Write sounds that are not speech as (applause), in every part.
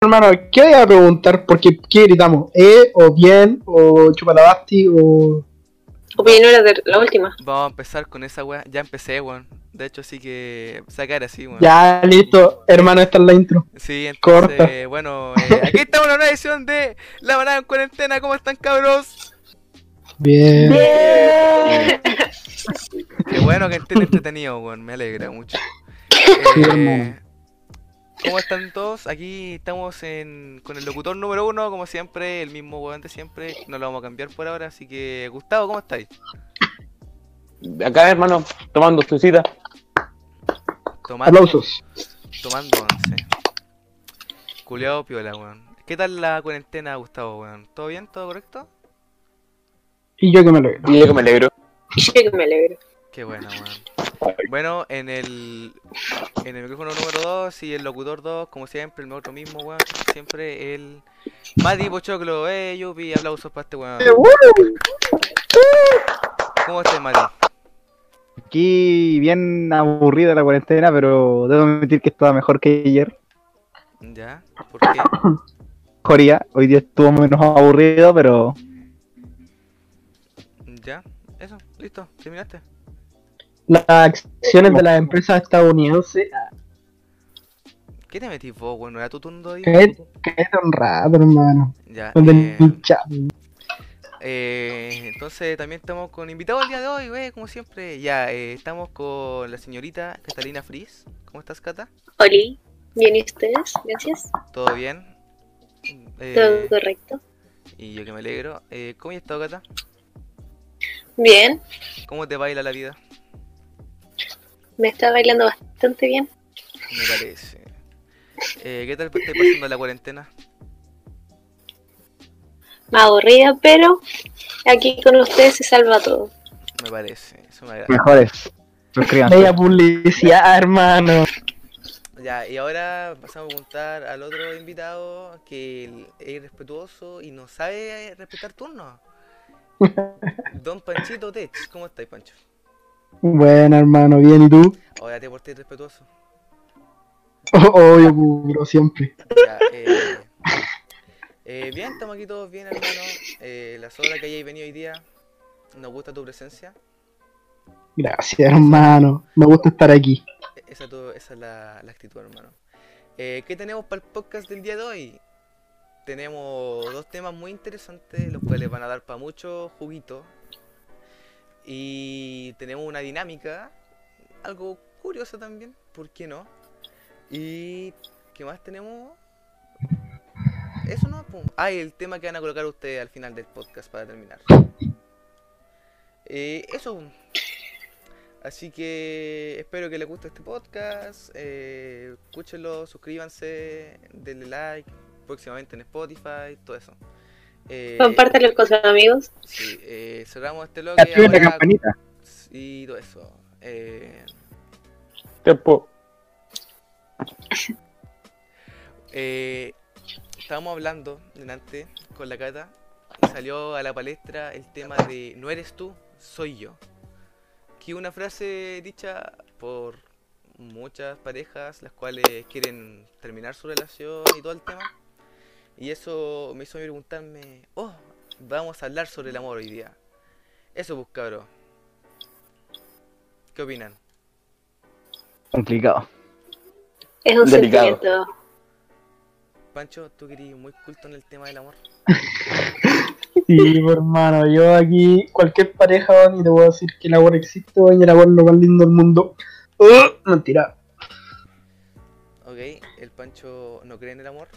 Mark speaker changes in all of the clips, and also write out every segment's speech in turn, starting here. Speaker 1: hermano, ¿qué voy a preguntar? Porque ¿qué gritamos? ¿Eh? ¿O bien? ¿O chupalabasti? ¿O...?
Speaker 2: Opinión era de la última.
Speaker 3: Vamos a empezar con esa weá. Ya empecé, weón. De hecho, sí que sacar así, weón.
Speaker 1: Ya, listo, hermano, esta es la intro.
Speaker 3: Sí, entonces,
Speaker 1: Corta.
Speaker 3: bueno, eh, aquí estamos en una nueva edición de La Banana en Cuarentena. ¿Cómo están, cabros?
Speaker 1: Bien.
Speaker 3: Qué bueno que estén entretenidos, weón. Me alegra mucho.
Speaker 1: Sí,
Speaker 3: Eh,
Speaker 1: hermano.
Speaker 3: ¿Cómo están todos? Aquí estamos en, con el locutor número uno, como siempre, el mismo weón de siempre. No lo vamos a cambiar por ahora, así que, Gustavo, ¿cómo estáis?
Speaker 4: Acá, hermano, tomando su cita.
Speaker 3: Tomando,
Speaker 1: Aplausos.
Speaker 3: tomando once. Culeado piola, weón. ¿Qué tal la cuarentena, Gustavo, weón? ¿Todo bien? ¿Todo correcto?
Speaker 1: Y yo que me lo veo.
Speaker 4: Y yo que me alegro.
Speaker 2: Yo que me alegro.
Speaker 3: Qué bueno, weón. Bueno, en el, en el micrófono número 2 y el locutor 2, como siempre, el otro mismo, weón. Siempre el Mati Pochoclo, eh, Yupi, aplausos para este weón. ¿Cómo estás, Mati?
Speaker 5: Aquí bien aburrida la cuarentena, pero debo admitir que estaba mejor que ayer.
Speaker 3: ¿Ya? ¿Por qué?
Speaker 5: Joría, hoy día estuvo menos aburrido, pero
Speaker 3: ¿Ya? Eso, listo, terminaste.
Speaker 1: Las acciones de las empresas estadounidenses.
Speaker 3: ¿Qué te metís vos, weón? ¿No era tu turno ahí?
Speaker 1: Cállate cállate un rato, hermano.
Speaker 3: Ya.
Speaker 1: Donde
Speaker 3: eh,
Speaker 1: el chat.
Speaker 3: Eh, entonces también estamos con invitados el día de hoy, wey, como siempre. Ya, eh, estamos con la señorita Catalina Fris. ¿Cómo estás, Cata?
Speaker 2: Oli, ¿bien y ustedes? Gracias.
Speaker 3: ¿Todo bien?
Speaker 2: Todo
Speaker 3: Eh,
Speaker 2: correcto.
Speaker 3: y yo que me alegro. Eh, ¿Cómo has estado, Cata?
Speaker 2: Bien,
Speaker 3: ¿Cómo te baila la vida?
Speaker 2: me está bailando bastante bien.
Speaker 3: Me parece. Eh, ¿Qué tal estáis pasando la cuarentena?
Speaker 2: Más aburrida, pero aquí con ustedes se salva todo.
Speaker 3: Me parece. Eso me agrada.
Speaker 5: mejores. Suscríbanse.
Speaker 1: Media publicidad, hermano.
Speaker 3: Ya, y ahora pasamos a preguntar al otro invitado que el- es irrespetuoso y no sabe respetar turnos. Don Panchito Tech, ¿cómo estáis, Pancho?
Speaker 1: Bueno, hermano, bien, ¿y tú? (laughs)
Speaker 3: Ahora te porté irrespetuoso.
Speaker 1: Oh, obvio, bro, siempre.
Speaker 3: Ya, eh, eh, bien, estamos aquí todos bien, hermano. Eh, la sola que hayáis venido hoy día, nos gusta tu presencia.
Speaker 1: Gracias, hermano. Me gusta estar aquí.
Speaker 3: E- Esa, tu- esa es la, la actitud, hermano. Eh, ¿Qué tenemos para el podcast del día de hoy? Tenemos dos temas muy interesantes, los cuales van a dar para mucho juguito. Y tenemos una dinámica, algo curiosa también, ¿por qué no? Y ¿qué más tenemos? Eso no, pum. Ah, y el tema que van a colocar ustedes al final del podcast para terminar. Eh, eso, pum. Así que espero que les guste este podcast. eh, escúchenlo, suscríbanse, denle like. Próximamente en Spotify, todo eso. Eh,
Speaker 2: Compártelo con sus amigos.
Speaker 3: sí, eh, cerramos este bloque.
Speaker 5: Activen la
Speaker 3: ahora
Speaker 5: campanita.
Speaker 3: y todo eso. Eh,
Speaker 4: Tiempo.
Speaker 3: eh, estábamos hablando delante con la cata y salió a la palestra el tema de no eres tú, soy yo. Que una frase dicha por muchas parejas las cuales quieren terminar su relación y todo el tema. Y eso me hizo preguntarme, oh, vamos a hablar sobre el amor hoy día. Eso pues cabros. ¿Qué opinan?
Speaker 5: Complicado.
Speaker 2: Es un
Speaker 4: Delicado.
Speaker 2: sentimiento.
Speaker 3: Pancho, tú querías muy culto en el tema del amor.
Speaker 1: Sí, pues, hermano, yo aquí, cualquier pareja, weón, y te voy a decir que el amor existe, weón, y el amor es lo más lindo del mundo. ¡Ugh! mentira.
Speaker 3: Ok, el Pancho no cree en el amor.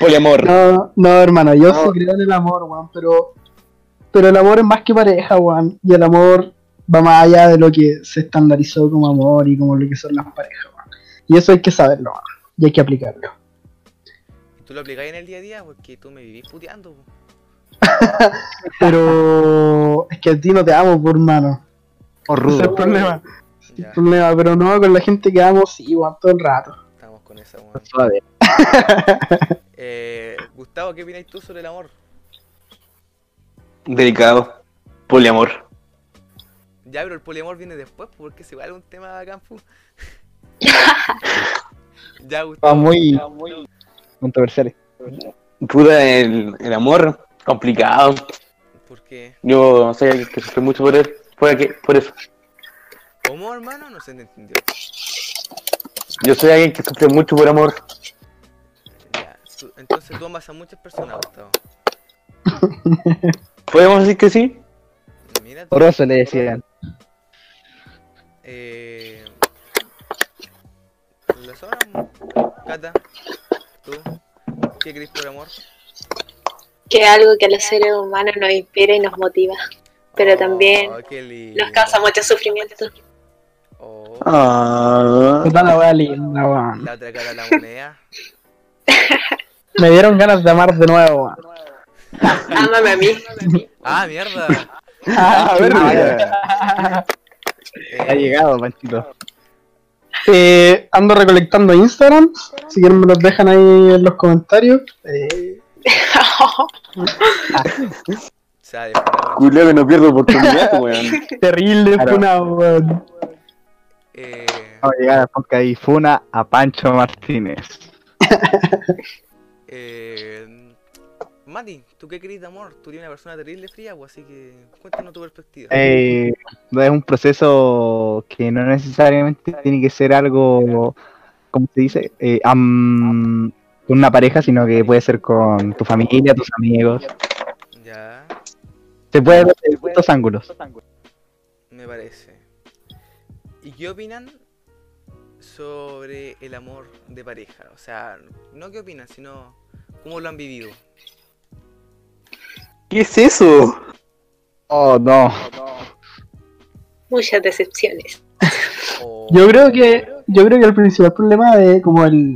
Speaker 4: Poliamor.
Speaker 1: No, no, hermano, yo
Speaker 4: No.
Speaker 1: sí creo en el amor, weón, pero, pero el amor es más que pareja, weón, y el amor va más allá de lo que se estandarizó como amor y como lo que son las parejas, weón. Y eso hay que saberlo, weón, y hay que aplicarlo.
Speaker 3: Y tú lo aplicáis en el día a día porque tú me vivís puteando. po.
Speaker 1: Pero (laughs) es que a ti no te amo, por hermano.
Speaker 5: O
Speaker 1: Ese es el
Speaker 5: rudo.
Speaker 1: problema, (laughs)
Speaker 3: Ya,
Speaker 1: problema, pero no con la gente que amo, sí, weón, todo el rato.
Speaker 3: estamos con esa, weón.
Speaker 5: Suave.
Speaker 3: Eh, Gustavo, ¿qué opináis tú sobre el amor?
Speaker 4: Delicado. Poliamor.
Speaker 3: Ya, pero el poliamor viene después porque se va a un tema de campo. ya, Gustavo.
Speaker 5: Está muy controversiales.
Speaker 4: Puta, el, el amor, complicado.
Speaker 3: Porque.
Speaker 4: Yo sé alguien que sufre mucho por él. Por, aquí- por eso.
Speaker 3: ¿Cómo, hermano? No se te entendió.
Speaker 4: Yo soy alguien que sufre mucho por amor.
Speaker 3: Ya, tú- entonces tú amas a muchas personas, Gustavo.
Speaker 4: ¿Podemos decir que sí?
Speaker 3: Mira tú.
Speaker 5: Poroso le decían.
Speaker 3: Eh. La zona, Cata. Tú. ¿Qué crees por amor?
Speaker 2: Que es algo que a los seres humanos nos inspira y nos motiva. Pero también
Speaker 3: Oh, qué lindo.
Speaker 2: Nos causa mucho sufrimiento.
Speaker 3: Oh,
Speaker 4: Ah.
Speaker 1: Puta la wea linda, weón.
Speaker 3: la otra cara de la moneda.
Speaker 1: Me dieron ganas de amar de nuevo, weón.
Speaker 2: Ámame a mí. (laughs)
Speaker 3: ¡Ah, mierda!
Speaker 1: (laughs)
Speaker 4: Ah, a ver,
Speaker 5: Ha
Speaker 3: Eh,
Speaker 5: llegado, Panchito.
Speaker 1: Eh, ando recolectando Instagram. Si quieren me los dejan ahí en los comentarios. Eh,
Speaker 3: sale, puta madre.
Speaker 4: Julio, que no pierdo (laughs) oportunidad, weón.
Speaker 1: terrible
Speaker 5: Claro.
Speaker 1: funa, weón.
Speaker 3: Eh,
Speaker 5: Vamos a llegar a podcast y funa a Pancho Martínez.
Speaker 3: eh, Mati, ¿tú qué crees de amor? Tú eres una persona terrible fría, pues, así que cuéntanos tu perspectiva.
Speaker 5: Eh, es un proceso que no necesariamente tiene que ser algo, ¿cómo se dice? Eh, am- con una pareja, sino que puede ser con tu familia, tus amigos.
Speaker 3: Ya,
Speaker 5: Se puede ver de distintos ángulos.
Speaker 3: me parece. ¿Y qué opinan sobre el amor de pareja? O sea, no qué opinan, sino cómo lo han vivido.
Speaker 4: ¿Qué es eso?
Speaker 5: Oh, no.
Speaker 2: Muchas decepciones.
Speaker 3: O-
Speaker 1: Yo creo que yo creo que el principal problema de como el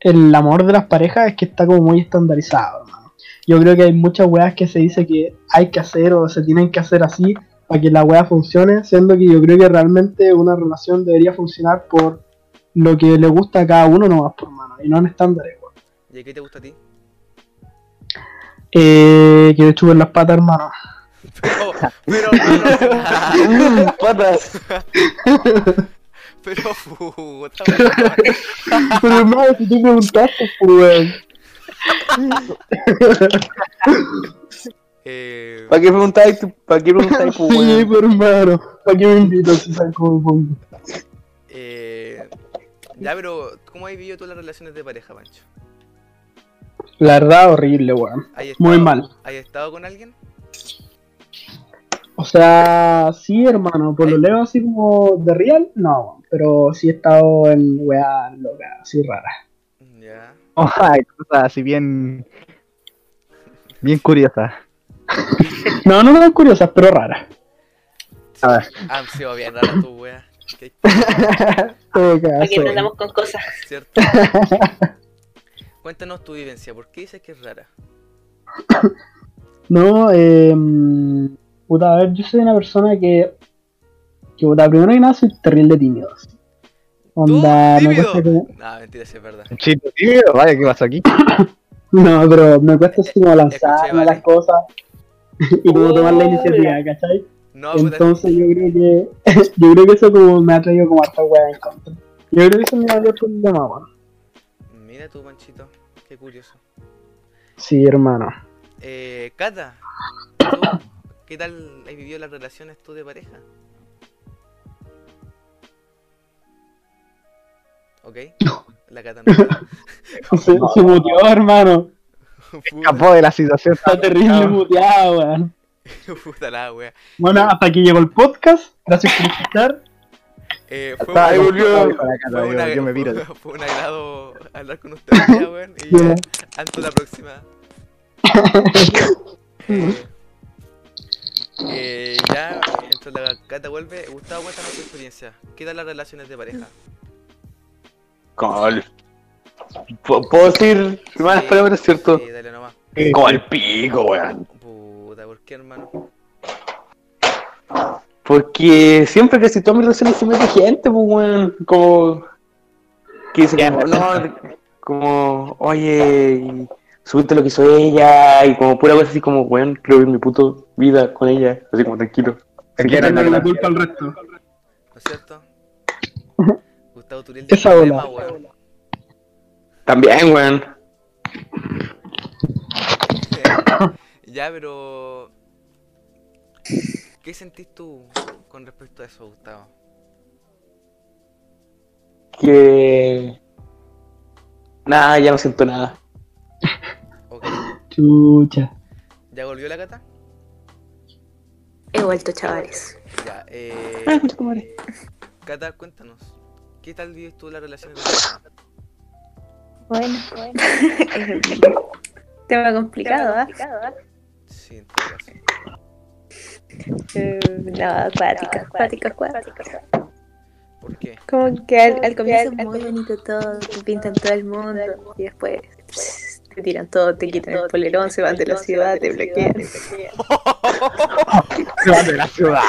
Speaker 1: el amor de las parejas es que está como muy estandarizado, hermano. Yo creo que hay muchas weas que se dice que hay que hacer o se tienen que hacer así para que la wea funcione, siendo que yo creo que realmente una relación debería funcionar por lo que le gusta a cada uno nomás por mano y no en estándares. weón.
Speaker 3: ¿Y a qué te gusta a ti? (laughs)
Speaker 1: Eh, que le chupen las patas, hermano.
Speaker 3: Pero, Oh, pero, pero,
Speaker 4: Mm, Patas.
Speaker 3: pero, (laughs) puta madre.
Speaker 1: (laughs) Pero hermano, si tú preguntaste, pues, weón.
Speaker 3: Eh,
Speaker 4: ¿Para qué preguntáis? tú? ¿Para qué preguntáis, po,
Speaker 1: Sí,
Speaker 4: pues, weón?
Speaker 1: pero hermano, ¿para qué me invitas si sabes cómo me pongo?
Speaker 3: eh, ya, pero, ¿cómo has vivido tú las relaciones de pareja, Pancho?
Speaker 1: La verdad, horrible, weón.
Speaker 3: ¿Has estado-
Speaker 1: Muy mal.
Speaker 3: ¿Has estado con alguien?
Speaker 1: O sea, sí, hermano, por lo leo así como de real, no, weón. Pero sí he estado en weá loca, así rara.
Speaker 3: Ya.
Speaker 5: (laughs) Oh, ay, cosas así bien. Bien curiosas.
Speaker 1: No, no tan curiosas, pero raras.
Speaker 5: A ver.
Speaker 3: Ah, sí, va bien rara tu wea. Qué
Speaker 1: Todo
Speaker 2: Porque
Speaker 1: caso.
Speaker 2: no andamos con cosas.
Speaker 1: (laughs)
Speaker 3: ¿Cierto? Cuéntanos tu vivencia, ¿por qué dices que es rara?
Speaker 1: No, eh. mm, Puta, a ver, yo soy una persona que. Que puta, primero que nada soy terrible tímido. así. Onda,
Speaker 3: ¿Tú,
Speaker 1: me
Speaker 3: tímido?
Speaker 1: cuesta como.
Speaker 3: No, mentira, sí es verdad.
Speaker 5: Chito, tío, vaya, ¿qué pasó aquí?
Speaker 1: No, pero me cuesta así como lanzarme a
Speaker 3: vale.
Speaker 1: las cosas. Y como tomar la
Speaker 2: Hola.
Speaker 1: iniciativa, ¿cachai?
Speaker 3: No, Ah, puta,
Speaker 1: Entonces yo creo que (laughs) yo creo que eso como me ha traído como harta weá en contra. Yo creo que eso es mi mayor problema, weón.
Speaker 3: mira tú, Panchito, qué curioso.
Speaker 1: Sí, hermano.
Speaker 3: Eh, Cata, ¿tú qué tal has vivido las relaciones tú de pareja? ¿Ok? La Cata no.
Speaker 1: (laughs)
Speaker 3: (laughs)
Speaker 1: Se, se muteó, hermano.
Speaker 3: puta,
Speaker 5: Escapó de la situación.
Speaker 1: Está terrible muteado, weón.
Speaker 3: puta la wea.
Speaker 1: Bueno, hasta aquí llegó el podcast. Gracias por escuchar.
Speaker 3: Eh, fue,
Speaker 5: Estaba
Speaker 4: Ahí
Speaker 5: con-
Speaker 4: volvió.
Speaker 5: estaba con la cara,
Speaker 3: fue
Speaker 5: yo-
Speaker 3: una-
Speaker 5: yo me piro.
Speaker 3: (laughs) fue un agrado hablar con ustedes, ya, weón. Y ya,
Speaker 1: Ya.
Speaker 3: hasta la próxima. Eh, eh, ya, mientras la Cata vuelve, Gustavo, cuéntanos tu experiencia. ¿Qué tal las relaciones de pareja?
Speaker 4: Col. P- ¿Puedo decir malas
Speaker 3: Sí,
Speaker 4: palabras, cierto?
Speaker 3: Sí, dale nomás.
Speaker 4: Como el pico, weón.
Speaker 3: Puta, ¿por qué, hermano?
Speaker 4: Porque siempre que si todas mis relaciones se mete gente, pues, weón. Como. Que dicen, como, no, como, oye, subiste lo que hizo ella. Y como pura cosa así, como, weón, quiero vivir mi puto vida con ella. Así como tranquilo. Así que, no,
Speaker 5: quiero, te
Speaker 1: Dándole
Speaker 4: no,
Speaker 1: la
Speaker 4: no.
Speaker 1: culpa al resto.
Speaker 4: (laughs)
Speaker 3: ¿No es cierto? Gustavo Turiel de
Speaker 1: Esa bola.
Speaker 3: weón.
Speaker 4: También, weón.
Speaker 3: ya, pero. ¿Qué sentís tú con respecto a eso, Gustavo?
Speaker 4: Que. Nada, ya no siento nada.
Speaker 3: Ok.
Speaker 1: Chucha.
Speaker 3: ¿Ya volvió la cata?
Speaker 2: He vuelto, chavales.
Speaker 3: Ya, eh.
Speaker 4: Ay, Ah, concha tu madre.
Speaker 3: Cata, cuéntanos. ¿Qué tal vives tú la relación
Speaker 4: (laughs)
Speaker 3: con
Speaker 6: Bueno, (laughs) tema complicado,
Speaker 2: ¿eh?
Speaker 6: ¿ah?
Speaker 3: Sí, en todo caso.
Speaker 6: Eh, No, acuática, acuática, acuática.
Speaker 3: ¿Por qué?
Speaker 6: Como que al, al comienzo es muy bonito todo, te pintan todo el mundo y después pss, te tiran todo, te quitan el polerón, se van de la ciudad, te bloquean.
Speaker 5: Se van de la ciudad.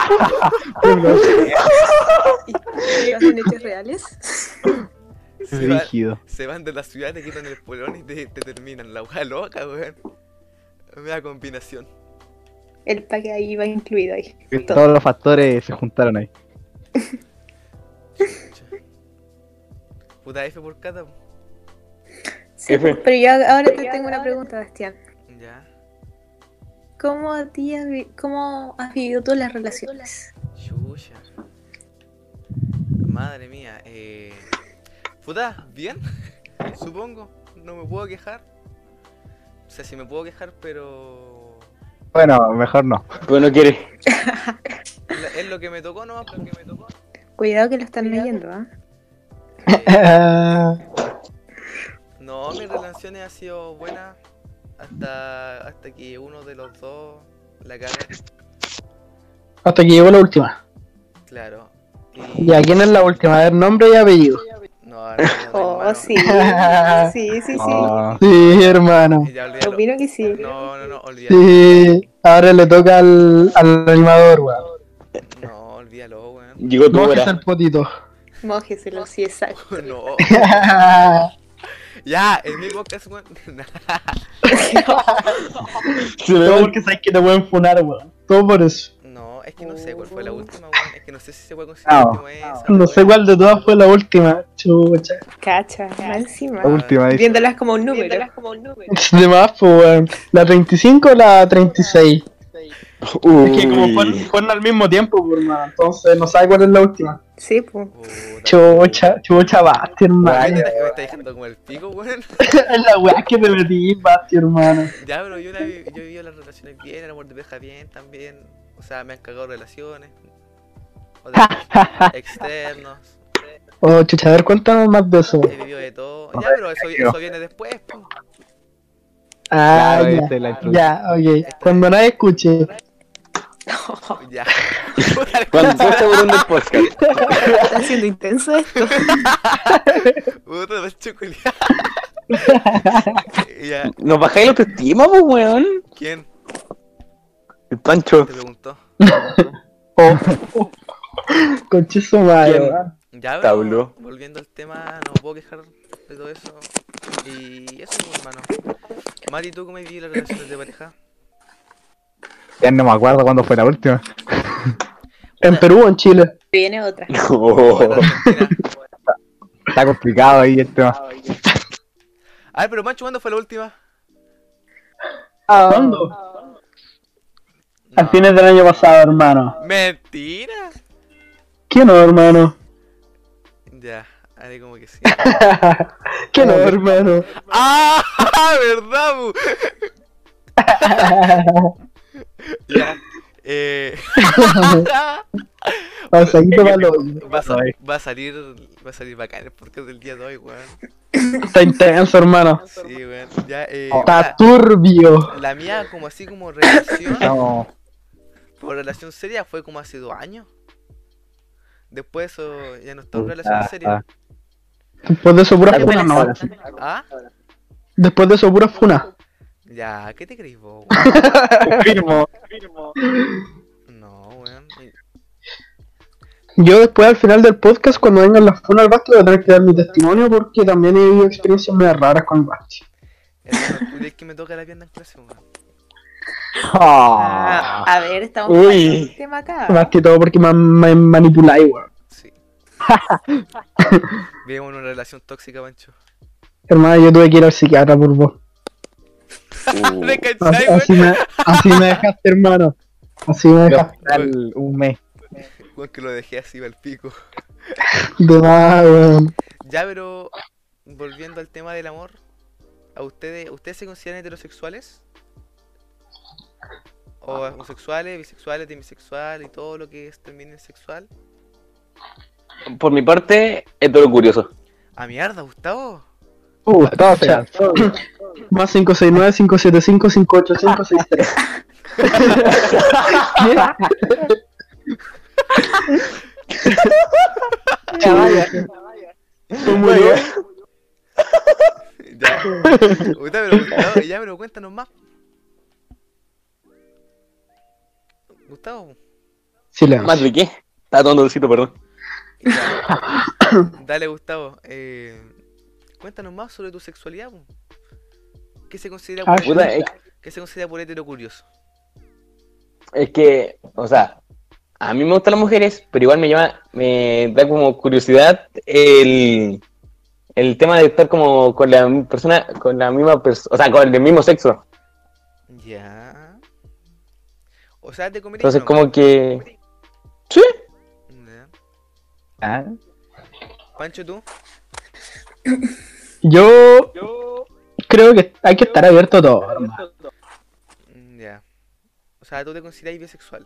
Speaker 6: ¿Y ¿Son hechos reales?
Speaker 3: Se, va-
Speaker 5: (laughs) Rígido.
Speaker 3: se van de la ciudad, te quitan el polón y te, te terminan. La hueá loca, weón. Una combinación.
Speaker 6: (laughs) El pack ahí va incluido ahí.
Speaker 5: Todos los factores se juntaron ahí.
Speaker 3: Chucha. Puta F por Cata. po.
Speaker 6: Sí,
Speaker 4: F.
Speaker 6: pero yo ahora te tengo una pregunta, Bastián.
Speaker 3: Ya.
Speaker 6: ¿Cómo, a ti has, vi- ¿Cómo has vivido tú las relaciones?
Speaker 3: Chucha. Madre mía. Eh... Puta, bien. (laughs) Supongo. No me puedo quejar. O sea, sí me puedo quejar, pero.
Speaker 5: Bueno, mejor no.
Speaker 4: Pero no quiere.
Speaker 3: Es la- es lo que me tocó, ¿no? Lo que me (laughs) tocó.
Speaker 6: Cuidado que lo están leyendo, ¿ah?
Speaker 3: Eh,
Speaker 1: Ah,
Speaker 3: No, mis relaciones han sido buenas hasta, hasta que uno de los dos la caga,
Speaker 1: hasta que llegó la última.
Speaker 3: claro. Y...
Speaker 1: Ya, ¿quién es la última? A ver, nombre y apellido.
Speaker 3: No, ahora no,
Speaker 6: (laughs) Oh,
Speaker 3: hermano.
Speaker 6: sí. Oh, Sí, sí, sí.
Speaker 5: Ah,
Speaker 1: Sí, hermano.
Speaker 3: Ya, olvídalo.
Speaker 6: Opino que sí.
Speaker 3: No, no, no, olvídalo.
Speaker 1: Sí, ahora le toca al, al animador, weón.
Speaker 3: No,
Speaker 1: (laughs)
Speaker 3: olvídalo, weón. (laughs)
Speaker 4: Llegó tu
Speaker 1: No, que es
Speaker 4: hora.
Speaker 1: el (laughs) potito.
Speaker 6: Mójeselo, sí, exacto.
Speaker 3: No. Ya, es mi podcast, weón.
Speaker 4: (laughs)
Speaker 3: (laughs)
Speaker 4: Se me va el-
Speaker 1: sabes que te pueden funar, weón. Todo por eso.
Speaker 3: No, es que no sé cuál fue la última, weón. Es que no sé si se puede considerar
Speaker 5: Ah,
Speaker 3: la última esa,
Speaker 1: Oh. No
Speaker 3: weón.
Speaker 1: sé cuál de todas fue la última. Chucha. (laughs)
Speaker 6: Cacha, más encima.
Speaker 5: la última dice.
Speaker 6: Viéndolas como un número.
Speaker 1: De más, pues, weón. ¿La 35 o la 36? Es que como
Speaker 4: Uy.
Speaker 1: fueron, fueron al mismo tiempo, pues, hermano. Entonces, no sabe cuál es la última.
Speaker 6: Sí, pues.
Speaker 3: Puta,
Speaker 1: Chucha, chucha, Basti,
Speaker 3: weón.
Speaker 1: hermano.
Speaker 3: Me está dejando como el pico, weón.
Speaker 1: (laughs)
Speaker 3: (laughs)
Speaker 1: Es la weá que te metí, Basti, hermano.
Speaker 3: Ya, pero yo, la vi- yo he vivido las relaciones bien, el amor de pareja bien también. O sea, me han cagado relaciones. Otras cosas, externos.
Speaker 1: Oh, chucha, a ver, cuéntanos más de eso.
Speaker 3: He vivido de todo. Ya, pero eso, eso viene después. po.
Speaker 1: Ah,
Speaker 5: Claro,
Speaker 1: ya.
Speaker 5: esta es este, la introducción.
Speaker 1: Ya, ok. Cuando nadie escuche.
Speaker 3: Ya.
Speaker 1: (laughs)
Speaker 4: Cuando se está volviendo el podcast.
Speaker 6: Está siendo intenso esto.
Speaker 3: Puta, más chocolate. ya,
Speaker 4: ¿Nos bajáis la autoestima, pues, weón?
Speaker 3: ¿quién
Speaker 4: El Pancho.
Speaker 3: te preguntó?
Speaker 1: Oh, oh. Conche su madre,
Speaker 4: ¿Quién?
Speaker 1: weón.
Speaker 3: Ya, pero
Speaker 4: Tablo.
Speaker 3: volviendo al tema, no me puedo quejar de todo eso. Y eso, pues, hermano. Mati, ¿tú cómo has vivido las relaciones de pareja?
Speaker 5: Ya no me acuerdo cuándo fue la última.
Speaker 1: En Perú o en Chile.
Speaker 6: Viene otra.
Speaker 3: Bueno,
Speaker 4: (laughs) No.
Speaker 3: Argentina.
Speaker 5: Está complicado ahí este, el tema.
Speaker 3: A ver, pero Mancho, ¿cuándo fue la última?
Speaker 1: ¿Cuándo? Al
Speaker 3: No.
Speaker 1: fines del año pasado, hermano.
Speaker 3: Mentira.
Speaker 1: ¿Qué no, hermano?
Speaker 3: Ya, haré como que sí.
Speaker 1: ¿Qué no, hermano?
Speaker 3: ¡Ah! (laughs) ¡Verdad, bu! ya. Eh. (laughs)
Speaker 1: Pasadito malo.
Speaker 3: va, a sa- va a salir. Va a salir bacán el podcast del día de hoy, weón.
Speaker 1: Está intenso, hermano.
Speaker 3: Sí, weón. Ya, eh.
Speaker 1: Está turbio.
Speaker 3: la- La mía, como así, como relación.
Speaker 5: No,
Speaker 3: Por relación seria fue como hace dos años. Después eso ya no está en relación seria.
Speaker 1: Después de eso, pura funa, no.
Speaker 3: ¿Ah?
Speaker 1: Después de eso, pura funa.
Speaker 3: Ya, ¿qué te crees vos, weón? (laughs)
Speaker 5: confirmo.
Speaker 3: No, weón.
Speaker 1: Yo después, al final del podcast, cuando vengan las funas al Basti, voy a tener que dar mi testimonio porque también he vivido experiencias muy raras con el Basti.
Speaker 3: Hermano, tú eres que me toca la pierna en clase, weón.
Speaker 6: Ah, a ver, estamos
Speaker 4: Uy.
Speaker 6: con el tema acá.
Speaker 1: Basti, todo porque me me manipuláis, weón.
Speaker 3: Sí. Vivimos en una relación tóxica, Pancho. (laughs)
Speaker 1: Hermana, yo tuve que ir al psiquiatra por vos.
Speaker 3: ¿Me
Speaker 1: Así,
Speaker 3: cachai,
Speaker 1: así
Speaker 3: weón?
Speaker 1: me, así me dejaste, hermano. Así me dejaste.
Speaker 5: Al- un mes.
Speaker 3: Weón, que lo dejé así al pico.
Speaker 1: De más, weón.
Speaker 3: Ya, pero volviendo al tema del amor, ¿a ustedes, ¿ustedes se consideran heterosexuales? ¿O homosexuales, bisexuales, demisexual y todo lo que es termine en sexual?
Speaker 4: Por mi parte, es todo lo curioso.
Speaker 3: ¡A ¡Ah, mierda, Gustavo!
Speaker 1: Uh, todo
Speaker 5: fea,
Speaker 1: fea. Más 569, 575, 585,
Speaker 3: Ya, Puta, pero (laughs) Gustavo, ya, pero cuéntanos más. Gustavo,
Speaker 4: ¿Más
Speaker 1: Silencio.
Speaker 4: de qué? Está todo dulcito, perdón.
Speaker 3: ya. dale Gustavo, eh, cuéntanos más sobre tu sexualidad. po. ¿Qué se considera
Speaker 1: Ah,
Speaker 3: por,
Speaker 4: Puta, eh. es,
Speaker 3: ¿qué se considera por hetero curioso?
Speaker 4: es que, o sea, a mí me gustan las mujeres, pero igual me llama, me da como curiosidad el, el tema de estar como con la persona, con la misma persona, o sea, con el mismo sexo.
Speaker 3: Ya. O sea, te comerías.
Speaker 4: Entonces,
Speaker 3: nomás.
Speaker 4: como que. Sí,
Speaker 3: Ya.
Speaker 5: Ah,
Speaker 3: Pancho, tú.
Speaker 1: Yo creo que hay que estar abierto a todo, hermano.
Speaker 3: Ya. O sea, tú te consideras bisexual.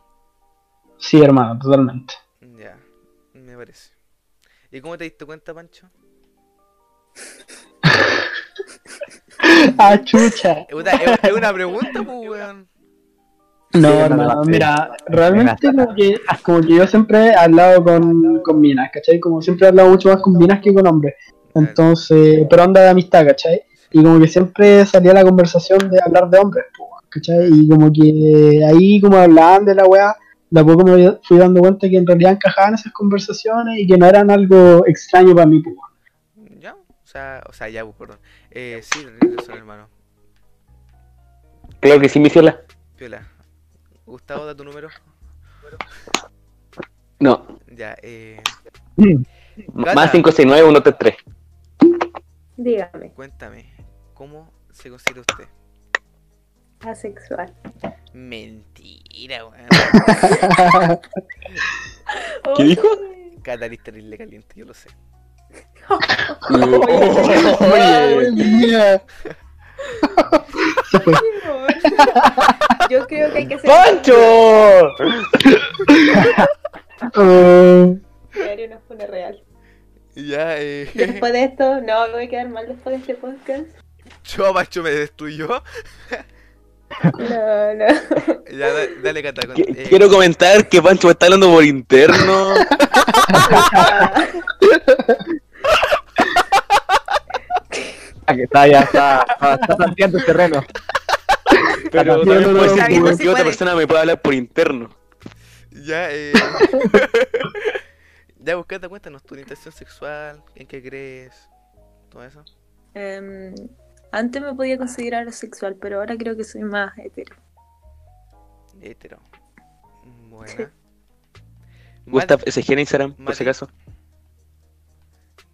Speaker 1: Sí, hermano, totalmente.
Speaker 3: Ya. Me parece. ¿Y cómo te diste cuenta, Pancho?
Speaker 1: Ah, chucha.
Speaker 3: Eh, puta, Es es una pregunta, pues, weón.
Speaker 1: No,
Speaker 5: Sí, no,
Speaker 1: hermano,
Speaker 5: no, sí.
Speaker 1: mira, realmente
Speaker 5: Me
Speaker 1: como que, como que yo siempre he hablado con, con minas, ¿cachai? Como siempre he hablado mucho más con minas que con hombres. Entonces, pero onda de amistad, ¿cachai? Y como que siempre salía la conversación de hablar de hombres, po, weón, ¿cachai? Y como que ahí como hablaban de la weá, de a poco me fui dando cuenta que en realidad encajaban esas conversaciones y que no eran algo extraño para mí, po, weón.
Speaker 3: Ya. O sea, o sea, ya, pues, perdón. Eh, sí, tenés razón, hermano.
Speaker 4: claro que sí, mi ciela.
Speaker 3: Piola. Gustavo, da tu número.
Speaker 4: No,
Speaker 3: Ya, eh.
Speaker 4: M-
Speaker 3: Gata.
Speaker 4: más 569, 133.
Speaker 6: Dígame,
Speaker 3: Cuéntame, ¿cómo se considera usted?
Speaker 6: asexual.
Speaker 3: Mentira, weón.
Speaker 4: ¿Qué dijo?
Speaker 3: Catalista le caliente, yo lo sé.
Speaker 1: Ay, mira. Se fue.
Speaker 6: (laughs) Yo creo que hay que
Speaker 4: (laughs)
Speaker 6: ser.
Speaker 4: ¡Pancho!
Speaker 1: Oh.
Speaker 6: Me haré una funa real.
Speaker 3: Ya, eh.
Speaker 6: Después de esto, no, me voy a quedar mal después de este podcast.
Speaker 3: (laughs) Yo, macho, me destruyó. (laughs)
Speaker 6: No, no.
Speaker 3: Ya, da- dale, Cata. con-
Speaker 4: Qu-
Speaker 3: eh,
Speaker 4: Quiero comentar que Pancho me está hablando por interno.
Speaker 5: ah, que está ya, está, está, está tanteando el terreno.
Speaker 4: Pero
Speaker 1: No,
Speaker 4: también
Speaker 1: no,
Speaker 4: puede
Speaker 1: no,
Speaker 4: ser
Speaker 1: no,
Speaker 4: que-
Speaker 1: no,
Speaker 4: que otra persona me pueda hablar por interno.
Speaker 3: Ya, eh. ya, pues, Cata, cuéntanos tu orientación sexual, en qué crees, todo eso.
Speaker 6: Em, antes me podía considerar asexual, pero ahora creo que soy más hetero.
Speaker 3: Hétero. Buena.
Speaker 6: Sí.
Speaker 4: Gustav
Speaker 3: Mati,
Speaker 4: SG en Instagram, por
Speaker 3: Mati.
Speaker 4: si acaso.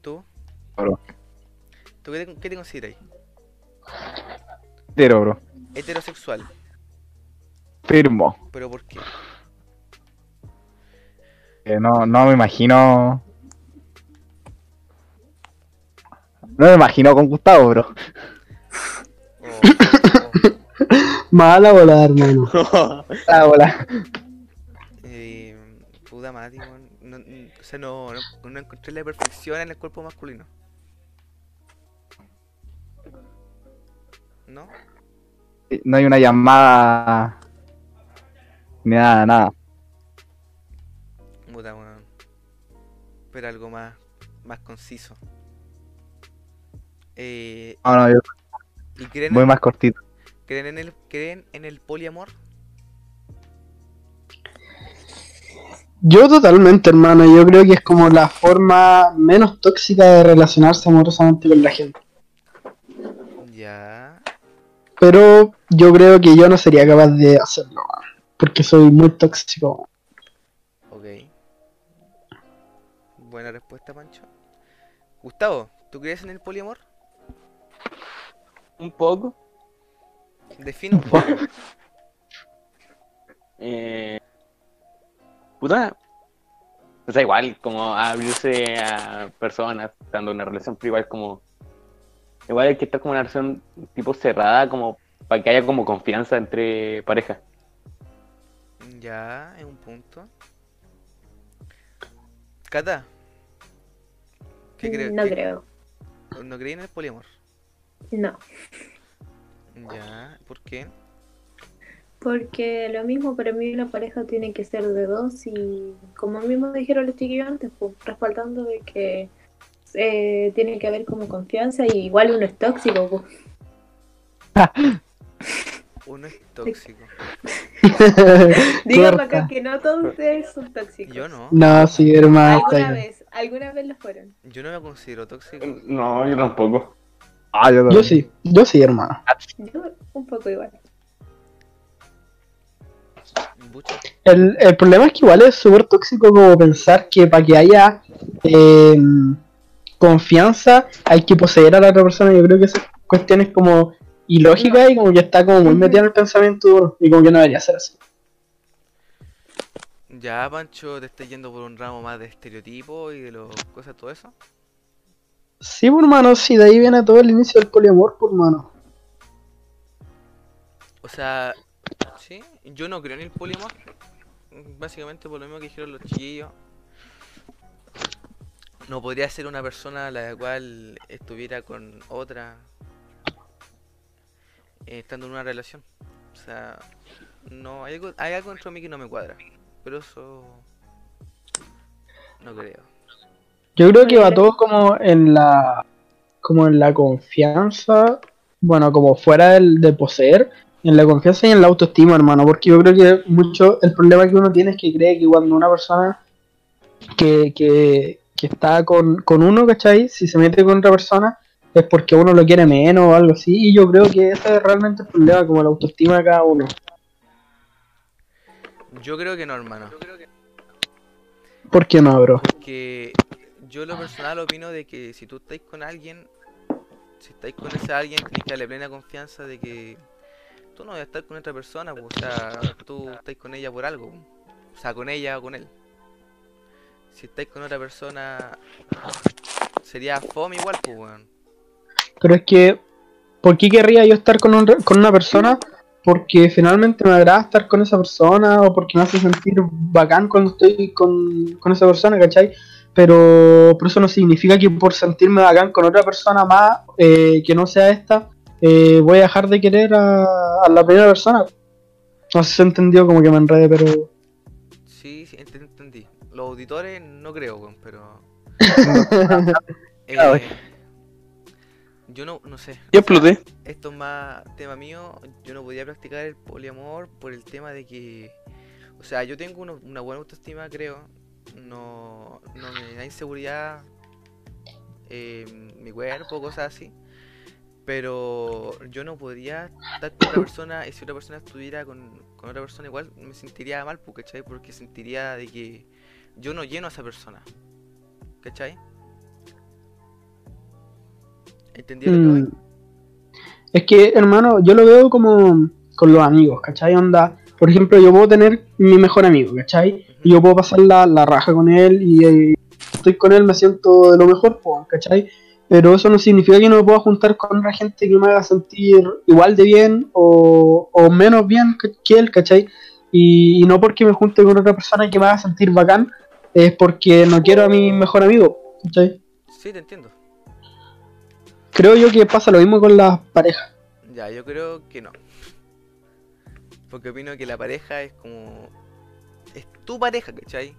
Speaker 3: ¿Tú?
Speaker 5: Perdón.
Speaker 3: ¿Tú qué te, qué te consideras?
Speaker 5: Pero, bro.
Speaker 3: Heterosexual.
Speaker 5: Firmo.
Speaker 3: ¿Pero por qué?
Speaker 5: Eh, no, no me imagino. No me imagino con Gustavo, bro.
Speaker 3: Oh,
Speaker 1: Mala volada, hermano.
Speaker 5: Ah, hola.
Speaker 3: Eh, puta Mati, weón. No, n- o sea, no, no, no encontré la perfección en el cuerpo masculino. ¿No?
Speaker 5: No hay una llamada. Ni nada, nada.
Speaker 3: Puta, weón. Pero algo más, más conciso. Eh,
Speaker 5: No, no, yo
Speaker 3: ¿Y creen,
Speaker 5: voy más cortito.
Speaker 3: creen, en el, creen en el poliamor?
Speaker 1: Yo totalmente, hermano. Yo creo que es como la forma menos tóxica de relacionarse amorosamente con la gente.
Speaker 3: Ya.
Speaker 1: Pero yo creo que yo no sería capaz de hacerlo, man, porque soy muy tóxico. (laughs)
Speaker 3: Ok. Buena respuesta, Pancho. Gustavo, ¿tú crees en el poliamor?
Speaker 4: (laughs) Un poco.
Speaker 3: Define un poco.
Speaker 4: Eh, puta. O sea, igual, como abrirse a personas, estando en una relación, pero igual como. Igual hay que estar como en una relación tipo cerrada, como para que haya como confianza entre parejas.
Speaker 3: Ya, es un punto. Cata. ¿Qué crees?
Speaker 6: No
Speaker 3: ¿Qué-
Speaker 6: creo.
Speaker 3: ¿No creí en el poliamor?
Speaker 6: No.
Speaker 3: Ya, ¿por qué?
Speaker 6: Porque lo mismo, para mí una pareja tiene que ser de dos y como mismo dijeron los chiquillos antes, pues, respaldando de que eh, tiene que haber como confianza y igual uno es tóxico. pues.
Speaker 1: (laughs)
Speaker 3: Uno es tóxico.
Speaker 6: Díganme
Speaker 1: Corta.
Speaker 6: acá que no todos ustedes son tóxicos.
Speaker 3: Yo no.
Speaker 1: No, sí, hermano. Ah, está
Speaker 6: Alguna
Speaker 1: bien.
Speaker 6: vez, alguna vez lo fueron.
Speaker 3: Yo no me considero tóxico.
Speaker 4: No, yo tampoco.
Speaker 5: Ah, yo,
Speaker 1: Yo sí, yo sí, hermano.
Speaker 6: Yo un poco igual.
Speaker 3: Bucha.
Speaker 1: El, el problema es que igual es súper tóxico como pensar que para que haya eh, confianza hay que poseer a la otra persona. Yo creo que esas cuestiones como ilógicas y como que está como muy metida en el pensamiento de uno, y como que no debería ser así.
Speaker 3: Ya, Pancho, te estás yendo por un ramo más de estereotipos y de las cosas, todo eso.
Speaker 1: Sí, por mano, sí, de ahí viene todo el inicio del poliamor, pues, por mano.
Speaker 3: O sea, sí, yo no creo en el poliamor. Básicamente por lo mismo que dijeron los chiquillos. No podría ser una persona la cual estuviera con otra eh, estando en una relación. O sea, no, hay algo, hay algo dentro de mí que no me cuadra. Pero eso no creo.
Speaker 1: Yo creo que va todo como en la como en la confianza, bueno, como fuera del de poseer, en la confianza y en la autoestima, hermano, porque yo creo que mucho el problema que uno tiene es que cree que cuando una persona que, que, que está con, con uno, ¿cachai? Si se mete con otra persona es porque uno lo quiere menos o algo así, y yo creo que ese es realmente el problema, como la autoestima de cada uno.
Speaker 3: Yo creo que no, hermano.
Speaker 1: ¿Por qué no, bro?
Speaker 3: que yo en lo personal opino de que si tú estáis con alguien, si estáis con ese alguien, tenéis que darle plena confianza de que tú no vas a estar con otra persona, po, o sea, tú estáis con ella por algo, po. o sea, con ella o con él. Si estáis con otra persona, sería fome igual, pues, weón.
Speaker 1: Pero es que, ¿por qué querría yo estar con, un- con una persona? Porque finalmente me agrada estar con esa persona o porque me hace sentir bacán cuando estoy con, con esa persona, ¿cachai? Pero, pero eso no significa que por sentirme bacán con otra persona más eh, que no sea esta, eh, voy a dejar de querer a, a la primera persona. No sé si se entendió como que me enredé, pero...
Speaker 3: Sí, sí, ent- entendí. Los auditores no creo, weón, pero... (laughs) Eh,
Speaker 5: Claro.
Speaker 3: yo no, no sé.
Speaker 4: Yo exploté.
Speaker 3: esto es más tema mío, yo no podía practicar el poliamor por el tema de que, o sea, yo tengo uno- una buena autoestima, creo, no, no me da inseguridad eh, mi cuerpo, cosas así, pero yo no podría estar con otra persona y si otra persona estuviera con, con otra persona igual me sentiría mal, pues, ¿cachai? Porque sentiría de que yo no lleno a esa persona, ¿cachai? ¿Entendí a lo que voy?
Speaker 1: Mm. Es que, hermano, yo lo veo como con los amigos, ¿cachai? Onda, por ejemplo, yo puedo tener mi mejor amigo, ¿cachai? Y yo puedo pasar la, la raja con él y eh, estoy con él, me siento de lo mejor, po, ¿cachai? Pero eso no significa que no me pueda juntar con otra gente que me haga sentir igual de bien o, o menos bien que, que él, ¿cachai? Y, y no porque me junte con otra persona que me haga sentir bacán, es porque no quiero a mi mejor amigo, ¿cachai?
Speaker 3: Sí, te entiendo.
Speaker 1: Creo yo que pasa lo mismo con las parejas.
Speaker 3: Ya, yo creo que no. Porque opino que la pareja es como... Es tu pareja, ¿cachai?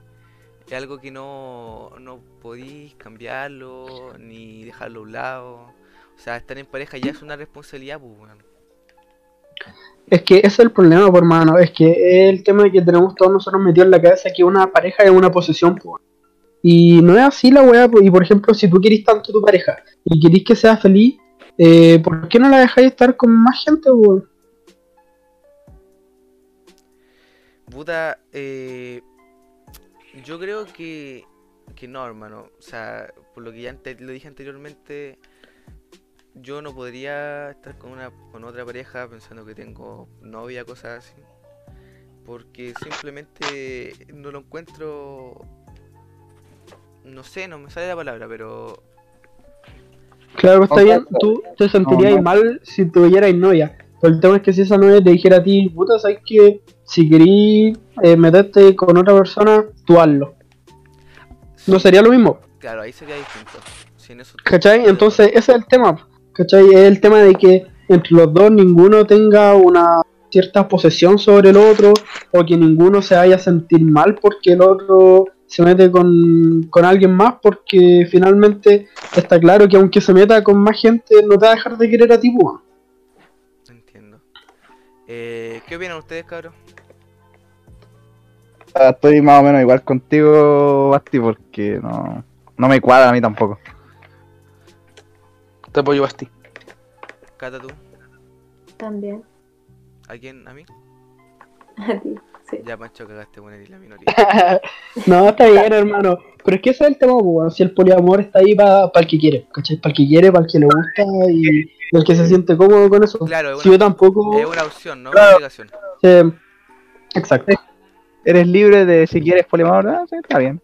Speaker 3: Es algo que no, no podís cambiarlo, ni dejarlo a un lado. O sea, estar en pareja ya es una responsabilidad, pues, weón.
Speaker 1: Es que ese es el problema, por hermano. Es que es el tema que tenemos todos nosotros metido en la cabeza que una pareja es una posesión, po. Y no es así la weá. po. Y por ejemplo, si tú querís tanto a tu pareja y querís que sea feliz, eh, ¿por qué no la dejáis estar con más gente, po?
Speaker 3: Puta, eh, yo creo que, que no, hermano. O sea, por lo que ya ante- lo dije anteriormente, yo no podría estar con una con otra pareja pensando que tengo novia, cosas así. Porque simplemente no lo encuentro. No sé, no me sale la palabra, pero
Speaker 1: Claro, está
Speaker 5: Ok.
Speaker 1: bien. Tú te sentirías
Speaker 5: No, no.
Speaker 1: mal si tuvieras novia. Pero el tema es que si esa novia te dijera a ti, puta, sabes que si querís eh, meterte con otra persona, tú hazlo. No sería lo mismo,
Speaker 3: claro, ahí sería distinto. Si en eso
Speaker 1: ¿cachai? Entonces, ese es el tema, ¿cachai? Es el tema de que entre los dos ninguno tenga una cierta posesión sobre el otro o que ninguno se vaya a sentir mal porque el otro se mete con, con alguien más porque finalmente está claro que aunque se meta con más gente no te va a dejar de querer a ti, pues. weón.
Speaker 3: Entiendo. Eh, ¿Qué opinan ustedes, cabros?
Speaker 5: Ah, Estoy más o menos igual contigo, Basti, porque no, no me cuadra a mí tampoco.
Speaker 4: Te apoyo, Basti.
Speaker 3: Cata, tú.
Speaker 6: También. (laughs)
Speaker 3: ¿A quién? ¿A mí?
Speaker 6: A ti, sí.
Speaker 3: Ya, Pancho, cagaste, bueno, eres la
Speaker 6: (laughs)
Speaker 3: minoría.
Speaker 1: no, está bien, hermano. Pero es que ese es el tema, pues, weón. Si el poliamor está ahí para el que quiere, ¿cachai? Para el que quiere, para el que le gusta y el que se siente cómodo con eso.
Speaker 3: Claro, es
Speaker 1: si
Speaker 3: una-
Speaker 1: yo tampoco.
Speaker 3: Es una opción, no una
Speaker 1: Claro.
Speaker 3: obligación.
Speaker 1: eh, exacto.
Speaker 5: Eres libre de si quieres poliamor, ah, sí, está bien.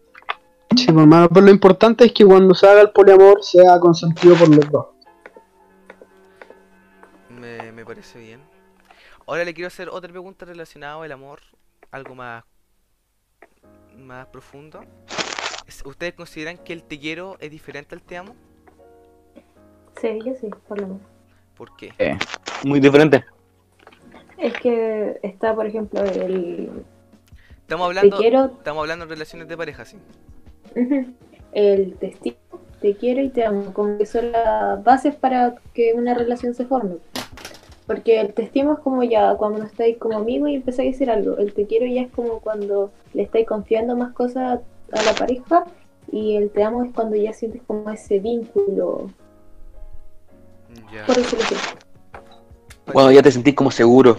Speaker 1: Sí, pues, hermano. Pero lo importante es que cuando se haga el poliamor sea consentido por los dos. (laughs)
Speaker 3: Me, me parece bien. Ahora le quiero hacer otra pregunta relacionada al amor, algo más, más profundo. Es- ¿Ustedes consideran que el te quiero es diferente al te amo?
Speaker 6: Sí, yo sí, por lo menos.
Speaker 3: ¿Por qué?
Speaker 4: Muy diferente.
Speaker 6: Es que está, por ejemplo, el
Speaker 3: Estamos
Speaker 6: te
Speaker 3: hablando,
Speaker 6: quiero,
Speaker 3: estamos hablando en relaciones de pareja, sí.
Speaker 6: ujú, el testigo, te quiero y te amo, como que son las bases para que una relación se forme. Porque el te estimo es como ya cuando estáis como amigos y empezáis a decir algo. El te quiero ya es como cuando le estáis confiando más cosas a la pareja y el te amo es cuando ya sientes como ese vínculo.
Speaker 3: Ya.
Speaker 6: Por eso lo que-
Speaker 4: Cuando ya te sentís como seguro.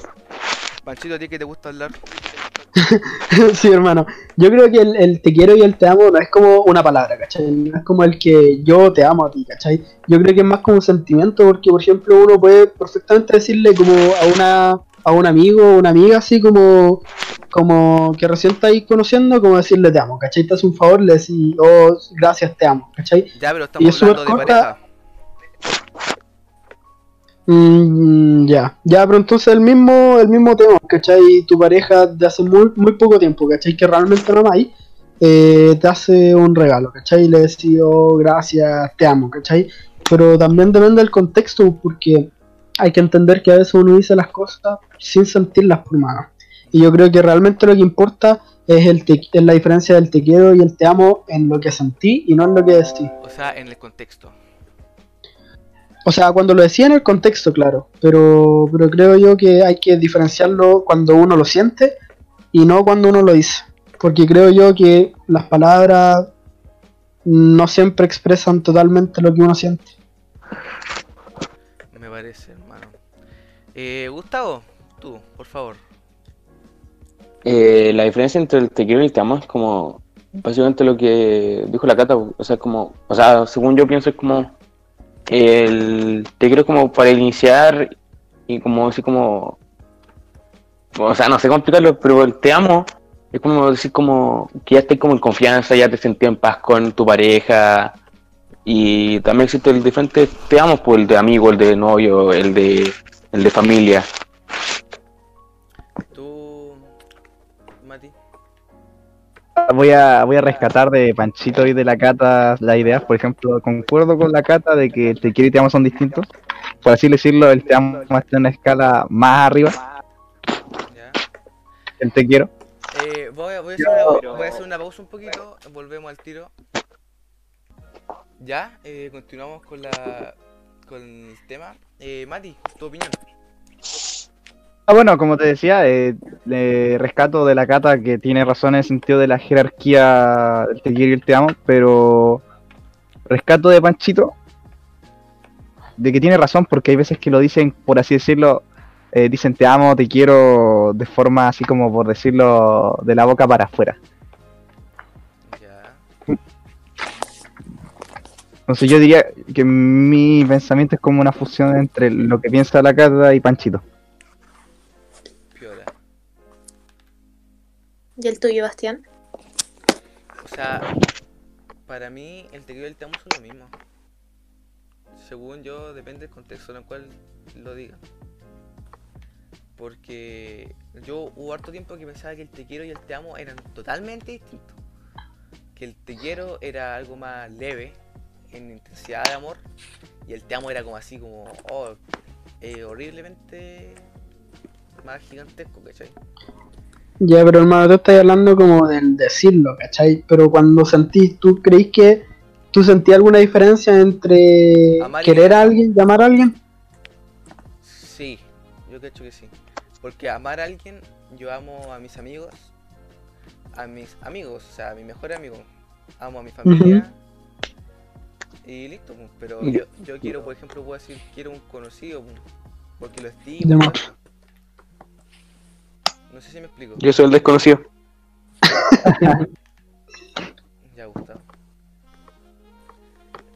Speaker 3: Panchito, ¿a ti que te gusta hablar?
Speaker 1: sí, hermano. Yo creo que el, el te quiero y el te amo no es como una palabra, ¿cachai? No es como el que yo te amo a ti, ¿cachai? Yo creo que es más como un sentimiento, porque por ejemplo uno puede perfectamente decirle como a una a un amigo o una amiga así como como que recién estáis conociendo, como decirle te amo, ¿cachai? Te hace un favor, le decís, oh, gracias, te amo, ¿cachai?
Speaker 3: Ya, pero estamos
Speaker 1: es súper
Speaker 3: hablando de
Speaker 1: corta.
Speaker 3: pareja.
Speaker 1: Mm, ya, ya, pero entonces el mismo, el mismo tema, ¿cachai? Tu pareja de hace muy, muy poco tiempo, ¿cachai? Que realmente no hay, eh, te hace un regalo, ¿cachai? Y le decís, "Oh, gracias, te amo, ¿cachai? Pero también depende del contexto, porque hay que entender que a veces uno dice las cosas sin sentirlas por mano. Y yo creo que realmente lo que importa es, el te- es la diferencia del te quiero y el te amo en lo que sentí y no en lo que decí.
Speaker 3: O sea, en el contexto.
Speaker 1: O sea, cuando lo decía en el contexto, claro, pero, pero creo yo que hay que diferenciarlo cuando uno lo siente y no cuando uno lo dice. Porque creo yo que las palabras no siempre expresan totalmente lo que uno siente.
Speaker 3: Me parece, hermano. Eh, Gustavo, tú, por favor.
Speaker 4: Eh, la diferencia entre el te quiero y el te amo es como básicamente lo que dijo la Cata, o sea, como, o sea, según yo pienso es como el te quiero es como para iniciar y como así como, o sea, no sé cómo explicarlo, pero el te amo es como decir como que ya estés como en confianza, ya te sentí en paz con tu pareja y también existe el diferente te amo, pues el de amigo, el de novio, el de el de familia.
Speaker 3: Tú, Mati.
Speaker 5: Ah, Voy a, voy a rescatar de Panchito y de la Cata las ideas. Por ejemplo, concuerdo con la Cata de que el te quiero y te amo son distintos. Por así decirlo, el te amo está en una escala más arriba,
Speaker 3: Ya.
Speaker 5: el te quiero.
Speaker 3: Eh, voy, a, voy a hacer una, voy a hacer una pausa un poquito, volvemos al tiro. Ya, eh, continuamos con la con el tema. Eh, Mati, tu opinión.
Speaker 5: Ah, bueno, como te decía, eh, le rescato de la Cata que tiene razón en el sentido de la jerarquía del te quiero y el te amo, pero rescato de Panchito de que tiene razón porque hay veces que lo dicen, por así decirlo, eh, dicen te amo, te quiero, de forma así como por decirlo, de la boca para afuera.
Speaker 3: Ya.
Speaker 5: Entonces yo diría que mi pensamiento es como una fusión entre lo que piensa la Cata y Panchito.
Speaker 3: Piola.
Speaker 6: ¿Y el tuyo, Bastián?
Speaker 3: O sea, para mí el tequila y el tamo son lo mismo. Según yo, depende del contexto en el cual lo diga. Porque yo hubo harto tiempo que pensaba que el te quiero y el te amo eran totalmente distintos. Que el te quiero era algo más leve en intensidad de amor y el te amo era como así, como oh, eh, horriblemente más gigantesco, ¿cachai?
Speaker 1: Ya, pero hermano, tú estás hablando como del decirlo, ¿cachai? Pero cuando sentís, ¿tú creís que tú sentías alguna diferencia entre
Speaker 3: Amar y
Speaker 1: querer a alguien, llamar a alguien?
Speaker 3: Sí, yo cacho que sí. Porque amar a alguien, yo amo a mis amigos, a mis amigos, o sea, a mi mejor amigo, amo a mi familia y listo. pu. Pero
Speaker 4: Y-
Speaker 3: yo, yo quiero, por ejemplo, puedo decir, quiero un conocido, pu, porque lo estimo.
Speaker 1: Demás.
Speaker 3: ¿cachai? No sé si me explico.
Speaker 4: Yo soy el desconocido.
Speaker 3: Ya, Gustavo.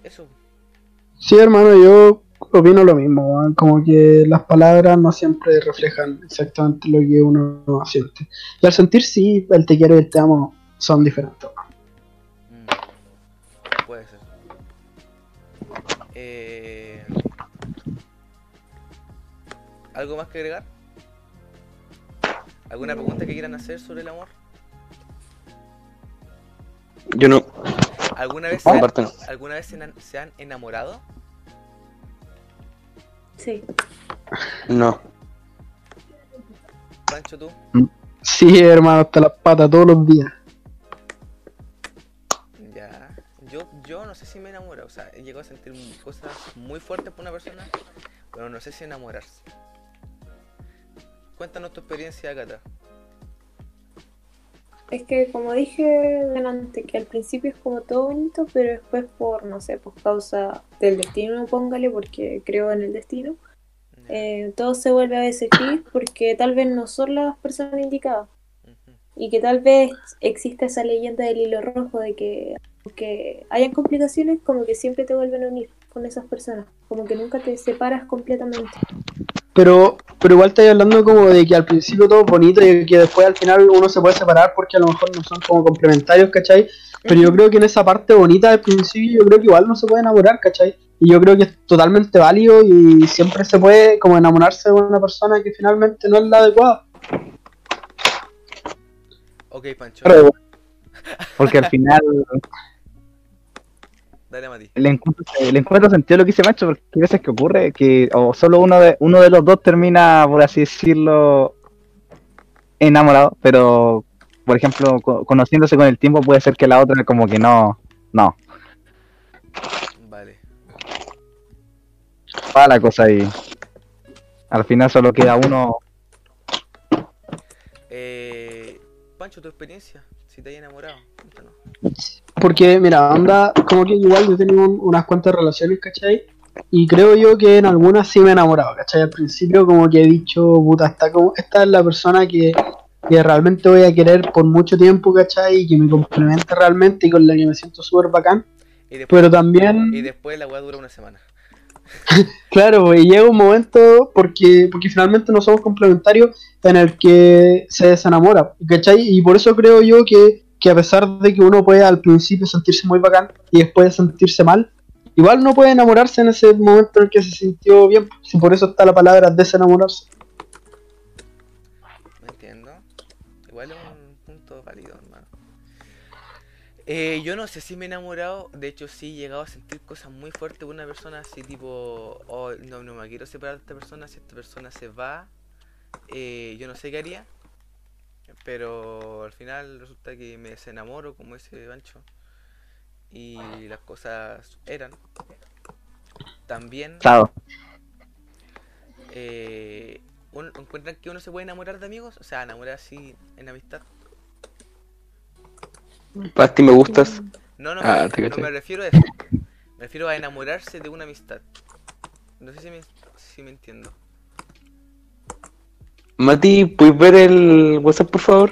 Speaker 3: Eso, pues.
Speaker 1: Sí, hermano, yo opino lo mismo, weón. como que las palabras no siempre reflejan exactamente lo que uno siente. Y al sentir sí, el te quiero y el te amo son diferentes. weón.
Speaker 3: mm, puede ser. Eh, ¿Algo más que agregar? ¿Alguna pregunta que quieran hacer sobre el amor?
Speaker 4: Yo no.
Speaker 3: ¿Alguna vez se han,
Speaker 4: Comparto no.
Speaker 3: ¿alguna vez se han- se han enamorado?
Speaker 6: Sí.
Speaker 4: No.
Speaker 3: Pancho, tú.
Speaker 1: Sí, hermano, hasta las patas todos los días.
Speaker 3: Ya. Yo, yo no sé si me enamoro. O sea, he llegado a sentir cosas muy fuertes por una persona, pero no sé si enamorarse. Cuéntanos tu experiencia, Cata.
Speaker 6: Es que como dije delante, que al principio es como todo bonito, pero después por, no sé, por causa del destino, póngale, porque creo en el destino,
Speaker 3: Ya.
Speaker 6: eh, todo se vuelve a veces gris porque tal vez no son las personas indicadas.
Speaker 3: Ujú.
Speaker 6: y que tal vez exista esa leyenda del hilo rojo de que aunque hayan complicaciones, como que siempre te vuelven a unir con esas personas, como que nunca te separas completamente.
Speaker 1: Pero, pero igual estoy hablando como de que al principio todo es bonito y que después al final uno se puede separar porque a lo mejor no son como complementarios, ¿cachai? Pero yo creo que en esa parte bonita del principio, yo creo que igual no se puede enamorar, ¿cachai? Y yo creo que es totalmente válido y siempre se puede como enamorarse de una persona que finalmente no es la adecuada.
Speaker 3: Ok, Pancho.
Speaker 5: Pero- Porque al final
Speaker 3: Dale a Mati.
Speaker 5: le encuentro, le encuentro sentido a lo que dice Macho, porque hay veces que ocurre que o solo uno de, uno de los dos termina, por así decirlo, enamorado, pero por ejemplo, co- conociéndose con el tiempo puede ser que la otra como que no, no,
Speaker 3: Vale.
Speaker 5: va la cosa y al final solo queda uno
Speaker 3: Eh, Pancho, tu experiencia. Si te hayas enamorado, cuéntanos.
Speaker 1: Porque, mira, onda, como que igual yo he tenido un- unas cuantas relaciones, ¿cachai? Y creo yo que en algunas sí me he enamorado, ¿cachai? Al principio como que he dicho, puta, esta, como, esta es la persona que, que realmente voy a querer por mucho tiempo, ¿cachai? Y que me complementa realmente y con la que me siento súper bacán.
Speaker 3: Y después,
Speaker 1: Pero también...
Speaker 3: y después la weá dura una semana.
Speaker 1: Claro, y llega un momento porque, porque finalmente no somos complementarios en el que se desenamora, ¿cachai? Y por eso creo yo que, que a pesar de que uno puede al principio sentirse muy bacán y después sentirse mal, igual no puede enamorarse en ese momento en el que se sintió bien, si por eso está la palabra desenamorarse.
Speaker 3: No entiendo. Igual es un punto válido, hermano. Eh, yo no sé si me he enamorado, de hecho sí he llegado a sentir cosas muy fuertes por una persona, así tipo, oh, no, no me quiero separar de esta persona, si esta persona se va, eh, yo no sé qué haría, pero al final resulta que me desenamoro como ese gancho y las cosas eran. También
Speaker 5: chao.
Speaker 3: eh, un- ¿Encuentran que uno se puede enamorar de amigos? O sea, enamorar así en amistad.
Speaker 4: Pasti, me gustas.
Speaker 3: No, no,
Speaker 4: Ah, te
Speaker 3: me, no
Speaker 4: caché.
Speaker 3: me refiero a eso. Me refiero a enamorarse de una amistad. No sé si me, si me entiendo.
Speaker 4: Mati, ¿puedes ver el WhatsApp, por favor?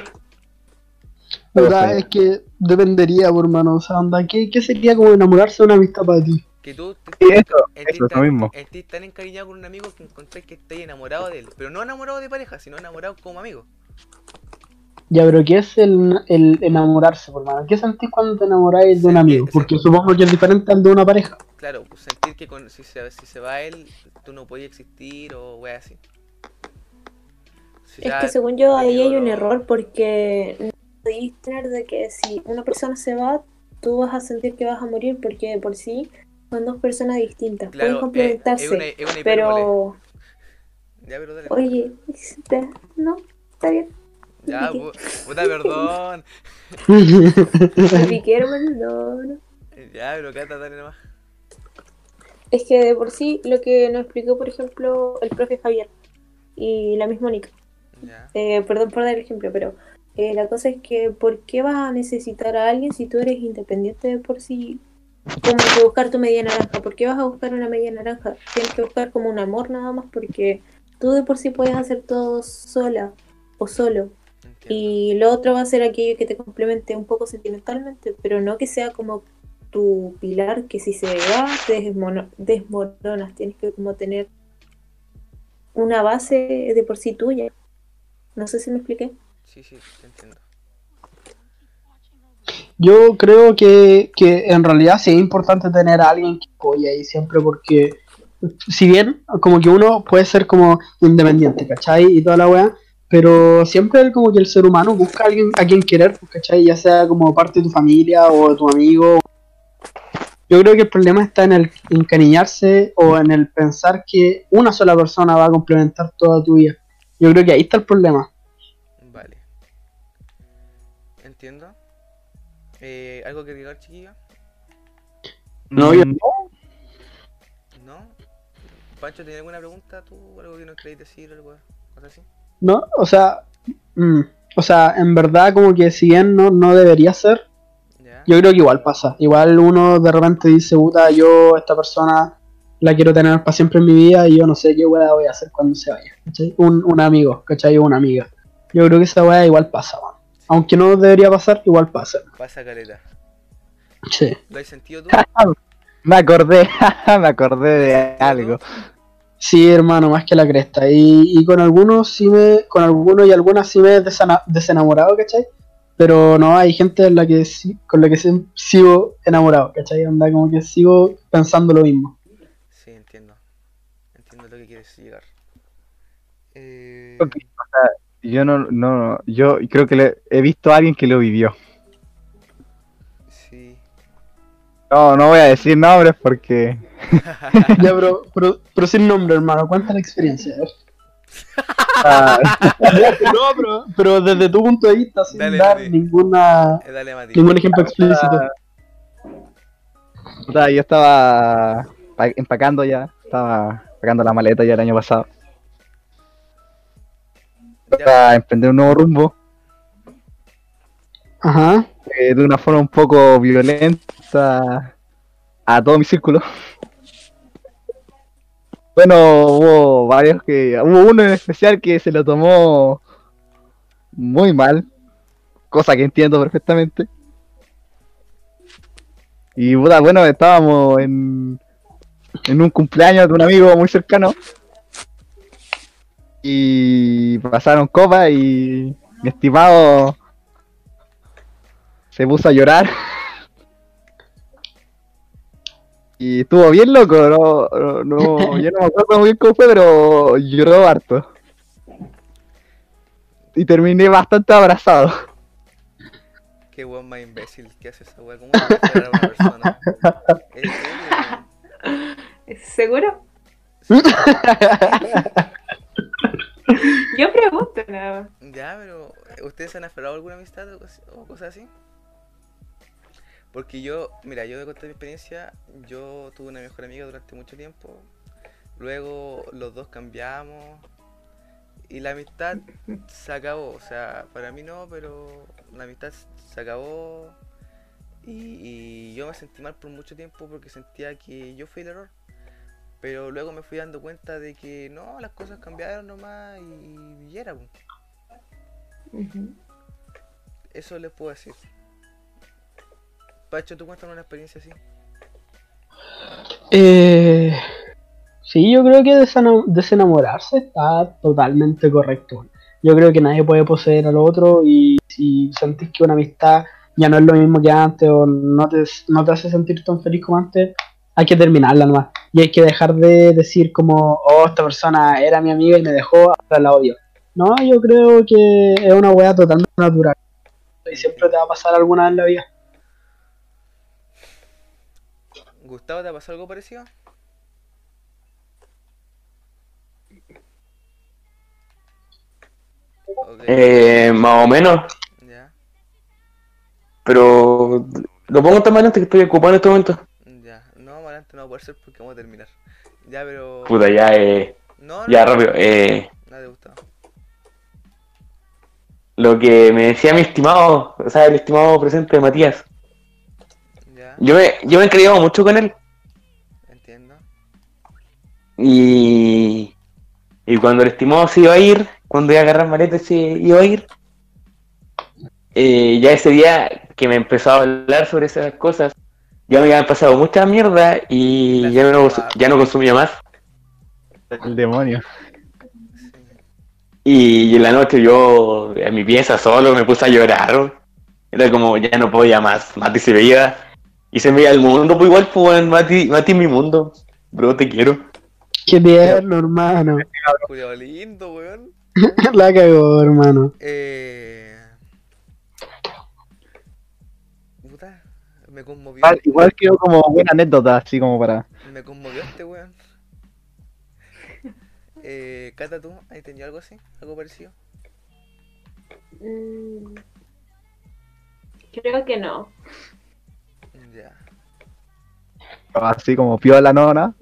Speaker 1: La verdad es que dependería, por hermano. O sea, anda, ¿qué, ¿qué sería como enamorarse de una amistad para ti?
Speaker 3: Que tú te-
Speaker 5: Sí, eso,
Speaker 3: estés
Speaker 5: eso es lo
Speaker 3: tan-
Speaker 5: mismo.
Speaker 3: estés tan encariñado con un amigo que encontráis que estáis enamorado de él. Pero no enamorado de pareja, sino enamorado como amigo.
Speaker 1: Ya, pero ¿qué es el, el enamorarse, por hermano? ¿Qué sentís cuando te enamoráis de un
Speaker 3: Sentir-
Speaker 1: amigo? Porque supongo que es diferente al de una (laughs) pareja.
Speaker 3: Claro, pues, sentir que con- si, se, si se va él, tú no podías existir o wea así. Si
Speaker 6: Es
Speaker 3: ya-
Speaker 6: que según yo ahí hay un
Speaker 3: no.
Speaker 6: error porque no podéis tener de que si una persona se va, tú vas a sentir que vas a morir porque de por sí son dos personas distintas.
Speaker 3: claro,
Speaker 6: Pueden
Speaker 3: eh, es,
Speaker 6: complementarse,
Speaker 3: una, es una hipérbole.
Speaker 6: pero
Speaker 3: Ya, pero dale.
Speaker 6: oye, te- no, está bien.
Speaker 3: Ya, pu- puta, perdón.
Speaker 6: Me piqué, hermano, no, no.
Speaker 3: Ya, pero cata, dale nomás.
Speaker 6: Es que de por sí lo que nos explicó, por ejemplo, el profe Javier y la misma Nica.
Speaker 3: Ya.
Speaker 6: Eh, perdón por dar el ejemplo, pero eh, la cosa es que ¿por qué vas a necesitar a alguien si tú eres independiente de por sí? Como que buscar tu media naranja. ¿Por qué vas a buscar una media naranja? Tienes que buscar como un amor nada más porque tú de por sí puedes hacer todo sola o solo.
Speaker 3: Entiendo.
Speaker 6: Y lo otro va a ser aquello que te complemente un poco sentimentalmente, pero no que sea como tu pilar que si se va te desmono- desmoronas. Tienes que como tener una base de por sí tuya. No sé si me expliqué.
Speaker 3: Sí, sí, te entiendo.
Speaker 1: Yo creo que, que en realidad sí es importante tener a alguien que apoye ahí siempre porque si bien como que uno puede ser como independiente, ¿cachai? Y toda la weá, pero siempre el- como que el ser humano busca a alguien a quien querer, pues, ¿cachai? Ya sea como parte de tu familia o de tu amigo. Yo creo que el problema está en el encariñarse o en el pensar que una sola persona va a complementar toda tu vida. Yo creo que ahí está el problema.
Speaker 3: Vale. Entiendo. Eh, ¿Algo que agregar, chiquillo?
Speaker 4: No, yo-
Speaker 5: Mm,
Speaker 3: ¿No? Pancho, ¿tenía alguna pregunta tú? ¿Algo que no queréis decir? ¿Algo cosa así?
Speaker 1: No, o sea, mm, o sea, en verdad como que si bien no, no debería ser,
Speaker 3: ¿Ya?
Speaker 1: yo creo que igual pasa. Igual uno de repente dice, puta, yo esta persona la quiero tener para siempre en mi vida y yo no sé qué weá voy a hacer cuando se vaya. ¿cachai? Un, un amigo, ¿cachai? O Una amiga. Yo creo que esa weá igual pasa, weón. Aunque no debería pasar, igual pasa.
Speaker 3: Pasa caleta.
Speaker 1: Sí.
Speaker 3: ¿Lo has sentido tú?
Speaker 5: Me acordé, (laughs) me acordé de algo.
Speaker 1: Sí, hermano, más que la cresta. Y, y con algunos sí me, con algunos y algunas sí me he desena- desenamorado, ¿cachai? Pero no, hay gente en la que sí- con la que sí- sigo enamorado, ¿cachai? Anda como que sigo pensando lo
Speaker 3: (laughs)
Speaker 1: mismo.
Speaker 3: Sí, entiendo. Entiendo lo que quieres llegar. Eh,
Speaker 5: Ok. Yo no, no, yo creo que le- he visto a alguien que lo vivió.
Speaker 3: sí.
Speaker 5: No, no voy a decir nombres (laughs) porque
Speaker 1: ya, pero, pero, pero sin nombre, hermano, cuenta la experiencia. a ver.
Speaker 5: ah,
Speaker 1: no, pero, pero desde tu punto de vista, sin
Speaker 3: Dale,
Speaker 1: dar
Speaker 3: dale.
Speaker 1: ninguna
Speaker 3: Eh, Dale, Mati.
Speaker 1: ningún ejemplo explícito.
Speaker 5: o sea, yo estaba pa- empacando ya, estaba empacando la maleta ya el año pasado
Speaker 3: Ya,
Speaker 5: para emprender un nuevo rumbo
Speaker 1: Ajá.
Speaker 5: eh, de una forma un poco violenta a todo mi círculo. Bueno, hubo varios que. Hubo uno en especial que se lo tomó muy mal, cosa que entiendo perfectamente. Y puta, bueno, estábamos en, en un cumpleaños de un amigo muy cercano. Y pasaron copas y mi estimado se puso a llorar. (laughs) Y estuvo bien loco, no, no, (laughs) no- yo no me acuerdo muy bien cómo fue, pero lloró harto. Y terminé bastante abrazado.
Speaker 3: Qué weón más imbécil que hace esa weá. ¿Cómo vas a esperar a
Speaker 1: (laughs)
Speaker 3: una persona? ¿En serio, weón?
Speaker 6: ¿Seguro?
Speaker 7: (laughs)
Speaker 6: Yo pregunto nada más.
Speaker 3: Ya, pero eh, ¿ustedes se han aferrado a alguna amistad o cos- o cosas así? Porque yo, mira, yo de contar mi experiencia, yo tuve una mejor amiga durante mucho tiempo, luego los dos cambiamos y la amistad se acabó, o sea, para mí no, pero la amistad se acabó y, y yo me sentí mal por mucho tiempo porque sentía que yo fui el error. Pero luego me fui dando cuenta de que no, las cosas cambiaron nomás y, y era. po. Eso les puedo decir. Pacho, tú cuéntame una experiencia así.
Speaker 1: Eh, sí, yo creo que desena- desenamorarse está totalmente correcto. Yo creo que nadie puede poseer al otro y si sentís que una amistad ya no es lo mismo que antes o no te, no te hace sentir tan feliz como antes, hay que terminarla nomás. Y hay que dejar de decir como, oh, esta persona era mi amiga y me dejó, ahora la odio. No, yo creo que es una weá totalmente natural. Y siempre te va a pasar alguna vez en la vida.
Speaker 3: Gustavo, ¿te ha pasado algo parecido? Ok,
Speaker 4: Eh, más o menos,
Speaker 3: ya,
Speaker 4: pero lo pongo tan valiente que estoy ocupado en este momento.
Speaker 3: ya. No, más adelante no va a poder ser porque vamos a terminar. Ya, pero.
Speaker 4: Puta, ya, eh,
Speaker 3: No, no.
Speaker 4: ya rápido. Eh,
Speaker 3: No te gustaba.
Speaker 4: lo que me decía mi estimado, o sea, el estimado presente Matías,
Speaker 3: Ya,
Speaker 4: yo me, yo me encariñaba mucho con él.
Speaker 3: entiendo.
Speaker 4: Y, y cuando el estimado se iba a ir, cuando iba a agarrar maletas se iba a ir, eh, ya ese día que me empezó a hablar sobre esas cosas, ya me habían pasado mucha mierda y ya no, ya no consumía más.
Speaker 5: El demonio.
Speaker 3: Sí.
Speaker 4: Y en la noche yo, en mi pieza solo, me puse a llorar. Era como, ya no podía más. Mati se veía y se veía el mundo, pues igual, pues, weón, Mati, Mati es mi mundo. Bro, te quiero.
Speaker 1: Qué tierno, hermano. (laughs)
Speaker 3: Cuidado lindo, weón.
Speaker 1: La cagó, hermano.
Speaker 3: Eh... Puta, me conmovió.
Speaker 5: Igual, igual quedó como buena anécdota, así como para.
Speaker 3: Me conmovió este weón. Eh, Cata, ¿tú has tenido algo así? ¿Algo parecido?
Speaker 6: Mm, creo que no.
Speaker 3: Ya.
Speaker 5: Así como piola, no, nada.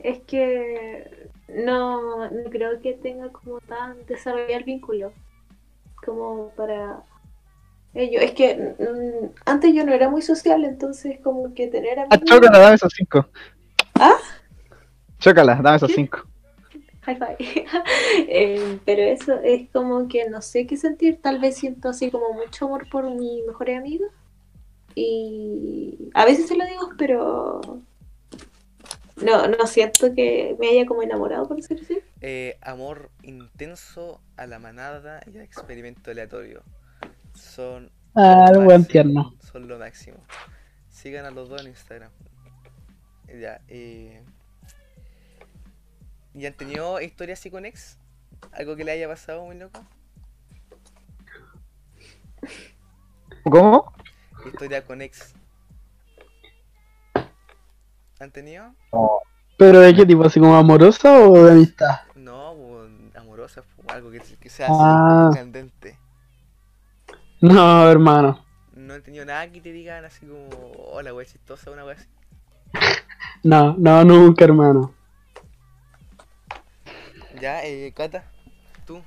Speaker 6: Es que no, no creo que tenga como tan desarrollado el vínculo. Como para ello. Es que mm, antes yo no era muy social, entonces como que tener
Speaker 5: Ah,
Speaker 6: amigos.
Speaker 5: chócala, dame esos cinco.
Speaker 6: ¿Ah?
Speaker 5: Chócala, dame esos cinco.
Speaker 6: (laughs) High five. (laughs) Eh, pero eso es como que no sé qué sentir. Tal vez siento así como mucho amor por mi mejor amigo. Y a veces se lo digo, pero no, no siento que me haya como enamorado, por decir así.
Speaker 3: Eh, amor intenso a la manada y a experimento aleatorio. Son
Speaker 1: Ah,
Speaker 3: lo
Speaker 1: el buen
Speaker 3: máximo,
Speaker 1: tierno.
Speaker 3: Son lo máximo. Sigan a los dos en Instagram. Ya, eh. ¿Y han tenido historias así con ex? ¿Algo que le haya pasado muy loco?
Speaker 5: ¿Cómo?
Speaker 3: Historia con ex. ¿Han tenido?
Speaker 1: ¿Pero de qué tipo? ¿Así como amorosa o de amistad?
Speaker 3: No, bu- amorosas, bu- algo que, que sea
Speaker 1: Ah.
Speaker 3: así, candente.
Speaker 1: No, hermano.
Speaker 3: No han tenido nada que te digan así como, hola, wea chistosa, una wea así.
Speaker 1: No, no, nunca, hermano.
Speaker 3: Ya, eh, Cata, tú.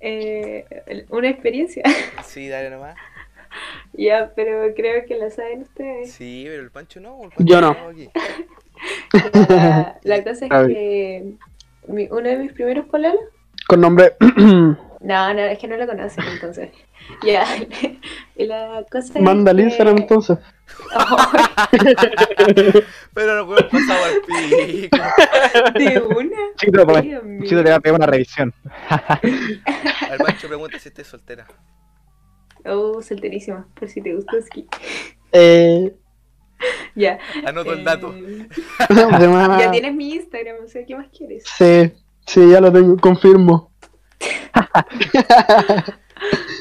Speaker 6: Eh, una experiencia.
Speaker 3: Sí, dale nomás.
Speaker 6: ya, pero creo que la
Speaker 3: (laughs)
Speaker 6: saben ustedes.
Speaker 3: Sí, pero el Pancho no. El
Speaker 1: Yo
Speaker 3: Pancho
Speaker 1: no.
Speaker 3: estaba aquí.
Speaker 6: La, la cosa es
Speaker 5: Ay.
Speaker 6: que mi- uno de mis primeros pololos
Speaker 1: Con nombre.
Speaker 6: No, no, es que no lo conocen entonces. Ya, (laughs) y la cosa
Speaker 1: Manda al
Speaker 6: es que... Oh,
Speaker 1: Instagram
Speaker 6: (laughs)
Speaker 1: entonces.
Speaker 3: Pero no puedo pasar al pico.
Speaker 6: de
Speaker 5: (laughs)
Speaker 6: una.
Speaker 5: Chito, pa-
Speaker 6: Dios mío.
Speaker 5: Chito le va a pegar una revisión.
Speaker 3: Al Pancho pregunta si estás soltera.
Speaker 6: Oh, solterísima, por si te gustó Ski.
Speaker 1: Eh.
Speaker 6: Ya.
Speaker 3: Anoto el
Speaker 6: eh,
Speaker 3: dato.
Speaker 1: demás-
Speaker 6: Ya tienes mi Instagram, o sea, ¿qué más quieres?
Speaker 1: (laughs) Sí, sí, ya lo tengo, confirmo. (laughs)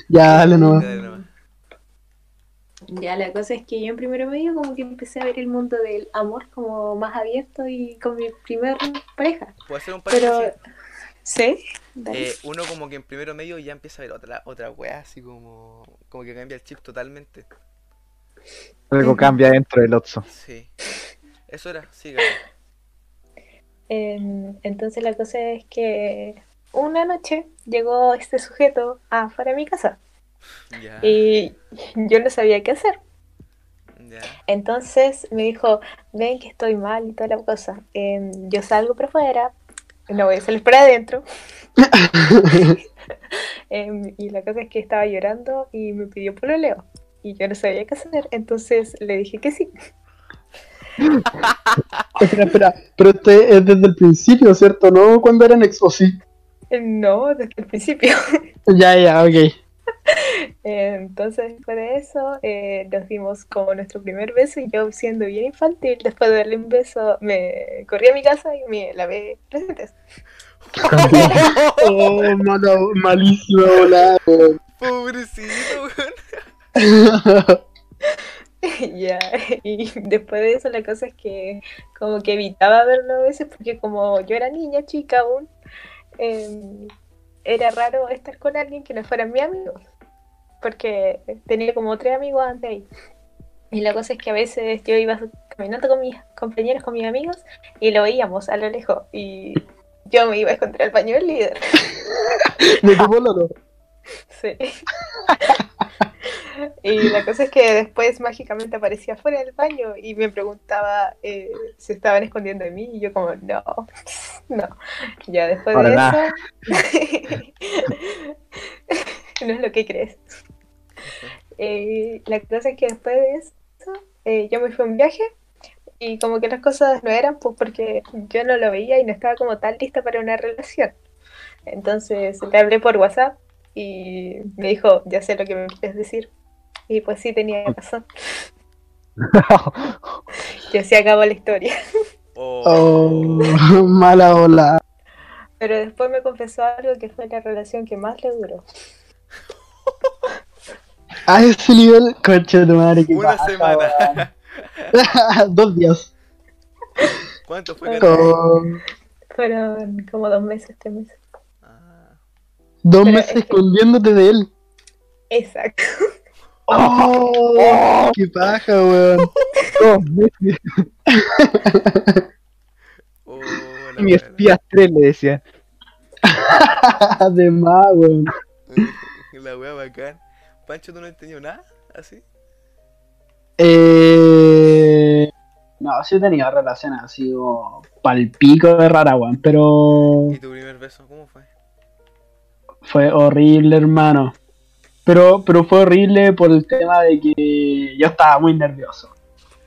Speaker 1: ya, dale nomás.
Speaker 3: Dale nomás.
Speaker 6: Ya, la cosa es que yo en primero medio como que empecé a ver el mundo del amor como más abierto y con mi primer pareja.
Speaker 3: ¿Puedo hacer un
Speaker 6: Pero...
Speaker 3: paréntesis?
Speaker 6: ¿Sí? Dale.
Speaker 3: Eh, uno como que en primero medio ya empieza a ver otra, otra wea así como... Como que cambia el chip totalmente.
Speaker 5: Algo cambia dentro del Otso.
Speaker 3: Sí. Eso era, siga.
Speaker 6: Em, entonces la cosa es que una noche llegó este sujeto afuera de mi casa
Speaker 3: Ya,
Speaker 6: y (laughs) yo no sabía qué hacer.
Speaker 3: ya.
Speaker 6: Entonces me dijo, ven que estoy mal y toda la cosa. Em, yo salgo para afuera, no voy a salir para adentro. Em, y la cosa es que estaba llorando y me pidió pololeo.
Speaker 7: y yo no sabía qué hacer, entonces le dije que sí. (laughs)
Speaker 1: Espera, espera, pero este es desde el principio, ¿cierto? No cuando eran ex, o sí.
Speaker 7: No, desde el principio. (laughs)
Speaker 1: Ya, ya, ok.
Speaker 7: Eh, Entonces, después de eso, eh, nos dimos como nuestro primer beso y yo, siendo bien infantil, después de darle un beso, me corrí a mi casa y me lavé los dientes.
Speaker 1: Oh, malo, malísimo, hola. (laughs)
Speaker 3: Pobrecito, weón.
Speaker 7: (laughs) Ya, y después de eso, la cosa es que como que evitaba verlo a veces porque, como yo era niña, chica aún, eh, era raro estar con alguien que no fuera mi amigo. Porque tenía como tres amigos antes ahí. Y la cosa es que a veces yo iba caminando con mis compañeros, con mis amigos, y lo veíamos a lo lejos. Y yo me iba a encontrar al baño del líder.
Speaker 1: ¿De qué pololo?
Speaker 7: Sí. (laughs) y la cosa es que después mágicamente aparecía fuera del baño y me preguntaba eh, si estaban escondiendo de mí y yo como, no, (laughs) no. Ya después de
Speaker 5: Hola.
Speaker 7: eso... (laughs) no es lo que crees. Eh, la cosa es que después de eso eh, yo me fui a un viaje y como que las cosas no eran pues porque yo no lo veía y no estaba como tan lista para una relación. Entonces le hablé por WhatsApp y me dijo, ya sé lo que me quieres decir. Y pues sí, tenía razón. (laughs) Ya se acabó la historia.
Speaker 1: Oh, (laughs) mala hola.
Speaker 7: Pero después me confesó algo que fue la relación que más le duró.
Speaker 1: A ese nivel, coche de madre, que
Speaker 3: Una semana.
Speaker 1: (laughs) Dos días.
Speaker 3: (laughs) ¿Cuánto fue? Carlos?
Speaker 1: Oh,
Speaker 7: Fueron como dos meses, tres meses.
Speaker 3: Ah,
Speaker 1: dos
Speaker 7: Pero
Speaker 1: meses
Speaker 7: es que-
Speaker 1: escondiéndote de él.
Speaker 7: Exacto.
Speaker 1: Oh, qué paja, weón. (laughs)
Speaker 5: Dos veces.
Speaker 3: oh, la
Speaker 5: Mi
Speaker 3: weá.
Speaker 5: espía 3 le decía.
Speaker 1: Además, weón.
Speaker 3: (laughs) La wea bacán. Pancho, ¿tú no has tenido nada? ¿Así?
Speaker 1: Eh... No, sí he tenido relaciones así como palpico de rara, weón, pero
Speaker 3: ¿Y tu primer beso cómo fue?
Speaker 1: fue horrible, hermano. Pero, pero fue horrible por el tema de que yo estaba muy nervioso.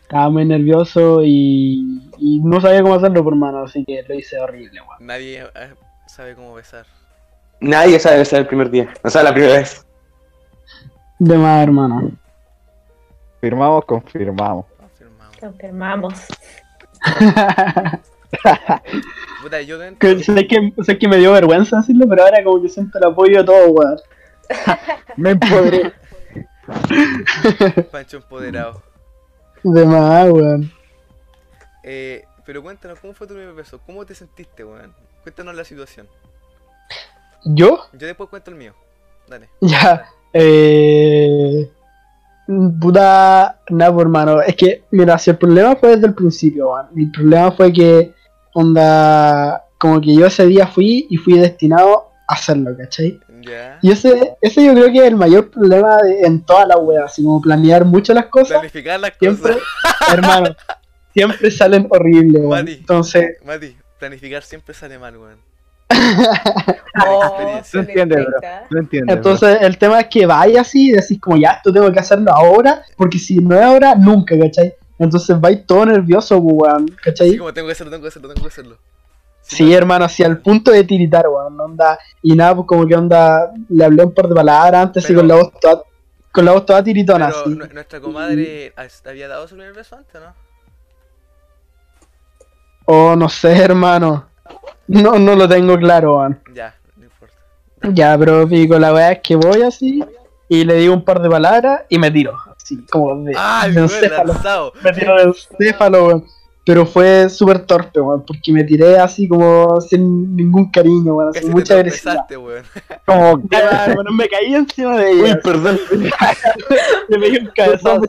Speaker 1: Estaba muy nervioso y, y no sabía cómo hacerlo, por hermano, así que lo hice horrible, weón.
Speaker 3: Nadie eh, sabe cómo besar.
Speaker 4: Nadie sabe ser el primer día. O sea, la primera vez.
Speaker 1: De más, hermano. (laughs)
Speaker 5: Confirmamos, confirmamos.
Speaker 3: Confirmamos.
Speaker 7: Confirmamos.
Speaker 3: Puta, yo dentro.
Speaker 1: Que- sé, que, sé que me dio vergüenza decirlo, pero ahora como que siento el apoyo de todo, weón.
Speaker 5: (laughs) Me empoderé.
Speaker 3: Pancho empoderado.
Speaker 1: De más, weón.
Speaker 3: Eh, pero cuéntanos, ¿cómo fue tu primer beso? ¿Cómo te sentiste, weón? Cuéntanos la situación.
Speaker 1: ¿Yo?
Speaker 3: Yo después cuento el mío. Dale.
Speaker 1: (laughs) Ya. Eh... Puta, nada, por hermano. Es que, mira, si el problema fue desde el principio, weón. El problema fue que, onda, como que yo ese día fui y fui destinado a hacerlo, ¿cachai?
Speaker 3: Ya.
Speaker 1: Y ese, ese yo creo que es el mayor problema de- en toda la wea, así como planear mucho las cosas,
Speaker 3: Planificar las (laughs)
Speaker 1: siempre,
Speaker 3: cosas.
Speaker 1: hermano, siempre salen horribles, weón.
Speaker 3: Mati.
Speaker 1: Entonces,
Speaker 3: Mati, planificar siempre sale mal, weón.
Speaker 7: Oh,
Speaker 3: experiencia.
Speaker 7: se me
Speaker 5: Entiende, bro.
Speaker 7: afecta.
Speaker 5: No entiendo.
Speaker 1: entonces el tema es que vayas así y decís como ya, esto tengo que hacerlo ahora, porque si no es ahora, nunca, ¿cachai? Entonces vais todo nervioso, pues, weón,
Speaker 3: Así
Speaker 1: ¿cachai?
Speaker 3: como tengo que hacerlo, tengo que hacerlo, tengo que hacerlo.
Speaker 1: Sí, hermano, así al punto de tiritar, weón, onda. Y nada, pues como que onda, le hablé un par de palabras antes y
Speaker 3: Pero-
Speaker 1: con la voz toda, con la voz toda tiritona,
Speaker 3: Pero
Speaker 1: así.
Speaker 3: nu- nuestra comadre as- había dado su primer beso antes, ¿no?
Speaker 1: Oh, no sé, hermano. No, no lo tengo claro, weón.
Speaker 3: Ya, no importa.
Speaker 1: Ya, pero pico, la verdad es que voy así y le digo un par de palabras y me tiro. Así, como de,
Speaker 3: ¡Ah,
Speaker 1: de
Speaker 3: el weón
Speaker 1: encéfalo.
Speaker 3: lanzado!
Speaker 1: me tiró del céfalo, weón. Pero fue súper torpe, weón, porque me tiré así como sin ningún cariño, weón,
Speaker 3: Casi
Speaker 1: sin
Speaker 3: te
Speaker 1: mucha agresividad.
Speaker 3: tropezaste, weón. (laughs)
Speaker 5: Como
Speaker 1: Ya, hermano, me caí encima de ella. (laughs)
Speaker 4: perdón.
Speaker 1: Le pegué un cabezazo.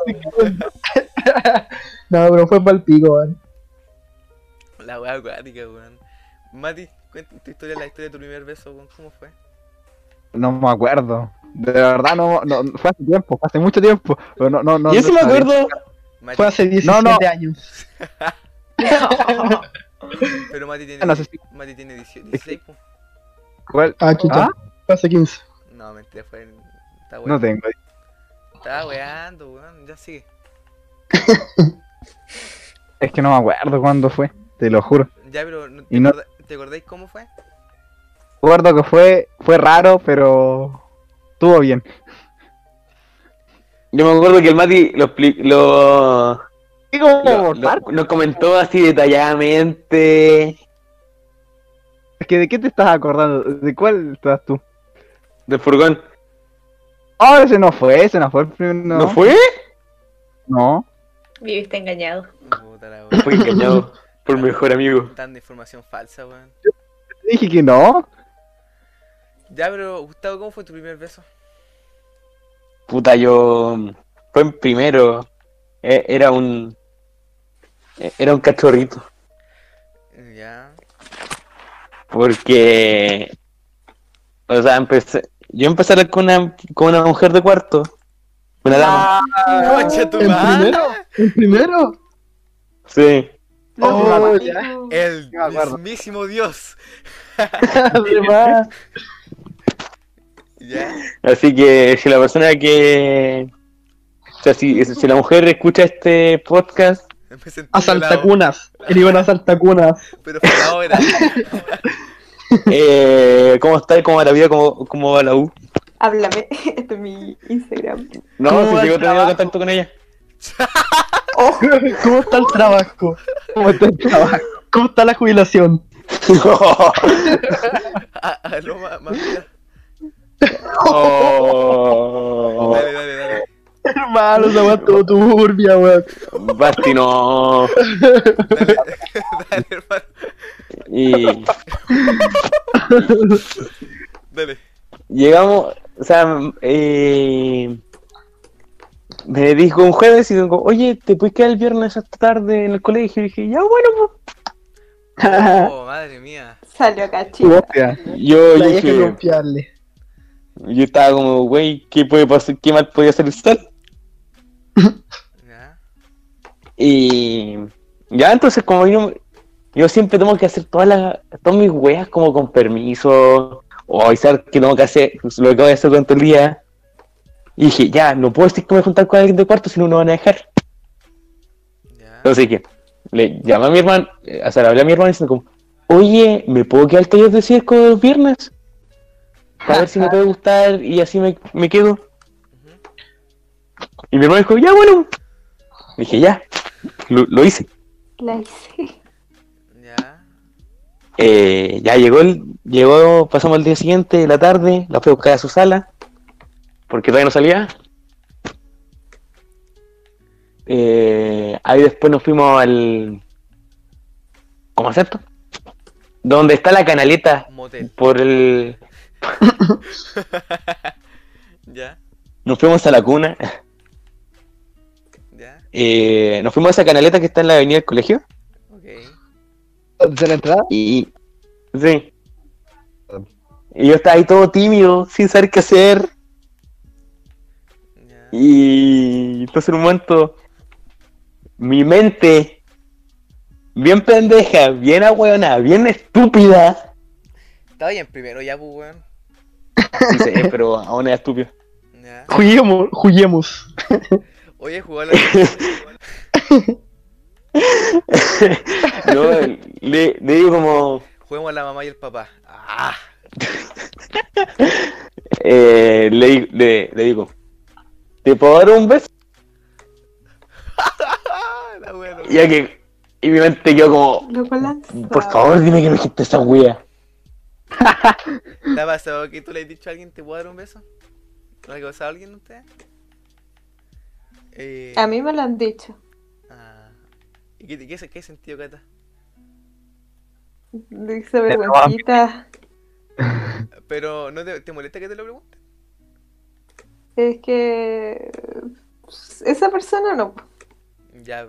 Speaker 1: no, pero fue pa'l pico, weón.
Speaker 3: La weá acuática, weón. Mati, cuenta tu historia, la historia de tu primer beso, weón. ¿Cómo fue?
Speaker 5: No me acuerdo. De verdad, no, no. Fue hace tiempo, fue hace mucho tiempo. Pero no, no, no,
Speaker 4: Yo sí
Speaker 5: no
Speaker 4: me
Speaker 5: sabía.
Speaker 4: acuerdo.
Speaker 3: Mati,
Speaker 1: Fue hace 17
Speaker 5: no.
Speaker 1: años.
Speaker 3: pero Mati tiene,
Speaker 5: Ah, no sé si-
Speaker 3: Mati tiene pues. 18, 16, po.
Speaker 5: ¿Cuál?
Speaker 1: Ah, chucha.
Speaker 5: ¿Ah?
Speaker 1: Fue hace 15.
Speaker 3: No, mentira, fue en... Está bueno.
Speaker 5: No tengo.
Speaker 3: Estaba weando, weón. Ya sigue.
Speaker 5: Es que no me acuerdo cuándo fue, te lo juro.
Speaker 3: Ya, pero ¿no- ¿te,
Speaker 5: Y no-
Speaker 3: acorda- ¿te acordáis cómo fue?
Speaker 5: Recuerdo que fue, fue raro, pero estuvo bien.
Speaker 4: Yo me acuerdo que el Mati lo, expli- lo,
Speaker 5: Digo,
Speaker 4: lo- lo- nos comentó así detalladamente.
Speaker 5: Es que ¿de qué te estás acordando? ¿De cuál estás tú?
Speaker 4: Del furgón.
Speaker 5: Ah, ese no fue, ese no fue el primero.
Speaker 4: ¿No, fue?
Speaker 5: No.
Speaker 7: Viviste engañado.
Speaker 3: Puta
Speaker 1: (coughs)
Speaker 3: la weón.
Speaker 4: Fue engañado por mi mejor amigo.
Speaker 3: Dando información falsa, weón.
Speaker 5: Te Dije que no.
Speaker 3: Ya, pero Gustavo, ¿cómo fue tu primer beso?
Speaker 4: Puta, yo. Fue en primero. E- Era un. e- Era un cachorrito.
Speaker 3: Ya.
Speaker 4: Porque. O sea, empecé. Yo empecé a hablar con una, con una mujer de cuarto. Una dama.
Speaker 3: Ah, ¡Concha tu
Speaker 1: ¿En
Speaker 3: madre!
Speaker 1: primero? ¿En primero?
Speaker 4: Sí.
Speaker 1: Oh,
Speaker 6: Dijo,
Speaker 1: ya.
Speaker 3: El
Speaker 5: me acuerdo.
Speaker 3: mismísimo Dios.
Speaker 1: Además,
Speaker 3: Ya.
Speaker 4: Así que si la persona que. O sea, si, si la mujer escucha este podcast, (laughs)
Speaker 3: Me sentí
Speaker 1: a
Speaker 3: violado,
Speaker 1: saltacunas. El Iván a saltacunas.
Speaker 3: Pero fue la hora.
Speaker 4: eh, ¿cómo está y cómo va la vida? ¿Cómo, cómo va la U?
Speaker 7: Háblame. (laughs) Este es mi Instagram.
Speaker 1: ¿Cómo
Speaker 4: No,
Speaker 1: va
Speaker 4: si
Speaker 1: el
Speaker 4: llegó teniendo
Speaker 1: trabajo?
Speaker 4: contacto
Speaker 1: (laughs)
Speaker 4: con ella.
Speaker 1: ¿Cómo está el trabajo?
Speaker 5: ¿Cómo está el trabajo?
Speaker 1: ¿Cómo está la jubilación?
Speaker 3: (laughs) Ah, ah, no, ma- ma- mira.
Speaker 4: Oh.
Speaker 3: Dale, dale, dale.
Speaker 1: Hermano, esa weá estuvo turbia, weón.
Speaker 4: Basti no.
Speaker 3: Dale, (laughs) dale, hermano.
Speaker 4: (laughs) Y
Speaker 3: Dale.
Speaker 4: llegamos, o sea, eh, me dijo un jueves y digo, oye, ¿te puedes quedar el viernes hasta tarde en el colegio? Y dije, ya bueno, pues.
Speaker 3: Oh, madre mía.
Speaker 7: Salió cachita.
Speaker 5: Hostia.
Speaker 4: Yo,
Speaker 1: La
Speaker 4: yo
Speaker 1: hay que
Speaker 4: dije,
Speaker 1: confiarle.
Speaker 4: yo estaba como, güey, ¿qué puede pasar? ¿Qué mal podía ser el sol?
Speaker 3: Ya.
Speaker 4: Y ya entonces como yo, yo siempre tengo que hacer todas las todas mis weas como con permiso o avisar que tengo que hacer pues, lo que voy a hacer durante el día. Y dije, ya, no puedo decir que me voy a juntar con alguien de cuarto si no me van a dejar.
Speaker 3: Ya.
Speaker 4: Entonces que le llamé a mi hermano, eh, o sea, le hablé a mi hermano diciendo como, oye, ¿me puedo quedar al taller de circo los viernes? Para ver si me puede gustar y así me, me quedo.
Speaker 3: Ujú.
Speaker 4: Y mi hermano dijo, ya bueno. Dije, ya, lo- lo hice.
Speaker 7: La hice.
Speaker 3: Ya.
Speaker 4: Eh, ya llegó, el, llegó, pasamos el día siguiente, la tarde, la fui a buscar a su sala, porque todavía no salía. Eh, ahí después nos fuimos al... ¿Cómo acepto? Donde está la canaleta,
Speaker 3: Motel.
Speaker 4: por el...
Speaker 3: Ya.
Speaker 4: Nos fuimos a la cuna,
Speaker 3: Ya.
Speaker 4: eh, nos fuimos a esa canaleta que está en la avenida del colegio,
Speaker 3: Ok.
Speaker 5: ¿De la entrada?
Speaker 4: y... Sí. Y yo estaba ahí todo tímido, sin saber qué hacer.
Speaker 3: Ya.
Speaker 4: Y entonces en un momento, mi mente, bien pendeja, bien ahueona, bien estúpida,
Speaker 3: Estaba ya en primero, ya, pues, weón.
Speaker 4: dice, "Eh, pero aún es estúpida.
Speaker 3: Ya.
Speaker 1: Juguemos, juguemos.
Speaker 3: Oye, jugó a la.
Speaker 4: Yo le, le digo como,
Speaker 3: Juguemos a la mamá y el papá. Ah.
Speaker 4: eh, le, le- le digo, ¿te puedo dar un beso?
Speaker 3: La weón.
Speaker 4: Y, ya que, y mi mente quedó como,
Speaker 7: Lo lanzó.
Speaker 4: por favor dime que no dijiste esa wea.
Speaker 3: ¿Te ha pasado que tú le has dicho a alguien, te puedo dar un beso? ¿Le ha pasado a alguien de ustedes? Eh,
Speaker 7: A mí me lo han dicho.
Speaker 3: ah. ¿Y qué, qué, qué sentido, Cata?
Speaker 7: Dice vergüencita.
Speaker 3: Pero, ¿no te, te molesta que te lo pregunte?
Speaker 7: Es que. pues, Esa persona no.
Speaker 3: Ya.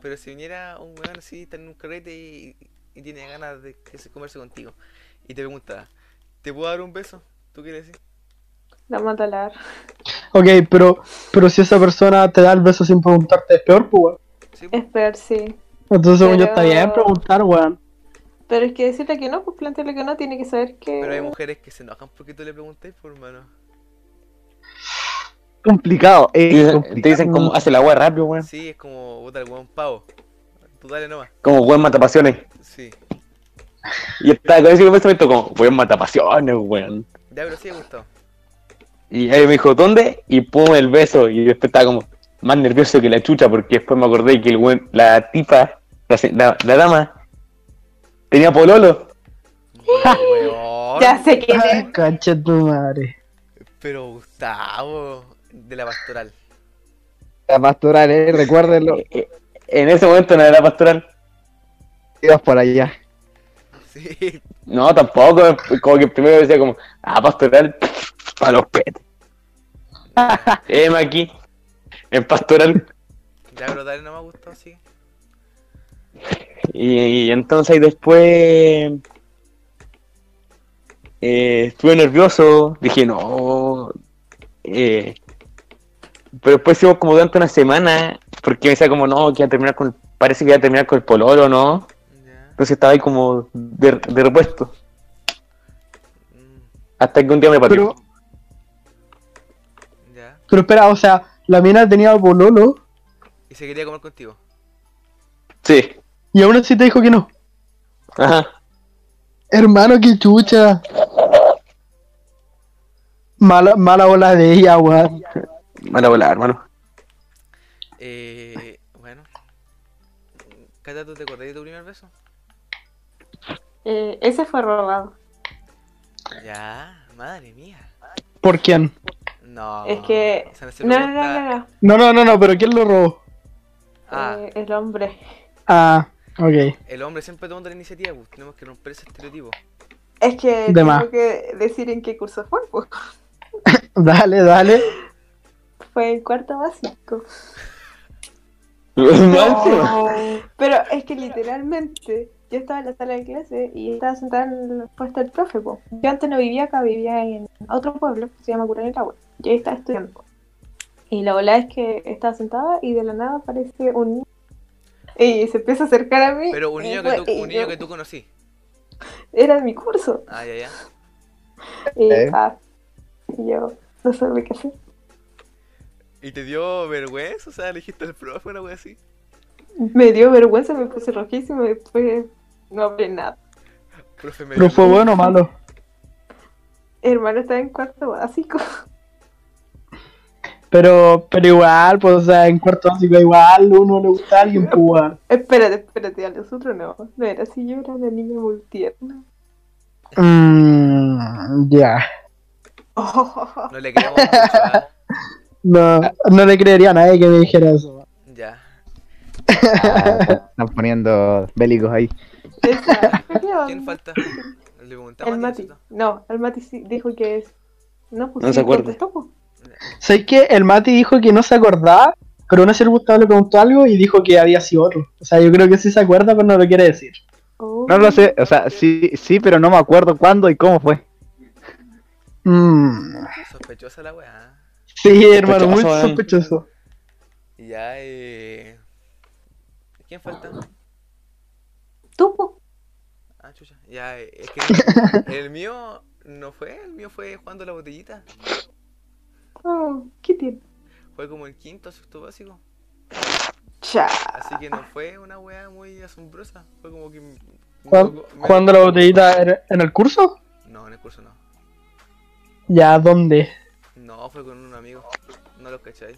Speaker 3: Pero si viniera un weón así, está en un carrete y, y tiene ganas de que se converse contigo, y te pregunta, ¿te puedo dar un beso? ¿Tú qué le decís?
Speaker 7: La mata la ar.
Speaker 1: Ok, pero, pero si esa persona te da el beso sin preguntarte, es peor, pues, weón.
Speaker 3: Sí, po.
Speaker 7: Es peor, sí.
Speaker 1: Entonces, según yo,
Speaker 7: Pero-
Speaker 1: está bien preguntar, weón.
Speaker 7: Pero es que decirle que no, pues plantearle que no, tiene que saber que.
Speaker 3: pues, Pero hay mujeres que se enojan porque tú le preguntas, por mano.
Speaker 5: complicado.
Speaker 4: Te
Speaker 5: Es
Speaker 4: dicen, te
Speaker 5: complicado.
Speaker 4: dicen como, hace la agua rápido, weón.
Speaker 3: Sí, es como puta el weón pavo. Tú dale nomás.
Speaker 4: Como buen matapasiones.
Speaker 3: Sí.
Speaker 4: Y estaba con ese pensamiento como, buen matapasiones, weón.
Speaker 3: Ya, pero sí ha gustado.
Speaker 4: Y ahí me dijo, ¿dónde? Y pum, el beso. Y después estaba como más nervioso que la chucha, porque después me acordé que el buen, la tipa, la, se- la- la dama, tenía pololo.
Speaker 3: Weón.
Speaker 7: Ya sé quién es.
Speaker 1: Ah, Concha tu madre.
Speaker 3: Pero Gustavo, de la pastoral. (laughs)
Speaker 5: La pastoral, eh, recuérdenlo.
Speaker 4: Eh, eh, En ese momento no era pastoral.
Speaker 5: Ibas por allá.
Speaker 3: Sí.
Speaker 4: No, tampoco. Como que primero decía como, ah, pastoral, (laughs) para los petes. Emma aquí, en pastoral.
Speaker 3: Ya, pero dale nomás, Gustavo, sí.
Speaker 4: Y, y entonces y después eh, estuve nervioso, dije no. eh, pero después hicimos como durante una semana, porque me decía como no, que iba a terminar con, parece que iba a terminar con el pololo, ¿no?
Speaker 3: Ya.
Speaker 4: Entonces estaba ahí como de, de repuesto,
Speaker 3: mm,
Speaker 4: hasta que un día me
Speaker 1: Pero,
Speaker 4: pateó.
Speaker 3: Ya.
Speaker 1: pero espera, o sea, la mina tenía bololo
Speaker 3: Y se quería comer contigo.
Speaker 4: Sí,
Speaker 1: y aún así te dijo que no.
Speaker 4: ajá.
Speaker 1: Hermano, qué chucha. Mala, mala ola de ella, weón.
Speaker 4: Mala bola, hermano.
Speaker 3: Eh, bueno. Cata, ¿tú te acordás de tu primer beso?
Speaker 7: Eh, ese fue robado.
Speaker 3: Ya, madre mía.
Speaker 1: ¿Por quién?
Speaker 3: No.
Speaker 7: Es que-
Speaker 3: o sea, se
Speaker 7: No, no,
Speaker 3: pregunta-
Speaker 7: no, no. no.
Speaker 1: No, no, no, no, pero ¿quién lo robó?
Speaker 3: Ah,
Speaker 7: Eh, el hombre.
Speaker 1: Ah, ok. (laughs)
Speaker 3: el hombre siempre toma la iniciativa, Gus, tenemos que romper ese estereotipo.
Speaker 7: Es que
Speaker 1: De
Speaker 7: tengo
Speaker 1: más.
Speaker 7: que decir en qué curso fue. pues.
Speaker 1: Dale, dale.
Speaker 7: Fue en cuarto básico.
Speaker 4: Máximo.
Speaker 7: Pero es que literalmente yo estaba en la sala de clase y estaba sentada en la puesta del profe. po. Yo antes no vivía acá, vivía en otro pueblo que se llama Curanilagüe. Yo ahí estaba estudiando. Y la verdad es que estaba sentada y de la nada aparece un niño. Y se empieza a acercar a mí.
Speaker 3: Pero un
Speaker 7: y
Speaker 3: niño
Speaker 7: fue-
Speaker 3: que tú,
Speaker 7: y
Speaker 3: un niño
Speaker 7: yo-
Speaker 3: que tú conocí.
Speaker 7: Era de mi curso.
Speaker 3: Ah, ya, ya.
Speaker 7: Y,
Speaker 5: ¿Eh?
Speaker 7: ah, y yo no sabía qué hacer.
Speaker 3: ¿Y te dio vergüenza? O sea, elegiste al profe una wea así.
Speaker 7: Me dio vergüenza, me puse rojísimo y después no hablé nada.
Speaker 3: Profe, me
Speaker 1: ¿Pero fue bueno o malo?
Speaker 7: Hermano estaba en cuarto básico. (laughs)
Speaker 1: Pero, pero igual, pues, o sea, en cuarto básico igual, uno le gusta a alguien, pues, weón.
Speaker 7: Espérate, espérate, a los otros no. No era así, yo era una niña muy tierna. (laughs)
Speaker 1: Mm, ya.
Speaker 7: Oh,
Speaker 3: No le queremos mucho, ah.
Speaker 1: No, no le creería a nadie que me dijera eso.
Speaker 3: Ya.
Speaker 5: Ah, están poniendo bélicos ahí.
Speaker 7: Esa,
Speaker 3: ¿Quién falta? Le preguntamos
Speaker 7: El
Speaker 3: a ti,
Speaker 7: Mati.
Speaker 3: ¿no
Speaker 7: No, el Mati sí dijo que es. No, pues
Speaker 4: No
Speaker 7: sí,
Speaker 4: se acuerda.
Speaker 7: contestó, pues.
Speaker 1: Sé que el Mati dijo que no se acordaba, pero una circunstancia le preguntó algo y dijo que había sido otro. O sea, yo creo que sí se acuerda, pero no lo quiere decir.
Speaker 7: Oh.
Speaker 5: No lo sé, o sea, sí, sí, pero no me acuerdo cuándo y cómo fue.
Speaker 1: Mm,
Speaker 3: cierto? Sospechosa la weá.
Speaker 1: sí, hermano, muy
Speaker 4: Sospechoso, ¿eh?
Speaker 1: sospechoso.
Speaker 3: Y Ya, eh. ¿Quién falta?
Speaker 7: Tú, po.
Speaker 3: Ah, chucha. Ya, eh, es que el mío no fue, el mío fue jugando a la botellita.
Speaker 7: Oh, ¿Qué tiene?
Speaker 3: Fue como el quinto, sexto básico.
Speaker 7: Cha.
Speaker 3: Así que no fue una weá muy asombrosa. Fue como que. me
Speaker 1: Juan-
Speaker 3: tocó- me-
Speaker 1: ¿Jugando la botellita en- en el curso?
Speaker 3: No, en el curso no.
Speaker 1: Ya, ¿dónde?
Speaker 3: No, fue con un amigo. No lo cacháis.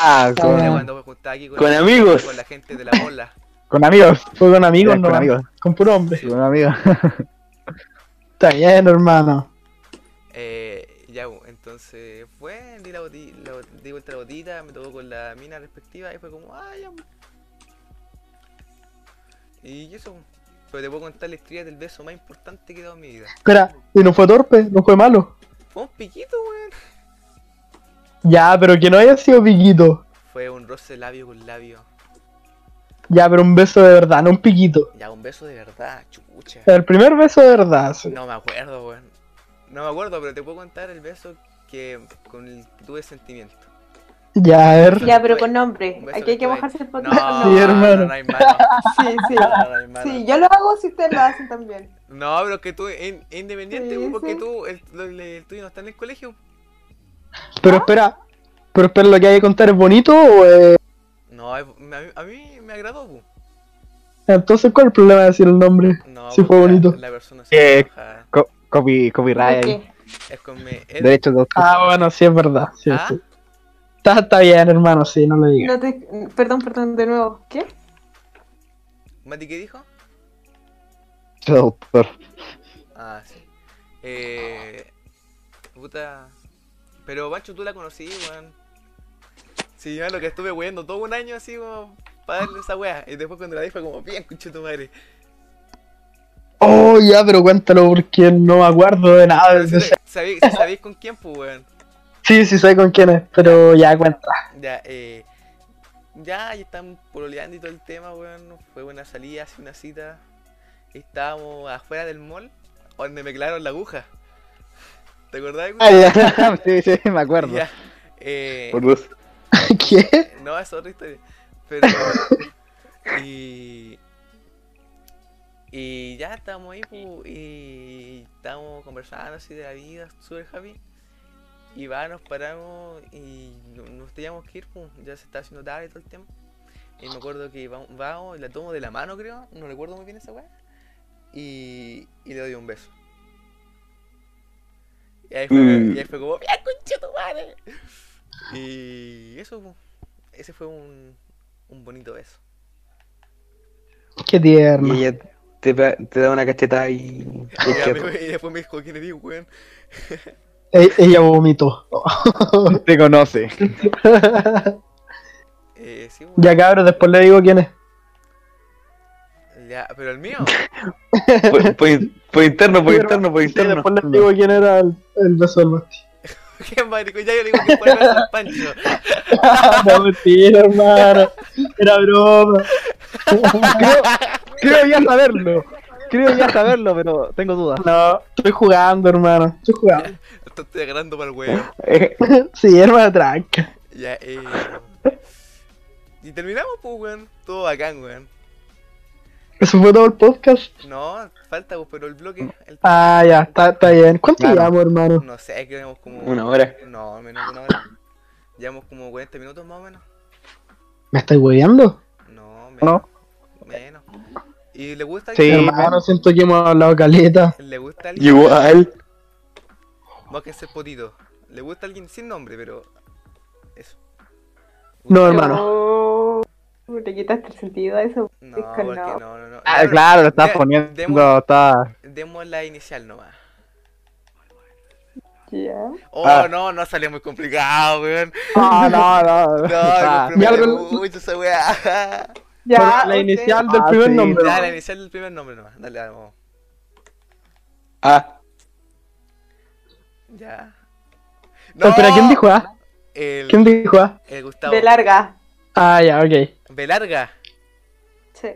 Speaker 5: Ah,
Speaker 1: Ah.
Speaker 5: con,
Speaker 3: Era cuando me juntaba aquí con,
Speaker 4: Con
Speaker 3: la-
Speaker 4: amigos.
Speaker 3: Con la gente de la bola.
Speaker 5: con amigos.
Speaker 1: Fue con amigos,
Speaker 5: Era
Speaker 1: no,
Speaker 5: con amigos.
Speaker 1: con puro hombre.
Speaker 5: Con amigos.
Speaker 1: Está bien, hermano.
Speaker 3: Eh, ya, bu, entonces fue, di, la boti- la bot- di vuelta la botita, me tocó con la mina respectiva y fue como, ah, ya. bu". Y eso, bu. pero te puedo contar la historia del beso más importante que he dado en mi vida.
Speaker 1: Espera, y no fue torpe, no fue malo.
Speaker 3: Fue un piquito, weón.
Speaker 1: Ya, pero que no haya sido piquito.
Speaker 3: Fue un roce labio con labio.
Speaker 1: Ya, pero un beso de verdad, no un piquito.
Speaker 3: Ya, un beso de verdad, chucha.
Speaker 1: El primer beso de verdad. sí.
Speaker 3: No me acuerdo, weón. No me acuerdo, pero te puedo contar el beso que con el que tuve sentimiento.
Speaker 1: Ya, a ver.
Speaker 7: Ya, pero con nombre.
Speaker 3: Un beso
Speaker 7: Aquí hay que
Speaker 3: estoy-
Speaker 7: mojarse el
Speaker 3: No,
Speaker 7: pantalón.
Speaker 1: Sí,
Speaker 3: no, no,
Speaker 1: hermano.
Speaker 3: no
Speaker 1: (laughs)
Speaker 3: hay mano.
Speaker 7: Sí, sí.
Speaker 3: No, no hay mano.
Speaker 7: Sí, yo lo hago si ustedes lo hacen también.
Speaker 3: No, pero que tú, in- independiente, pues,
Speaker 7: Sí,
Speaker 3: porque
Speaker 7: sí.
Speaker 3: pues. tú, el, lo- le- el tuyo no está en el colegio.
Speaker 1: (laughs) Pero espera, Pero espero lo que hay que contar es bonito o es...
Speaker 3: No, es- me- a mí, a mí me agradó, pues. pu.
Speaker 1: Entonces, ¿cuál es el problema de decir el nombre?
Speaker 3: No,
Speaker 1: Sí, fue
Speaker 3: porque la-
Speaker 1: bonito.
Speaker 3: La persona
Speaker 5: Eh,
Speaker 3: se enoja.
Speaker 5: Co- copy, copyright, ahí,
Speaker 7: Ok.
Speaker 3: Es con me. es-
Speaker 5: derechos de autor.
Speaker 1: Ah, bueno, sí, es verdad. Sí,
Speaker 3: ¿Ah?
Speaker 1: sí. Está, está bien, hermano, sí, no lo digas.
Speaker 7: No te- Perdón, perdón, de nuevo. ¿Qué?
Speaker 3: ¿Mati qué dijo?
Speaker 5: derechos
Speaker 1: (laughs)
Speaker 5: de autor.
Speaker 3: Ah, sí. Eh. Puta. Pero Bancho, tú la conocí, weón. Sí, yo lo que estuve weando todo un año así como para darle esa wea. Y después cuando la di fue como, bien, cucho tu madre.
Speaker 1: Oh, ya, pero cuéntalo porque no me acuerdo de nada.
Speaker 3: Pero
Speaker 1: de
Speaker 3: si
Speaker 1: ese-
Speaker 3: te- sabí- si sabéis con quién, pues weón.
Speaker 1: Sí, sí, sé con quién es, pero ya cuenta. (laughs)
Speaker 3: Ya, eh. Ya, y están pololeando y todo el tema, weón. Fue una salida, así una cita. Estábamos afuera del mall, donde me clavaron la aguja. ¿Te acordás,
Speaker 1: Ah,
Speaker 3: güey?
Speaker 5: (laughs) sí, sí, me Ah, acuerdo.
Speaker 3: Ya, eh,
Speaker 4: Por dos.
Speaker 1: ¿Qué?
Speaker 3: (laughs) no, es otra historia. Pero. y. Y ya estábamos ahí, pu, y estábamos conversando así de la vida, súper happy. Y va, nos paramos y no- nos teníamos que ir, pu, ya se estaba haciendo tarde y todo el tema. Y me acuerdo que va- vamos, y la tomo de la mano, creo, no recuerdo muy bien esa weá. Y, y le doy un beso. Y ahí fue,
Speaker 4: Mm.
Speaker 3: y ahí fue como, ¡Mira, concha tu madre! Y eso, pu. ese fue un, un bonito beso.
Speaker 1: Qué tierno.
Speaker 4: Y ella te, pa- te da una cachetada
Speaker 3: (laughs)
Speaker 4: y.
Speaker 3: Y, ya
Speaker 4: te
Speaker 3: me- y después me dijo, ¿quién eres, weón?
Speaker 1: E- ella vomitó.
Speaker 5: Te conoce.
Speaker 3: Eh, sí, weón.
Speaker 1: ya, cabrón, después le digo quién es.
Speaker 3: Ya, pero el mío. (laughs)
Speaker 4: por, por in- por interno, por interno, por
Speaker 1: Sí,
Speaker 4: interno.
Speaker 1: después le digo quién era el, el beso del Mati.
Speaker 3: ¿Qué marico? Ya yo le digo que fue el beso al Pancho.
Speaker 1: no, (laughs) mentira,
Speaker 5: (laughs)
Speaker 1: hermano. Era broma.
Speaker 5: Creo,
Speaker 1: (laughs)
Speaker 5: creo ya saberlo. Creo ya saberlo, pero tengo dudas.
Speaker 1: No, estoy jugando, hermano. Estoy jugando.
Speaker 3: Te estoy agarrando para el weón.
Speaker 1: sí, hermano, tranca.
Speaker 3: Ya, eh. Y terminamos, pues, weón. Todo bacán, weón.
Speaker 1: Eso fue todo el podcast.
Speaker 3: No, falta, pues, pero el bloque. El...
Speaker 1: Ah, ya, está, está bien. ¿Cuánto
Speaker 5: Claro.
Speaker 1: llevamos, hermano?
Speaker 3: No sé, que llevamos como.
Speaker 4: Una hora.
Speaker 3: No, menos de una hora. Llevamos como 40 minutos más o menos.
Speaker 1: ¿Me estáis hueveando?
Speaker 3: No, menos.
Speaker 5: No.
Speaker 3: Menos. ¿Y le gusta
Speaker 5: Sí.
Speaker 3: alguien?
Speaker 1: hermano, siento que hemos hablado caleta.
Speaker 3: ¿Le gusta alguien?
Speaker 4: Igual.
Speaker 3: Vos que ser potito. ¿Le gusta alguien sin nombre, pero. Eso.
Speaker 1: No, hermano.
Speaker 7: No, Oh, le quitaste el sentido a eso.
Speaker 3: No,
Speaker 7: Sí,
Speaker 3: porque
Speaker 7: con
Speaker 3: no,
Speaker 7: no.
Speaker 3: no, no.
Speaker 5: Ah,
Speaker 3: Ya,
Speaker 5: claro, lo estás
Speaker 3: de-
Speaker 5: poniendo.
Speaker 3: demos-
Speaker 5: Está...
Speaker 3: Demos la inicial nomás.
Speaker 7: Ya.
Speaker 3: Oh,
Speaker 5: Ah.
Speaker 3: no, no salió muy complicado, weón.
Speaker 5: (laughs) No, no, no.
Speaker 3: No,
Speaker 5: Ah,
Speaker 3: me
Speaker 1: Ya,
Speaker 3: preparé
Speaker 1: pero-
Speaker 3: mucho esa weá.
Speaker 1: Por la
Speaker 7: ok.
Speaker 1: inicial del
Speaker 5: Ah,
Speaker 1: primer
Speaker 5: sí.
Speaker 1: nombre.
Speaker 3: Ya, la inicial del primer nombre nomás. Dale, vamos.
Speaker 4: Ah,
Speaker 3: Ya.
Speaker 1: No, Espera, Oh, ¿quién dijo A?
Speaker 3: El,
Speaker 1: ¿Quién dijo A?
Speaker 3: el Gustavo.
Speaker 7: De larga.
Speaker 1: Ah, ya, ok.
Speaker 3: Belarga.
Speaker 7: Sí.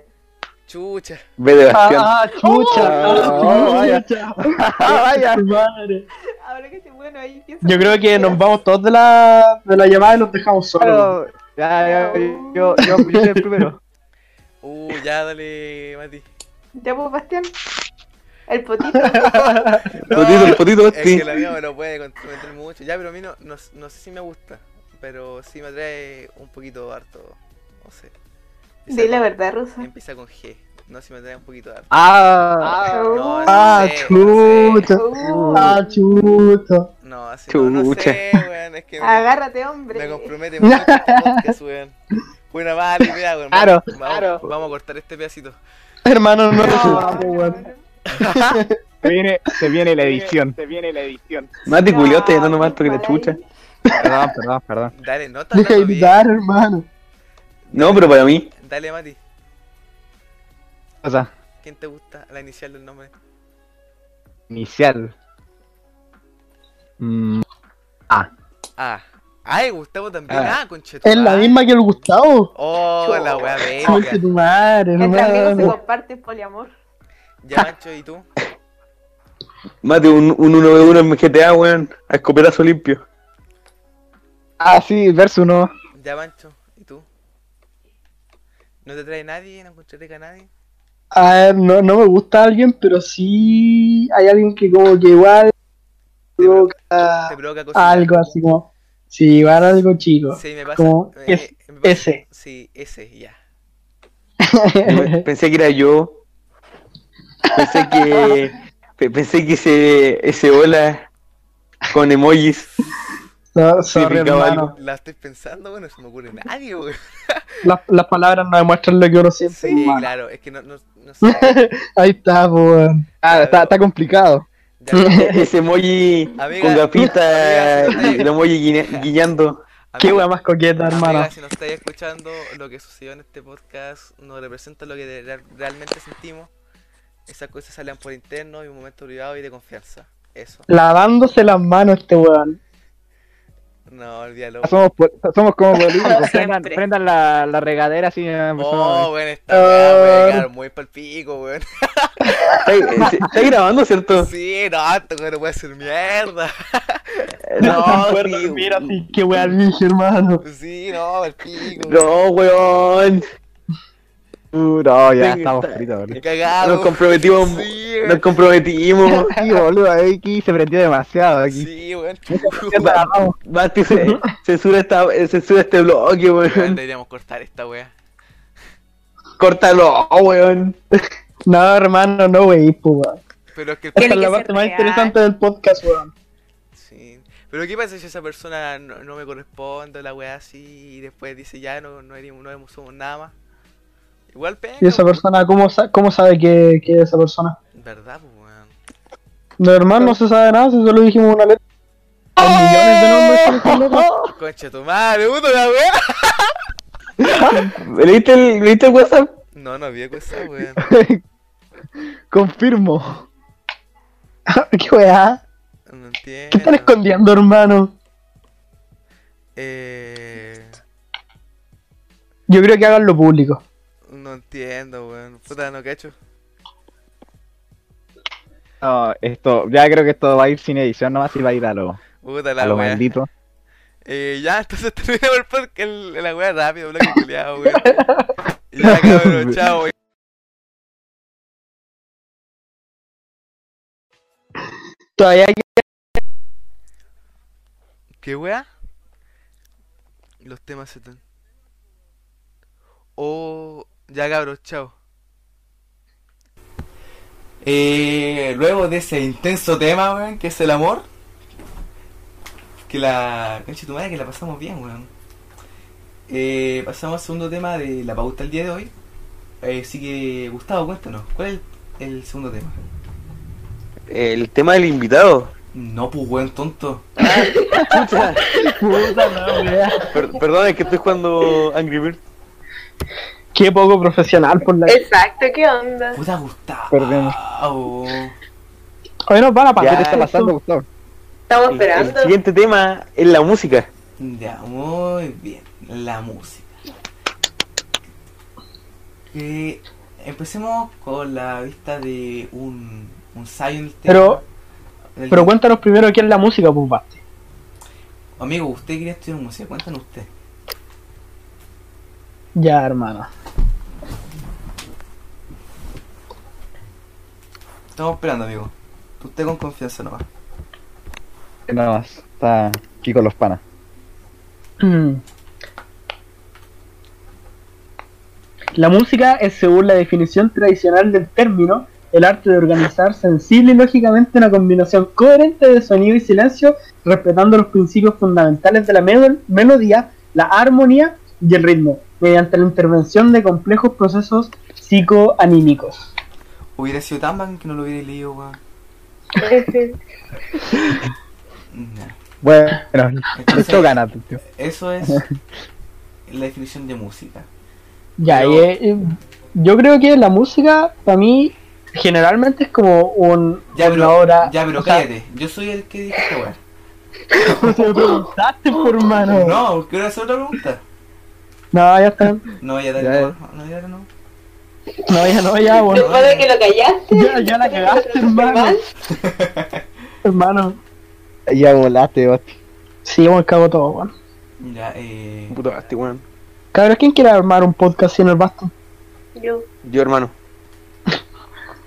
Speaker 3: Chucha.
Speaker 4: ve de bastión.
Speaker 1: Ah, chucha.
Speaker 5: Oh, vaya.
Speaker 1: (laughs) chucha. Ah,
Speaker 5: vaya.
Speaker 1: Madre.
Speaker 7: Ahora que te bueno ahí piensa.
Speaker 1: Yo creo que nos vamos todos de la, Ah, de la llamada y nos dejamos solos.
Speaker 5: Pero- Ya, ya, yo, yo, yo soy
Speaker 1: (laughs)
Speaker 5: el primero.
Speaker 3: Uh, ya, dale, Mati.
Speaker 7: Ya, pues, Bastián. El
Speaker 1: (laughs)
Speaker 7: potito.
Speaker 3: No,
Speaker 4: Potito, el potito,
Speaker 3: Es
Speaker 4: sí.
Speaker 3: que la mía me lo puede comprometer mucho. Ya, pero a mí no, no, no sé si me gusta. Pero sí me atrae un poquito harto. No sé. Empieza
Speaker 7: Dile la
Speaker 3: con-
Speaker 7: verdad, Ruso.
Speaker 3: Empieza con G. No sé si me atrae un poquito harto.
Speaker 5: Ah,
Speaker 3: No, no
Speaker 1: Ah,
Speaker 3: sé, no sé.
Speaker 1: chucha.
Speaker 7: Uh,
Speaker 1: Ah, chuta.
Speaker 3: No, así no, no
Speaker 4: Chucha.
Speaker 3: sé, weón, es que me-
Speaker 7: agárrate,
Speaker 3: me
Speaker 7: hombre.
Speaker 3: compromete mucho este podcast, weón. Una mala idea, weón.
Speaker 5: Claro,
Speaker 3: vamos,
Speaker 5: claro.
Speaker 3: Vamos a cortar este pedacito.
Speaker 1: Hermano, (laughs) no.
Speaker 7: (laughs) No,
Speaker 1: no,
Speaker 7: no,
Speaker 1: weón.
Speaker 7: no.
Speaker 5: se viene, se viene la edición. Se viene la edición.
Speaker 4: Mati
Speaker 7: No,
Speaker 4: culió, está llenando
Speaker 7: no,
Speaker 4: más alto que la
Speaker 7: para
Speaker 4: chucha.
Speaker 7: Ah, ahí.
Speaker 5: Perdón, perdón, perdón.
Speaker 3: Dale,
Speaker 1: (laughs)
Speaker 3: no está
Speaker 1: Deja de
Speaker 3: hablando bien.
Speaker 1: gritar, hermano.
Speaker 4: No, pero para mí.
Speaker 3: Dale, Mati.
Speaker 5: ¿Qué pasa?
Speaker 3: ¿Quién te gusta? La inicial del nombre.
Speaker 5: Inicial. Mm,
Speaker 3: Ah. Ay, Gustavo también.
Speaker 4: Ah.
Speaker 3: Ah, conchetumare.
Speaker 1: Es la misma que el Gustavo.
Speaker 3: Oh, la weá
Speaker 1: Conche
Speaker 3: verga.
Speaker 1: tu madre,
Speaker 7: Entre amigos se
Speaker 1: hermano.
Speaker 7: comparte poliamor.
Speaker 3: Ya, Mancho, ¿y tú?
Speaker 4: Mati, un, un 1v1 en GTA, weón. A escopetazo limpio.
Speaker 5: Ah, sí, verso no.
Speaker 3: Ya, Mancho, ¿y tú? ¿No te trae nadie? ¿No encontraste a nadie?
Speaker 1: A ver, no, no me gusta alguien, pero sí hay alguien que como que igual
Speaker 3: Te, pro-
Speaker 1: provoca
Speaker 3: te provoca cosas.
Speaker 1: algo así como. Sí, va a algo chico.
Speaker 3: Sí, me pasa.
Speaker 1: Como
Speaker 3: eh,
Speaker 1: es-
Speaker 3: me pasa-
Speaker 1: ese.
Speaker 3: Sí, ese, ya.
Speaker 1: (laughs)
Speaker 4: Pensé que era yo. Pensé que. pe- Pensé que ese, ese hola con emojis.
Speaker 1: So- sorry,
Speaker 4: Significaba
Speaker 1: hermano.
Speaker 4: algo.
Speaker 3: La estoy pensando, bueno, se me ocurre nadie, güey.
Speaker 1: Las, las palabras no demuestran lo que uno siente.
Speaker 3: Sí,
Speaker 1: hermano.
Speaker 3: claro, es que no, no, no sé.
Speaker 1: Ahí está, po, weón.
Speaker 5: Ah, está, está complicado.
Speaker 3: Ya,
Speaker 1: (laughs)
Speaker 4: Ese emoji
Speaker 3: Amiga,
Speaker 4: con gafita
Speaker 3: amiga,
Speaker 4: y el emoji guine- guiñando.
Speaker 1: Qué
Speaker 3: amiga,
Speaker 1: weón más coqueta,
Speaker 3: Amiga,
Speaker 1: hermano.
Speaker 3: si nos estáis escuchando, lo que sucedió en este podcast no representa lo que de- real- realmente sentimos. Esas cosas salen por interno y un momento privado y de confianza. Eso.
Speaker 1: Lavándose las manos este weón.
Speaker 3: No, olvídalo.
Speaker 5: Somos, po- somos (laughs) como políticos. Prendan,
Speaker 7: Siempre.
Speaker 5: prendan la, la regadera así. eh,
Speaker 3: Oh,
Speaker 5: empezamos
Speaker 3: bueno, esta weá puede quedar muy
Speaker 1: (laughs)
Speaker 3: palpico, weón.
Speaker 4: Está, está grabando, ¿cierto?
Speaker 3: Sí, no, esto weón, no puede ser mierda. (laughs)
Speaker 4: Eh, No, sí,
Speaker 1: mira, sí, qué weón dije, hermano.
Speaker 3: Sí, no, palpico.
Speaker 4: no, weón.
Speaker 5: a- Uh,
Speaker 1: oh,
Speaker 5: no, ya
Speaker 4: Sí,
Speaker 5: estamos
Speaker 4: está-
Speaker 5: fritos. boludo.
Speaker 3: Cagado.
Speaker 5: (laughs)
Speaker 4: Nos comprometimos.
Speaker 3: Sí,
Speaker 4: Nos
Speaker 3: weón.
Speaker 4: comprometimos.
Speaker 5: Sí, boludo, aquí se prendió demasiado aquí.
Speaker 3: Sí,
Speaker 5: (laughs)
Speaker 3: weón.
Speaker 1: (laughs)
Speaker 5: Ah, vamos.
Speaker 4: Basti, ce- censura, esta, eh, censura este bloque,
Speaker 3: Weón,
Speaker 4: weón.
Speaker 3: Deberíamos cortar esta weá.
Speaker 4: Córtalo, weón.
Speaker 1: No, hermano, no, wey, po, weón.
Speaker 3: Pero es que el
Speaker 1: Esta
Speaker 7: Tiene
Speaker 1: es la
Speaker 7: que
Speaker 1: parte
Speaker 7: ser
Speaker 1: más
Speaker 7: real.
Speaker 1: interesante del podcast, weón.
Speaker 3: Sí. Pero ¿qué pasa si esa persona no, no me corresponde, la weá así, y después dice ya no, no, eres- no eres- somos nada más? Igual pega.
Speaker 1: ¿Y esa
Speaker 3: po.
Speaker 1: persona cómo, sa- cómo sabe que, que es esa persona?
Speaker 3: ¿Verdad, pues, weón?
Speaker 1: No, hermano, no se sabe nada, si solo dijimos una letra. Hay millones de nombres con esa letra.
Speaker 3: Concha tu madre, puto la weá.
Speaker 4: ¿Leíste el, ¿Leíste el WhatsApp?
Speaker 3: No, no había cosa, weón.
Speaker 5: (laughs) Confirmo.
Speaker 1: qué weá.
Speaker 3: No
Speaker 1: ¿Qué están
Speaker 3: entiendo.
Speaker 1: escondiendo, hermano?
Speaker 3: Eh.
Speaker 1: Yo creo que hagan lo público.
Speaker 3: No entiendo, weón. Puta, no cacho.
Speaker 5: No, esto, ya creo que esto va a ir sin edición nomás y va a ir a lo,
Speaker 3: Puta
Speaker 5: a
Speaker 3: la
Speaker 5: lo
Speaker 3: weá.
Speaker 5: maldito.
Speaker 3: Eh, ya, entonces (laughs) terminamos el podcast. el- La weá rápido, bloque culiado, weón. Ya, cabrón, chao, weón.
Speaker 1: Todavía hay que-
Speaker 3: ¿Qué weá? Los temas se están. Oh, ya cabros, chao. Eh, luego de ese intenso tema, weón, que es el amor. Que la. Concha tu madre, que la pasamos bien, weón. Eh, pasamos al segundo tema de la pauta el día de hoy. Eh, así que, Gustavo, cuéntanos, ¿cuál es el, el segundo tema?
Speaker 4: El tema del invitado.
Speaker 3: No, pues, weón, tonto.
Speaker 4: Puta.
Speaker 1: Puta la weá.
Speaker 4: Per- perdón, es que estoy jugando Angry Birds.
Speaker 1: Qué poco profesional por la.
Speaker 7: Exacto, ¿qué onda?
Speaker 3: Puta, Gustavo. (laughs)
Speaker 5: Perdemos.
Speaker 1: Hoy nos van a pasar
Speaker 4: Ya,
Speaker 5: ¿Qué está pasando, Gustavo?
Speaker 7: Estamos
Speaker 4: El, el
Speaker 7: esperando.
Speaker 4: siguiente tema es la música.
Speaker 3: Ya, muy bien. La música. Eh, empecemos con la vista de un, un silent
Speaker 1: Pero-
Speaker 3: tema del-
Speaker 1: Pero cuéntanos primero qué es la música, pues Basti.
Speaker 3: Amigo, usted quería estudiar música, cuéntanos usted.
Speaker 1: Ya, hermano.
Speaker 3: Estamos esperando, amigo. Usted con confianza nomás.
Speaker 5: Nada más, Eh, está aquí con los panas.
Speaker 1: Mm. La música es, según la definición tradicional del término, el arte de organizar sensible y lógicamente una combinación coherente de sonido y silencio, respetando los principios fundamentales de la mel- melodía, la armonía y el ritmo, mediante la intervención de complejos procesos psicoanímicos.
Speaker 3: Hubiera sido tan bacán que no lo hubiera
Speaker 1: (laughs)
Speaker 3: leído, weón. Ya.
Speaker 5: Bueno, le
Speaker 3: Entonces,
Speaker 5: echo ganas, tío.
Speaker 3: eso es la definición de música.
Speaker 1: Ya,
Speaker 3: Yo-
Speaker 1: y, eh, yo creo que la música, para mí, generalmente es como un,
Speaker 3: Ya,
Speaker 1: una
Speaker 3: pero,
Speaker 1: obra.
Speaker 3: ya, pero
Speaker 1: o sea,
Speaker 3: cállate. Yo soy el que dijo esta weá.
Speaker 1: Te preguntaste, por mano.
Speaker 3: No, quiero hacer otra pregunta.
Speaker 1: No, ya está.
Speaker 3: No, ya dale,
Speaker 5: Ya,
Speaker 3: no, no, ya dale, no.
Speaker 1: No, ya no, ya, bueno.
Speaker 3: Después de
Speaker 7: que lo callaste.
Speaker 1: Ya, ya la cagaste, hermano. hermano.
Speaker 5: Ya volaste, Basti.
Speaker 1: Sí, bueno, cago todo, bueno.
Speaker 3: Ya, eh.
Speaker 4: Puto Basti, este weón.
Speaker 1: Cabrón, ¿quién quiere armar un podcast sin el basto?
Speaker 7: Yo,
Speaker 4: Yo, hermano.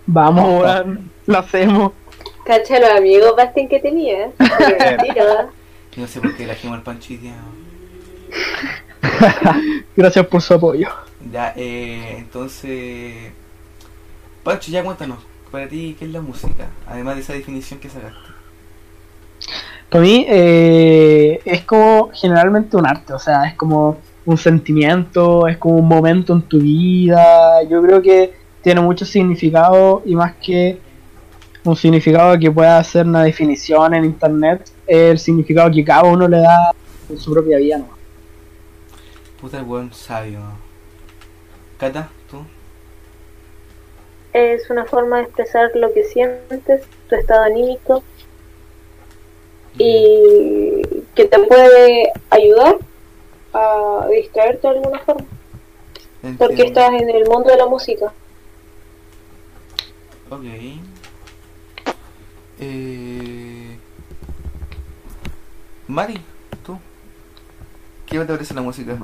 Speaker 1: Vamos, weón. Lo hacemos. (laughs)
Speaker 7: cacha los amigos Basten que tenía. Qué mentira.
Speaker 3: Que no sé por qué elegimos al Pancho hoy día. weón.
Speaker 1: Gracias por su apoyo.
Speaker 3: Ya, eh, entonces. Pancho, ya cuéntanos, para ti, ¿qué es la música? Además de esa definición que sacaste.
Speaker 1: Para mí eh, es como generalmente un arte, o sea, es como un sentimiento, es como un momento en tu vida. Yo creo que tiene mucho significado y más que un significado que pueda ser una definición en internet, es el significado que cada uno le da en su propia vida. ¿no?
Speaker 3: Puta el weón sabio. Cata, tú.
Speaker 7: Es una forma de expresar lo que sientes, tu estado anímico y que te puede ayudar a distraerte de alguna forma, porque
Speaker 3: Entiendo.
Speaker 7: estás en el mundo de la música.
Speaker 3: Ok. Eh... Mari, tú. ¿Qué te parece la música?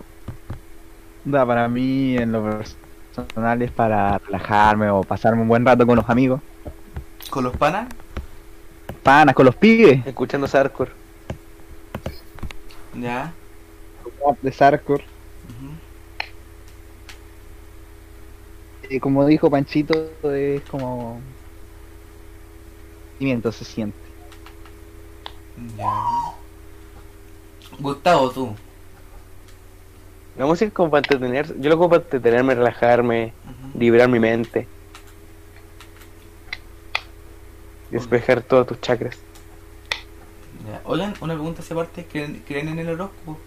Speaker 5: Da, para mí, en lo personal, es para relajarme o pasarme un buen rato con los amigos.
Speaker 3: ¿Con los panas?
Speaker 5: Panas, con los pibes.
Speaker 4: Escuchando hardcore.
Speaker 3: Ya.
Speaker 5: De Sarkor.
Speaker 3: ujú.
Speaker 5: Eh, como dijo Panchito, es como. Sentimiento se siente.
Speaker 3: Ya. Gustavo, tú.
Speaker 4: La música es como para entretenerse. Yo lo hago para entretenerme, relajarme,
Speaker 3: Ujú.
Speaker 4: liberar mi mente. Despejar todas tus chakras.
Speaker 3: Ya. Oigan, una pregunta hacia aparte. ¿Creen, creen en el horóscopo?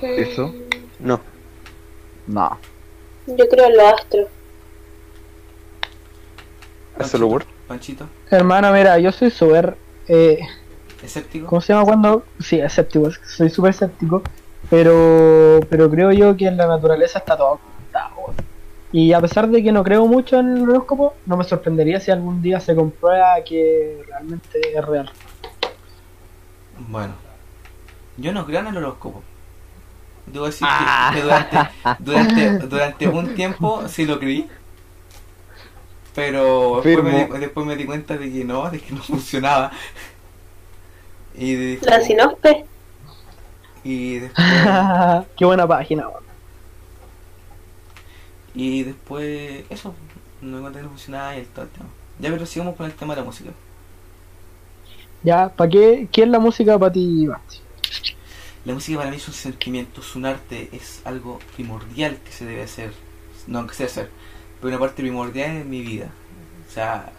Speaker 5: ¿Eso?
Speaker 4: No.
Speaker 5: No.
Speaker 7: Yo creo en los astros.
Speaker 4: Hasta lo Word.
Speaker 3: Panchito.
Speaker 1: Hermano, mira, yo soy súper... eh,
Speaker 3: ¿Escéptico?
Speaker 1: ¿Cómo se llama cuando? Sí, escéptico, es- soy súper escéptico, pero, pero creo yo que en la naturaleza está todo conectado, weón. Y a pesar de que no creo mucho en el horóscopo, no me sorprendería si algún día se comprueba que realmente es (laughs) real.
Speaker 3: Bueno. Yo no creo en el horóscopo. Debo decir que, que (laughs) durante, durante, durante un tiempo sí lo creí. Pero después me,
Speaker 5: Firmo.
Speaker 3: di, después me di cuenta de que no, de que no (laughs) funcionaba. Y, de-
Speaker 7: La sinospe,
Speaker 3: y después,
Speaker 1: Qué buena página, weón.
Speaker 3: y después eso, no encontré que no funcionaba y el todo el tema. Ya, pero sigamos con el tema de la música.
Speaker 1: Ya, ¿para qué? ¿Qué es la música para ti, Basti?
Speaker 3: La música para mí es un sentimiento, es un arte, es algo primordial que se debe hacer. No, aunque sea hacer, pero una parte primordial en mi vida. O sea,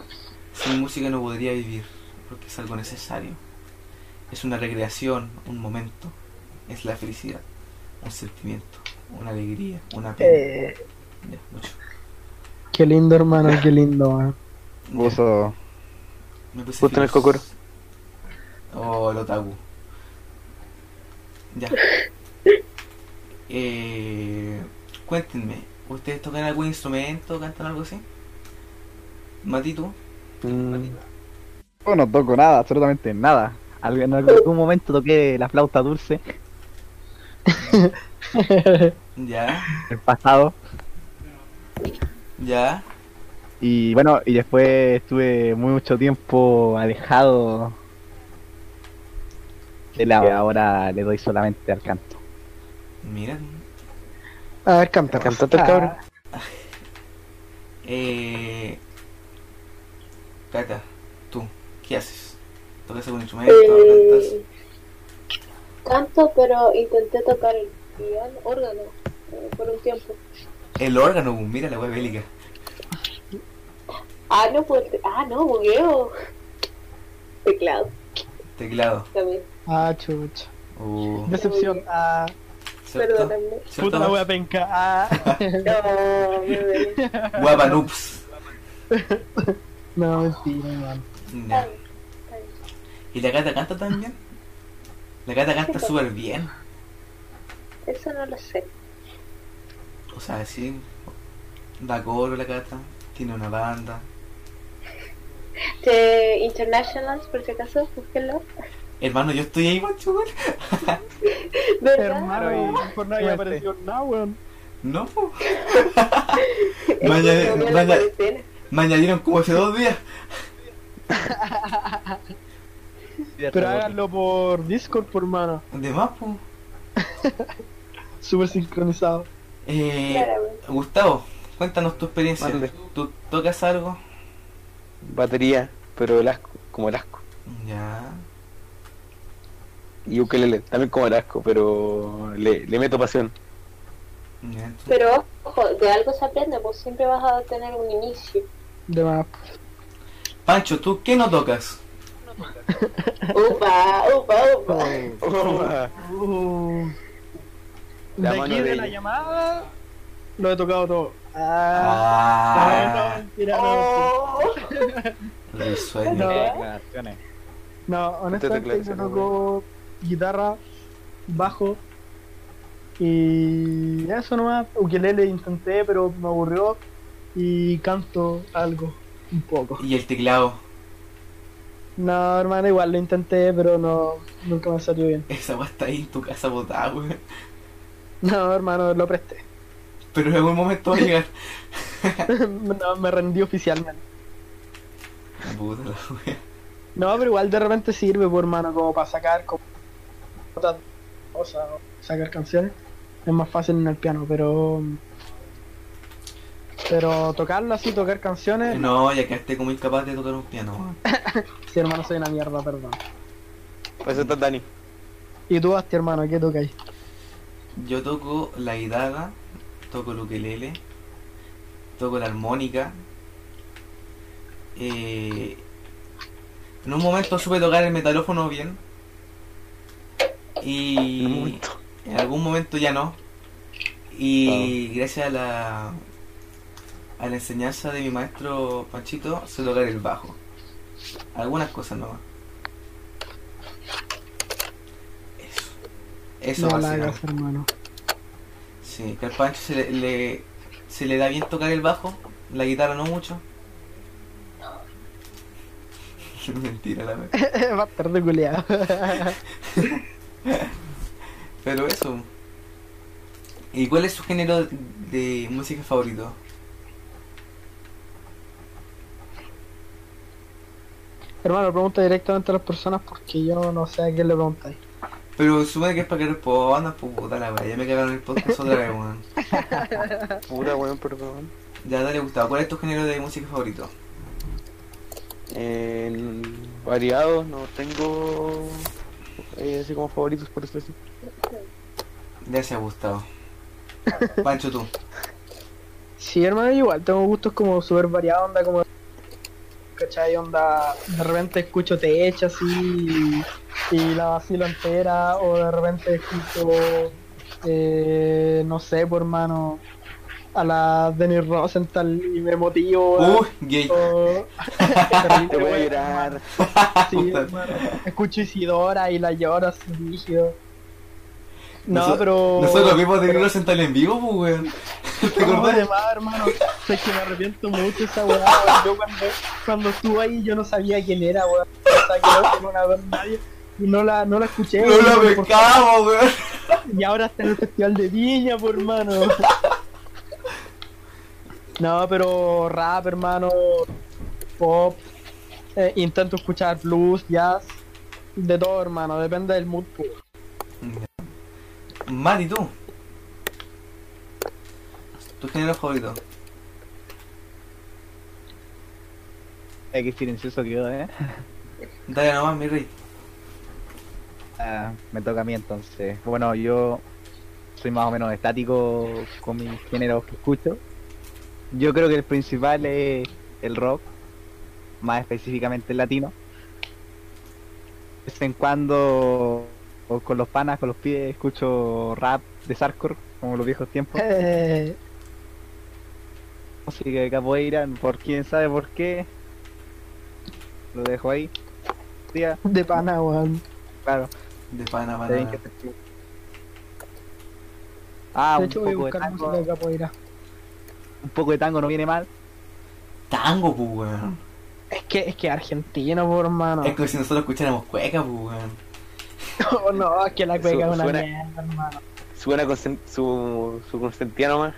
Speaker 3: sin música no podría vivir, porque es algo necesario. Es una recreación, un momento. Es la felicidad, un sentimiento, una alegría, una pena.
Speaker 1: Eh,
Speaker 3: Ya, mucho.
Speaker 1: qué lindo, hermano, qué lindo, weón.
Speaker 3: Ya,
Speaker 5: Gozo.
Speaker 3: me puse
Speaker 4: Justo en el
Speaker 3: filos.
Speaker 4: cocoro.
Speaker 3: Oh, el otaku. Ya. Eh, cuéntenme, ¿ustedes tocan algún instrumento, cantan algo así? Matito,
Speaker 4: Mm,
Speaker 5: Yo no toco nada, absolutamente nada. Al- En (laughs) algún momento toqué la flauta dulce,
Speaker 3: ya,
Speaker 5: el pasado.
Speaker 3: ya,
Speaker 5: Y bueno, y después estuve mucho tiempo alejado de la. Ahora le doy solamente al canto.
Speaker 3: mira.
Speaker 1: A ver, canta.
Speaker 4: Cantate el cabrón.
Speaker 3: Eh, Cata, tú, ¿qué haces? ¿Tocas algún instrumento? ¿Cantas?
Speaker 7: eh, canto, pero intenté tocar el piano, órgano, eh, por un tiempo.
Speaker 3: El órgano, mira la web bélica.
Speaker 7: Ah, no, pues, ah, no, bugueo. Teclado
Speaker 3: Teclado.
Speaker 7: también,
Speaker 1: Ah, chucha.
Speaker 7: (laughs)
Speaker 3: Uh,
Speaker 1: Decepción. Ah,
Speaker 3: ¿cierto?
Speaker 7: perdóname.
Speaker 3: ¿Cierto,
Speaker 1: puta la
Speaker 3: Max?
Speaker 1: wea penca. Ah.
Speaker 7: No, me duele.
Speaker 3: Guapa noobs.
Speaker 1: No, mentira, hermano.
Speaker 3: Ya. ¿Y la gata canta también? La gata canta
Speaker 7: Sí. pues.
Speaker 3: súper bien.
Speaker 7: Eso no lo sé.
Speaker 3: O sea, sí. Da coro la gata. Tiene una banda.
Speaker 7: Este, Internationals, por si acaso, búsquenlo.
Speaker 3: Hermano, yo estoy ahí, guacho, weón.
Speaker 7: ¿Verdad?
Speaker 5: Hermano, y
Speaker 1: por
Speaker 5: nadie apareció
Speaker 1: nada, weón.
Speaker 3: No,
Speaker 7: (laughs)
Speaker 3: po.
Speaker 7: Es
Speaker 3: me, añadi-
Speaker 7: que no
Speaker 3: me
Speaker 7: la
Speaker 3: añadi-
Speaker 7: cuarentena.
Speaker 3: me añadieron como hace dos días.
Speaker 1: Pero háganlo por Discord, por mano.
Speaker 3: De más, po.
Speaker 1: Súper sincronizado.
Speaker 3: Eh,
Speaker 2: Claramente.
Speaker 3: Gustavo, cuéntanos tu experiencia.
Speaker 4: Mande.
Speaker 3: ¿Tú tocas algo?
Speaker 4: Batería, pero el asco, como el asco.
Speaker 3: Ya.
Speaker 4: Y ukelele, también como el asco, pero le, le meto pasión.
Speaker 3: ya, tú-
Speaker 6: Pero ojo, de algo se aprende, pues siempre vas a tener un inicio.
Speaker 1: De más.
Speaker 3: Pancho, ¿tú qué no tocas?
Speaker 6: Upa, upa, upa.
Speaker 5: Eh,
Speaker 4: Oh, (laughs)
Speaker 1: Uh.
Speaker 4: La
Speaker 1: de
Speaker 4: mano
Speaker 1: aquí
Speaker 4: de
Speaker 1: de,
Speaker 4: ella.
Speaker 1: la llamada lo he tocado todo. Ah, no,
Speaker 3: Ah,
Speaker 1: mentira,
Speaker 2: Oh.
Speaker 1: no,
Speaker 3: risueño.
Speaker 1: No.
Speaker 5: Declaraciones.
Speaker 1: mentira. no, honestamente
Speaker 4: declares,
Speaker 1: yo
Speaker 4: no,
Speaker 1: toco guitarra, bajo y eso nomás. Ukelele intenté, pero me aburrió y canto algo, un poco.
Speaker 3: Y el teclado,
Speaker 1: No, hermano, igual lo intenté, pero no, nunca me salió bien.
Speaker 3: esa va está ahí en tu casa botada, weón.
Speaker 1: No, hermano, lo presté.
Speaker 3: Pero en algún momento va a llegar.
Speaker 1: (laughs) no, me rendí oficialmente.
Speaker 3: Puta la wea.
Speaker 1: No, pero igual de repente sirve, por hermano, como para sacar como otras cosas, o sacar canciones. Es más fácil en el piano, pero. Pero tocarlo así, tocar canciones.
Speaker 3: No, ya quedaste como incapaz de tocar un piano, weón.
Speaker 1: Sí, hermano, soy una mierda, perdón.
Speaker 4: Por eso está Dani.
Speaker 1: ¿Y tú, Basti, hermano, qué tocáis?
Speaker 3: Yo toco la guitarra, toco el ukelele, toco la armónica. Eh, en un momento supe tocar el metalófono bien.
Speaker 4: En un
Speaker 3: Y
Speaker 4: momento.
Speaker 3: en algún momento ya no. Y gracias a la, a la enseñanza de mi maestro Panchito, sé tocar el bajo. Algunas cosas nomás. Eso. Eso
Speaker 1: no la
Speaker 3: básicamente.
Speaker 1: hagas, hermano. (laughs)
Speaker 3: Sí, que al Pancho se le, le- se le da bien tocar el bajo, la guitarra no mucho. (laughs) Mentira, la verdad.
Speaker 1: Va a estar de culiado.
Speaker 3: Pero eso. ¿Y cuál es su género de música favorito?
Speaker 1: (laughs) hermano, pregunta directamente a las personas porque yo no sé a quién le preguntáis.
Speaker 3: Pero supone que es para que respondas, pues puta la verdad. Ya me cagaron el podcast otra vez,
Speaker 4: (laughs)
Speaker 3: weón.
Speaker 4: Pura, weón, perdón.
Speaker 3: Ya dale, Gustavo, ¿cuál es tu género de música favorito?
Speaker 4: Eh, variado, no tengo eh, así como favoritos, por eso así.
Speaker 3: Gracias,
Speaker 4: (laughs)
Speaker 3: Gustavo. Pancho, tú.
Speaker 1: Sí, hermano, igual, tengo gustos como súper variados, onda como... ¿Cachai? Onda, de repente escucho Te Echa así y, y la vacilo entera, o de repente escucho, eh, no sé, por hermano, a la Denis Rosenthal y me motivo.
Speaker 3: ¡Uy! Gay. (laughs)
Speaker 1: o-
Speaker 4: Te
Speaker 1: terrible,
Speaker 4: voy a
Speaker 1: weón,
Speaker 4: llorar.
Speaker 1: sí, hermano. Escucho Isidora y la lloro así, rígido. No,
Speaker 3: Noso-
Speaker 4: Oh.
Speaker 1: pero...
Speaker 3: Nosotros vimos de
Speaker 1: pero-
Speaker 3: Negro Central en vivo, pues, weón. (laughs) ¿Te
Speaker 1: no,
Speaker 3: acordás?
Speaker 1: de más, hermano. Sé que me arrepiento mucho de esa weá. Yo cuando, cuando estuve ahí yo no sabía quién era, weón. O sea, que no era nadie. Y no la, no la escuché.
Speaker 3: No la
Speaker 1: weón, por-
Speaker 3: pescamos, weón.
Speaker 1: Y ahora está en el Festival de Viña, por hermano. No, pero rap, hermano. Pop. eh, intento escuchar blues, jazz. De todo, hermano. Depende del mood, pues.
Speaker 3: Mati, tú. Tu género favorito.
Speaker 5: Eh, qué silencioso quedó, eh.
Speaker 3: Dale nomás, mi rey.
Speaker 5: Ah, me toca a mí entonces. Bueno, yo soy más o menos estático con mis géneros que escucho. Yo creo que el principal es el rock, más específicamente el latino. De vez en cuando o con los panas, con los pies, escucho rap de Sarkor, como los viejos
Speaker 1: (laughs)
Speaker 5: tiempos.
Speaker 1: Eh,
Speaker 5: Música de capoeira, por quién sabe por qué. Lo dejo ahí. Tía,
Speaker 1: de pana, weón.
Speaker 5: claro.
Speaker 3: De pana,
Speaker 5: está bien
Speaker 3: pana.
Speaker 5: que te escuche. Ah,
Speaker 1: De
Speaker 5: un
Speaker 1: hecho, voy a
Speaker 5: poco de
Speaker 1: buscar
Speaker 5: tango.
Speaker 1: música de capoeira.
Speaker 5: un poco de tango no viene mal.
Speaker 3: Tango, pues, weón.
Speaker 1: Es que, es que argentino, por hermano.
Speaker 3: Es como si nosotros escucháramos cueca, pues, weón.
Speaker 1: No, Oh, no, es que la cueca
Speaker 4: Su-
Speaker 1: es una
Speaker 4: suena-
Speaker 1: mierda, hermano.
Speaker 4: Suena con sen- su, su consentía nomás.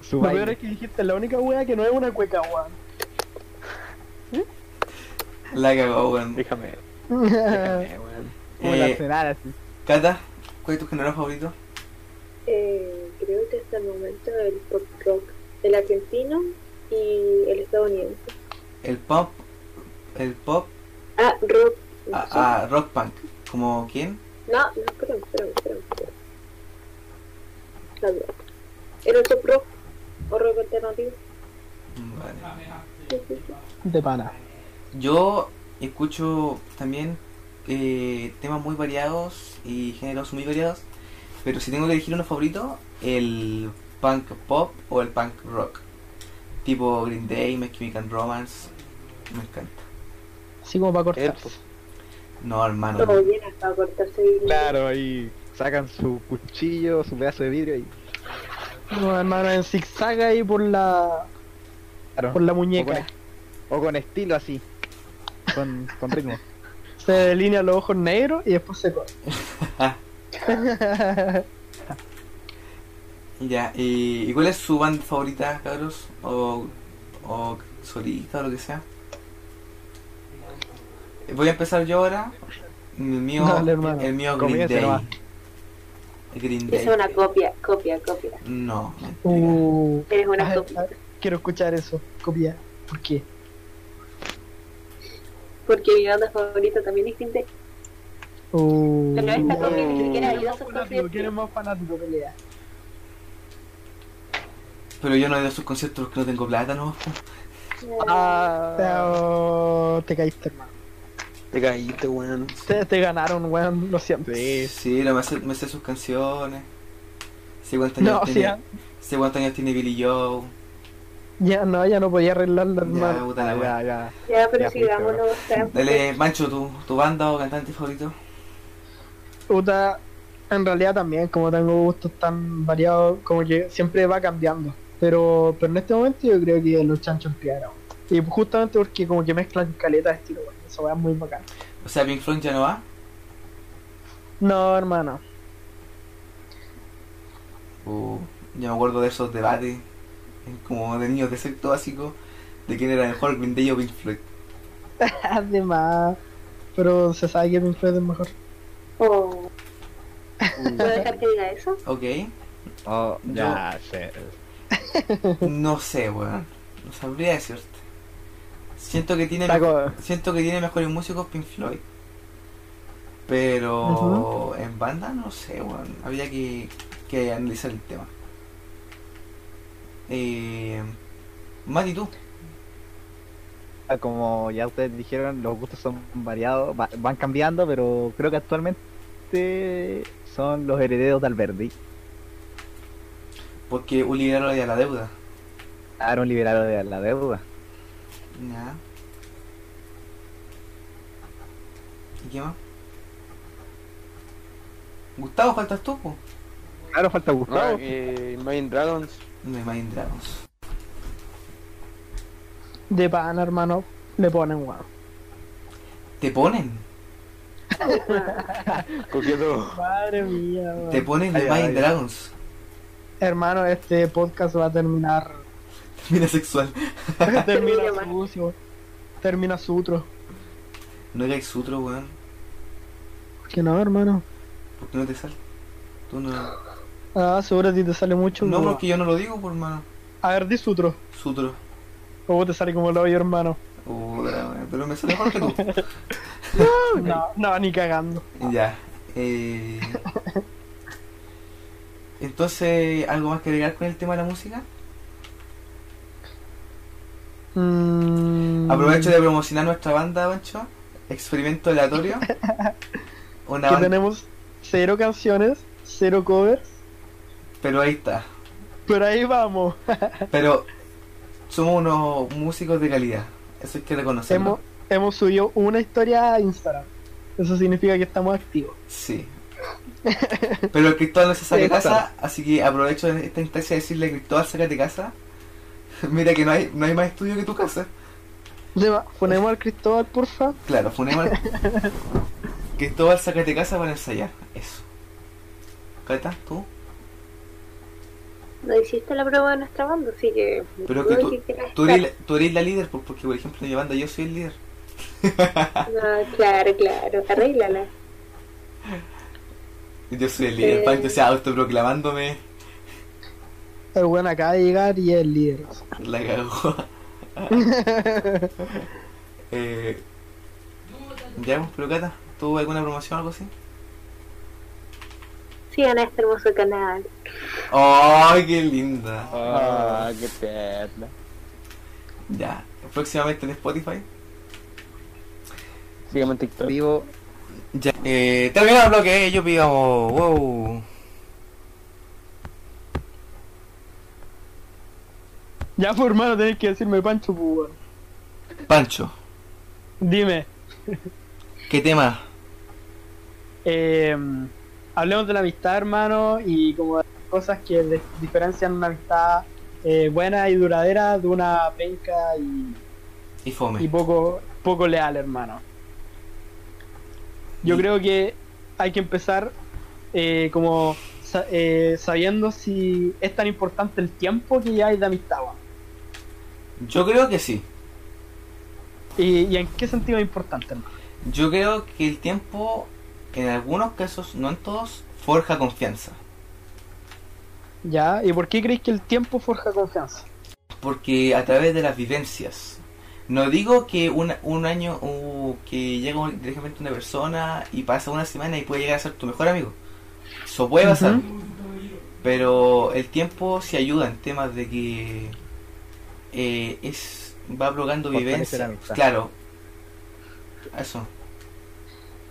Speaker 5: Su
Speaker 1: Lo peor es que dijiste la única wea que no es una cueca, weón.
Speaker 3: La cagó, weón.
Speaker 4: Déjame.
Speaker 1: Como
Speaker 4: déjame,
Speaker 1: el
Speaker 4: weón.
Speaker 3: Eh,
Speaker 1: Arsenal, así.
Speaker 3: Cata, ¿cuál es tu género favorito?
Speaker 6: Eh, creo que hasta el momento el pop rock, el argentino y el estadounidense.
Speaker 3: El pop. El pop.
Speaker 6: Ah, rock. No,
Speaker 3: Ah,
Speaker 6: sé.
Speaker 3: ah, rock punk. ¿Como quién?
Speaker 6: no, no, espera, espera, espera. espera. No, no. Era el pop rock o rock alternativo.
Speaker 3: Mm, Vale.
Speaker 6: Sí, sí, sí.
Speaker 1: (laughs) De pana.
Speaker 3: Yo escucho también eh, temas muy variados y géneros muy variados, pero si tengo que elegir uno favorito, el punk pop o el punk rock. Tipo Green Day, My Chemical Romance, me encanta.
Speaker 1: Así como para cortar.
Speaker 4: Esto.
Speaker 3: No, hermano.
Speaker 6: Todo bien hasta cortarse el hilo.
Speaker 5: Claro, ahí sacan su cuchillo, su pedazo de vidrio y.
Speaker 1: No, hermano, en zigzag ahí por la,
Speaker 5: Claro.
Speaker 1: por la
Speaker 5: o, con,
Speaker 1: muñeca.
Speaker 5: o con estilo así. Con, con ritmo.
Speaker 1: Se delinea los ojos negros y después se corta.
Speaker 3: Ya, y, ¿y cuál es su banda favorita, cabros? O, o solista o lo que sea. Voy a empezar yo ahora. El mío,
Speaker 1: Dale, hermano.
Speaker 3: el mío Green
Speaker 5: Comience
Speaker 3: Day.
Speaker 5: nomás.
Speaker 3: Green
Speaker 6: Es
Speaker 3: Day.
Speaker 6: una copia, copia, copia.
Speaker 3: No, mentira.
Speaker 1: Uh,
Speaker 6: Eres una
Speaker 1: ah,
Speaker 6: copia.
Speaker 1: ah, quiero escuchar eso. Copia. ¿Por qué?
Speaker 6: Porque mi banda favorita también es Green Day.
Speaker 1: Uh,
Speaker 6: Pero esta copia ni siquiera
Speaker 1: ¿Quién
Speaker 6: ayudó a
Speaker 1: es
Speaker 6: sus
Speaker 1: más fanático? ¿Quién es
Speaker 6: conciertos.
Speaker 1: más fanático? Pelea.
Speaker 3: Pero yo no he ido a sus conciertos porque no tengo plata, ¿no?
Speaker 1: Ah, oh, te caíste, hermano.
Speaker 4: Te caíste, weón.
Speaker 1: Te, te ganaron, weón, lo siento.
Speaker 3: Sí, no, me, sé, me sé sus canciones. Sé cuántos años,
Speaker 1: No, o
Speaker 3: tiene,
Speaker 1: sea,
Speaker 3: sé cuántos años tiene Billy Joe.
Speaker 1: ya no, ya no podía arreglarlo,
Speaker 3: Ya,
Speaker 1: hermano.
Speaker 3: (laughs) puta la wea.
Speaker 5: Ah, ya.
Speaker 6: Ya, pero
Speaker 5: Ya,
Speaker 6: sigamos,
Speaker 5: fuiste,
Speaker 6: no está.
Speaker 3: Dale, Mancho, tu, tu banda o cantante favorito.
Speaker 1: Puta, en realidad también, como tengo gustos tan variados, como que siempre va cambiando. Pero, pero en este momento yo creo que los chanchos quedaron. Y justamente porque como que mezclan caletas de estilo, weón. Eso va muy bacán.
Speaker 3: O sea, Pink Floyd ya no va.
Speaker 1: No, (laughs) hermano.
Speaker 3: Uh, yo me acuerdo de esos debates, eh, como de niños de sexto básico, de quién era mejor, Green Day o Pink Floyd.
Speaker 1: Además, pero se sabe que Pink Floyd es mejor.
Speaker 6: Oh, ¿puedo dejar que diga eso?
Speaker 1: (laughs)
Speaker 3: Ok,
Speaker 5: Oh,
Speaker 3: ya
Speaker 5: sé.
Speaker 3: no sé, weón. No sabría decirte. Siento que tiene,
Speaker 1: Saco-
Speaker 3: siento que tiene mejores músicos Pink Floyd. Pero en banda no sé, weón. Habría que, que analizar el tema. Eh, Mati, tú.
Speaker 5: Ah, Como ya ustedes dijeron, los gustos son variados, va- van cambiando, pero creo que actualmente son los herederos de Alberti.
Speaker 3: Porque Uli era la de la deuda.
Speaker 5: Aaron liberado de la deuda.
Speaker 3: Ya. ¿Y qué más? Gustavo, faltas tú, po?
Speaker 5: Claro, falta
Speaker 4: Ah,
Speaker 5: Gustavo.
Speaker 4: eh, Imagine Dragons.
Speaker 3: No Imagine Dragons.
Speaker 1: De pan, hermano, le ponen, weón.
Speaker 3: Te ponen,
Speaker 4: Coqueto.
Speaker 1: Madre mía, weón.
Speaker 3: te ponen de
Speaker 5: Ay, ay,
Speaker 3: Imagine
Speaker 5: ay.
Speaker 3: Dragons. (laughs)
Speaker 1: Hermano, este podcast va a terminar.
Speaker 3: Mira sexual.
Speaker 1: (laughs) termina
Speaker 6: Termina mal.
Speaker 1: sucio. Termina sutro.
Speaker 3: No eres sutro, weón.
Speaker 1: ¿Por qué no, hermano?
Speaker 3: ¿Por qué no te sale? Tú no.
Speaker 1: Ah, seguro a ti te sale mucho.
Speaker 3: No,
Speaker 1: weón.
Speaker 3: porque yo no lo digo, por hermano.
Speaker 1: A ver, di sutro.
Speaker 3: Sutro.
Speaker 1: ¿Cómo te sale como el hoyo, hermano?
Speaker 3: Puta, weón. Pero me sale mejor que tú.
Speaker 1: (laughs) No, no, ni cagando.
Speaker 3: Ya. Eh... Entonces, ¿algo más que agregar con el tema de la música?
Speaker 1: Mm.
Speaker 3: Aprovecho de promocionar nuestra banda, Pancho.
Speaker 1: (laughs)
Speaker 3: Experimento aleatorio. Una
Speaker 1: Que
Speaker 3: banda,
Speaker 1: tenemos cero canciones, cero covers,
Speaker 3: pero ahí está.
Speaker 1: pero ahí vamos.
Speaker 3: Pero somos unos músicos de calidad. Eso hay que reconocerlo.
Speaker 1: Hemos, hemos subido una historia a Instagram. Eso significa que estamos activos.
Speaker 3: Sí. Pero el Cristóbal no se saca de
Speaker 1: Exacto.
Speaker 3: casa, así que aprovecho en esta instancia de decirle Cristóbal, sácate de casa. (laughs) Mira que no hay, no hay más estudio que tu casa.
Speaker 1: Dema, ponemos al Cristóbal, porfa.
Speaker 3: Claro, funemos. al- Cristóbal, sácate de casa para ensayar. Eso. Cata, tú.
Speaker 6: No hiciste la prueba de nuestra banda, así que.
Speaker 3: Pero
Speaker 6: dudo
Speaker 3: que tú-
Speaker 6: quieras
Speaker 3: Tú
Speaker 6: estar.
Speaker 3: pues, eres, la- tú eres la líder, por- porque por ejemplo en mi banda yo soy el líder.
Speaker 2: No, claro, claro. Arréglala.
Speaker 3: Yo soy el líder
Speaker 2: Eh.
Speaker 3: punk, o sea, autoproclamándome
Speaker 8: El weón acaba de llegar y es el líder.
Speaker 3: la cagó. (laughs) eh, ya, pues, pero Cata, ¿tuvo alguna promoción o algo así?
Speaker 2: Sigan a este hermoso canal.
Speaker 3: ¡Ay, qué linda!
Speaker 4: Ah, qué tierna.
Speaker 3: Ya, próximamente en Spotify.
Speaker 4: Sígueme en TikTok.
Speaker 5: Vivo.
Speaker 3: Ya, eh, terminado el bloque, yo pidamos, wow.
Speaker 1: Ya, por hermano, tenés que decirme Pancho, pues, weón.
Speaker 3: Pancho,
Speaker 1: Dime,
Speaker 3: ¿qué tema?
Speaker 1: eh, hablemos de la amistad, hermano, y como de las cosas que de- diferencian una amistad eh, buena y duradera de una penca y,
Speaker 3: Y fome.
Speaker 1: y poco, poco leal, hermano. Yo creo que hay que empezar eh, como sa- eh, sabiendo si es tan importante el tiempo que ya hay de amistad, weón.
Speaker 3: Yo creo que sí.
Speaker 1: y, y en qué sentido es importante, hermano.
Speaker 3: Yo creo que el tiempo, en algunos casos, no en todos, forja confianza.
Speaker 1: ¿Ya? ¿Y por qué creéis que el tiempo forja confianza?
Speaker 3: Porque a través de las vivencias. No digo que un, un año o que llega un- directamente una persona y pasa una semana y puede llegar a ser tu mejor amigo. Eso puede pasar. Pero el tiempo se ayuda en temas de que eh, es va provocando
Speaker 5: Fortalece la
Speaker 3: vivencias.
Speaker 5: amistad.
Speaker 3: Claro. Eso.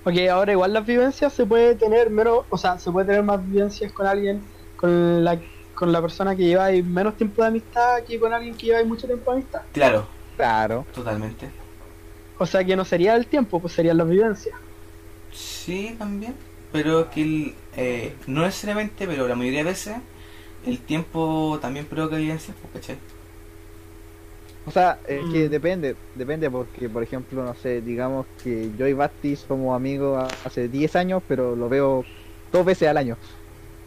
Speaker 1: Ok, ahora igual las vivencias se puede tener menos, o sea, se puede tener más vivencias con alguien, con la, con la persona que lleva menos tiempo de amistad que con alguien que lleva mucho tiempo de amistad.
Speaker 3: Claro,
Speaker 5: Claro.
Speaker 3: totalmente.
Speaker 1: O sea que no sería el tiempo, pues serían las vivencias.
Speaker 3: Sí, también. Pero que el, eh, no necesariamente, pero la mayoría de veces, el tiempo también provoca vivencias, pues, ¿cachai?
Speaker 5: O sea, es que
Speaker 1: Mm.
Speaker 5: depende, depende porque, por ejemplo, no sé, digamos que yo y Basti somos amigos hace 10 años, pero lo veo dos veces al año.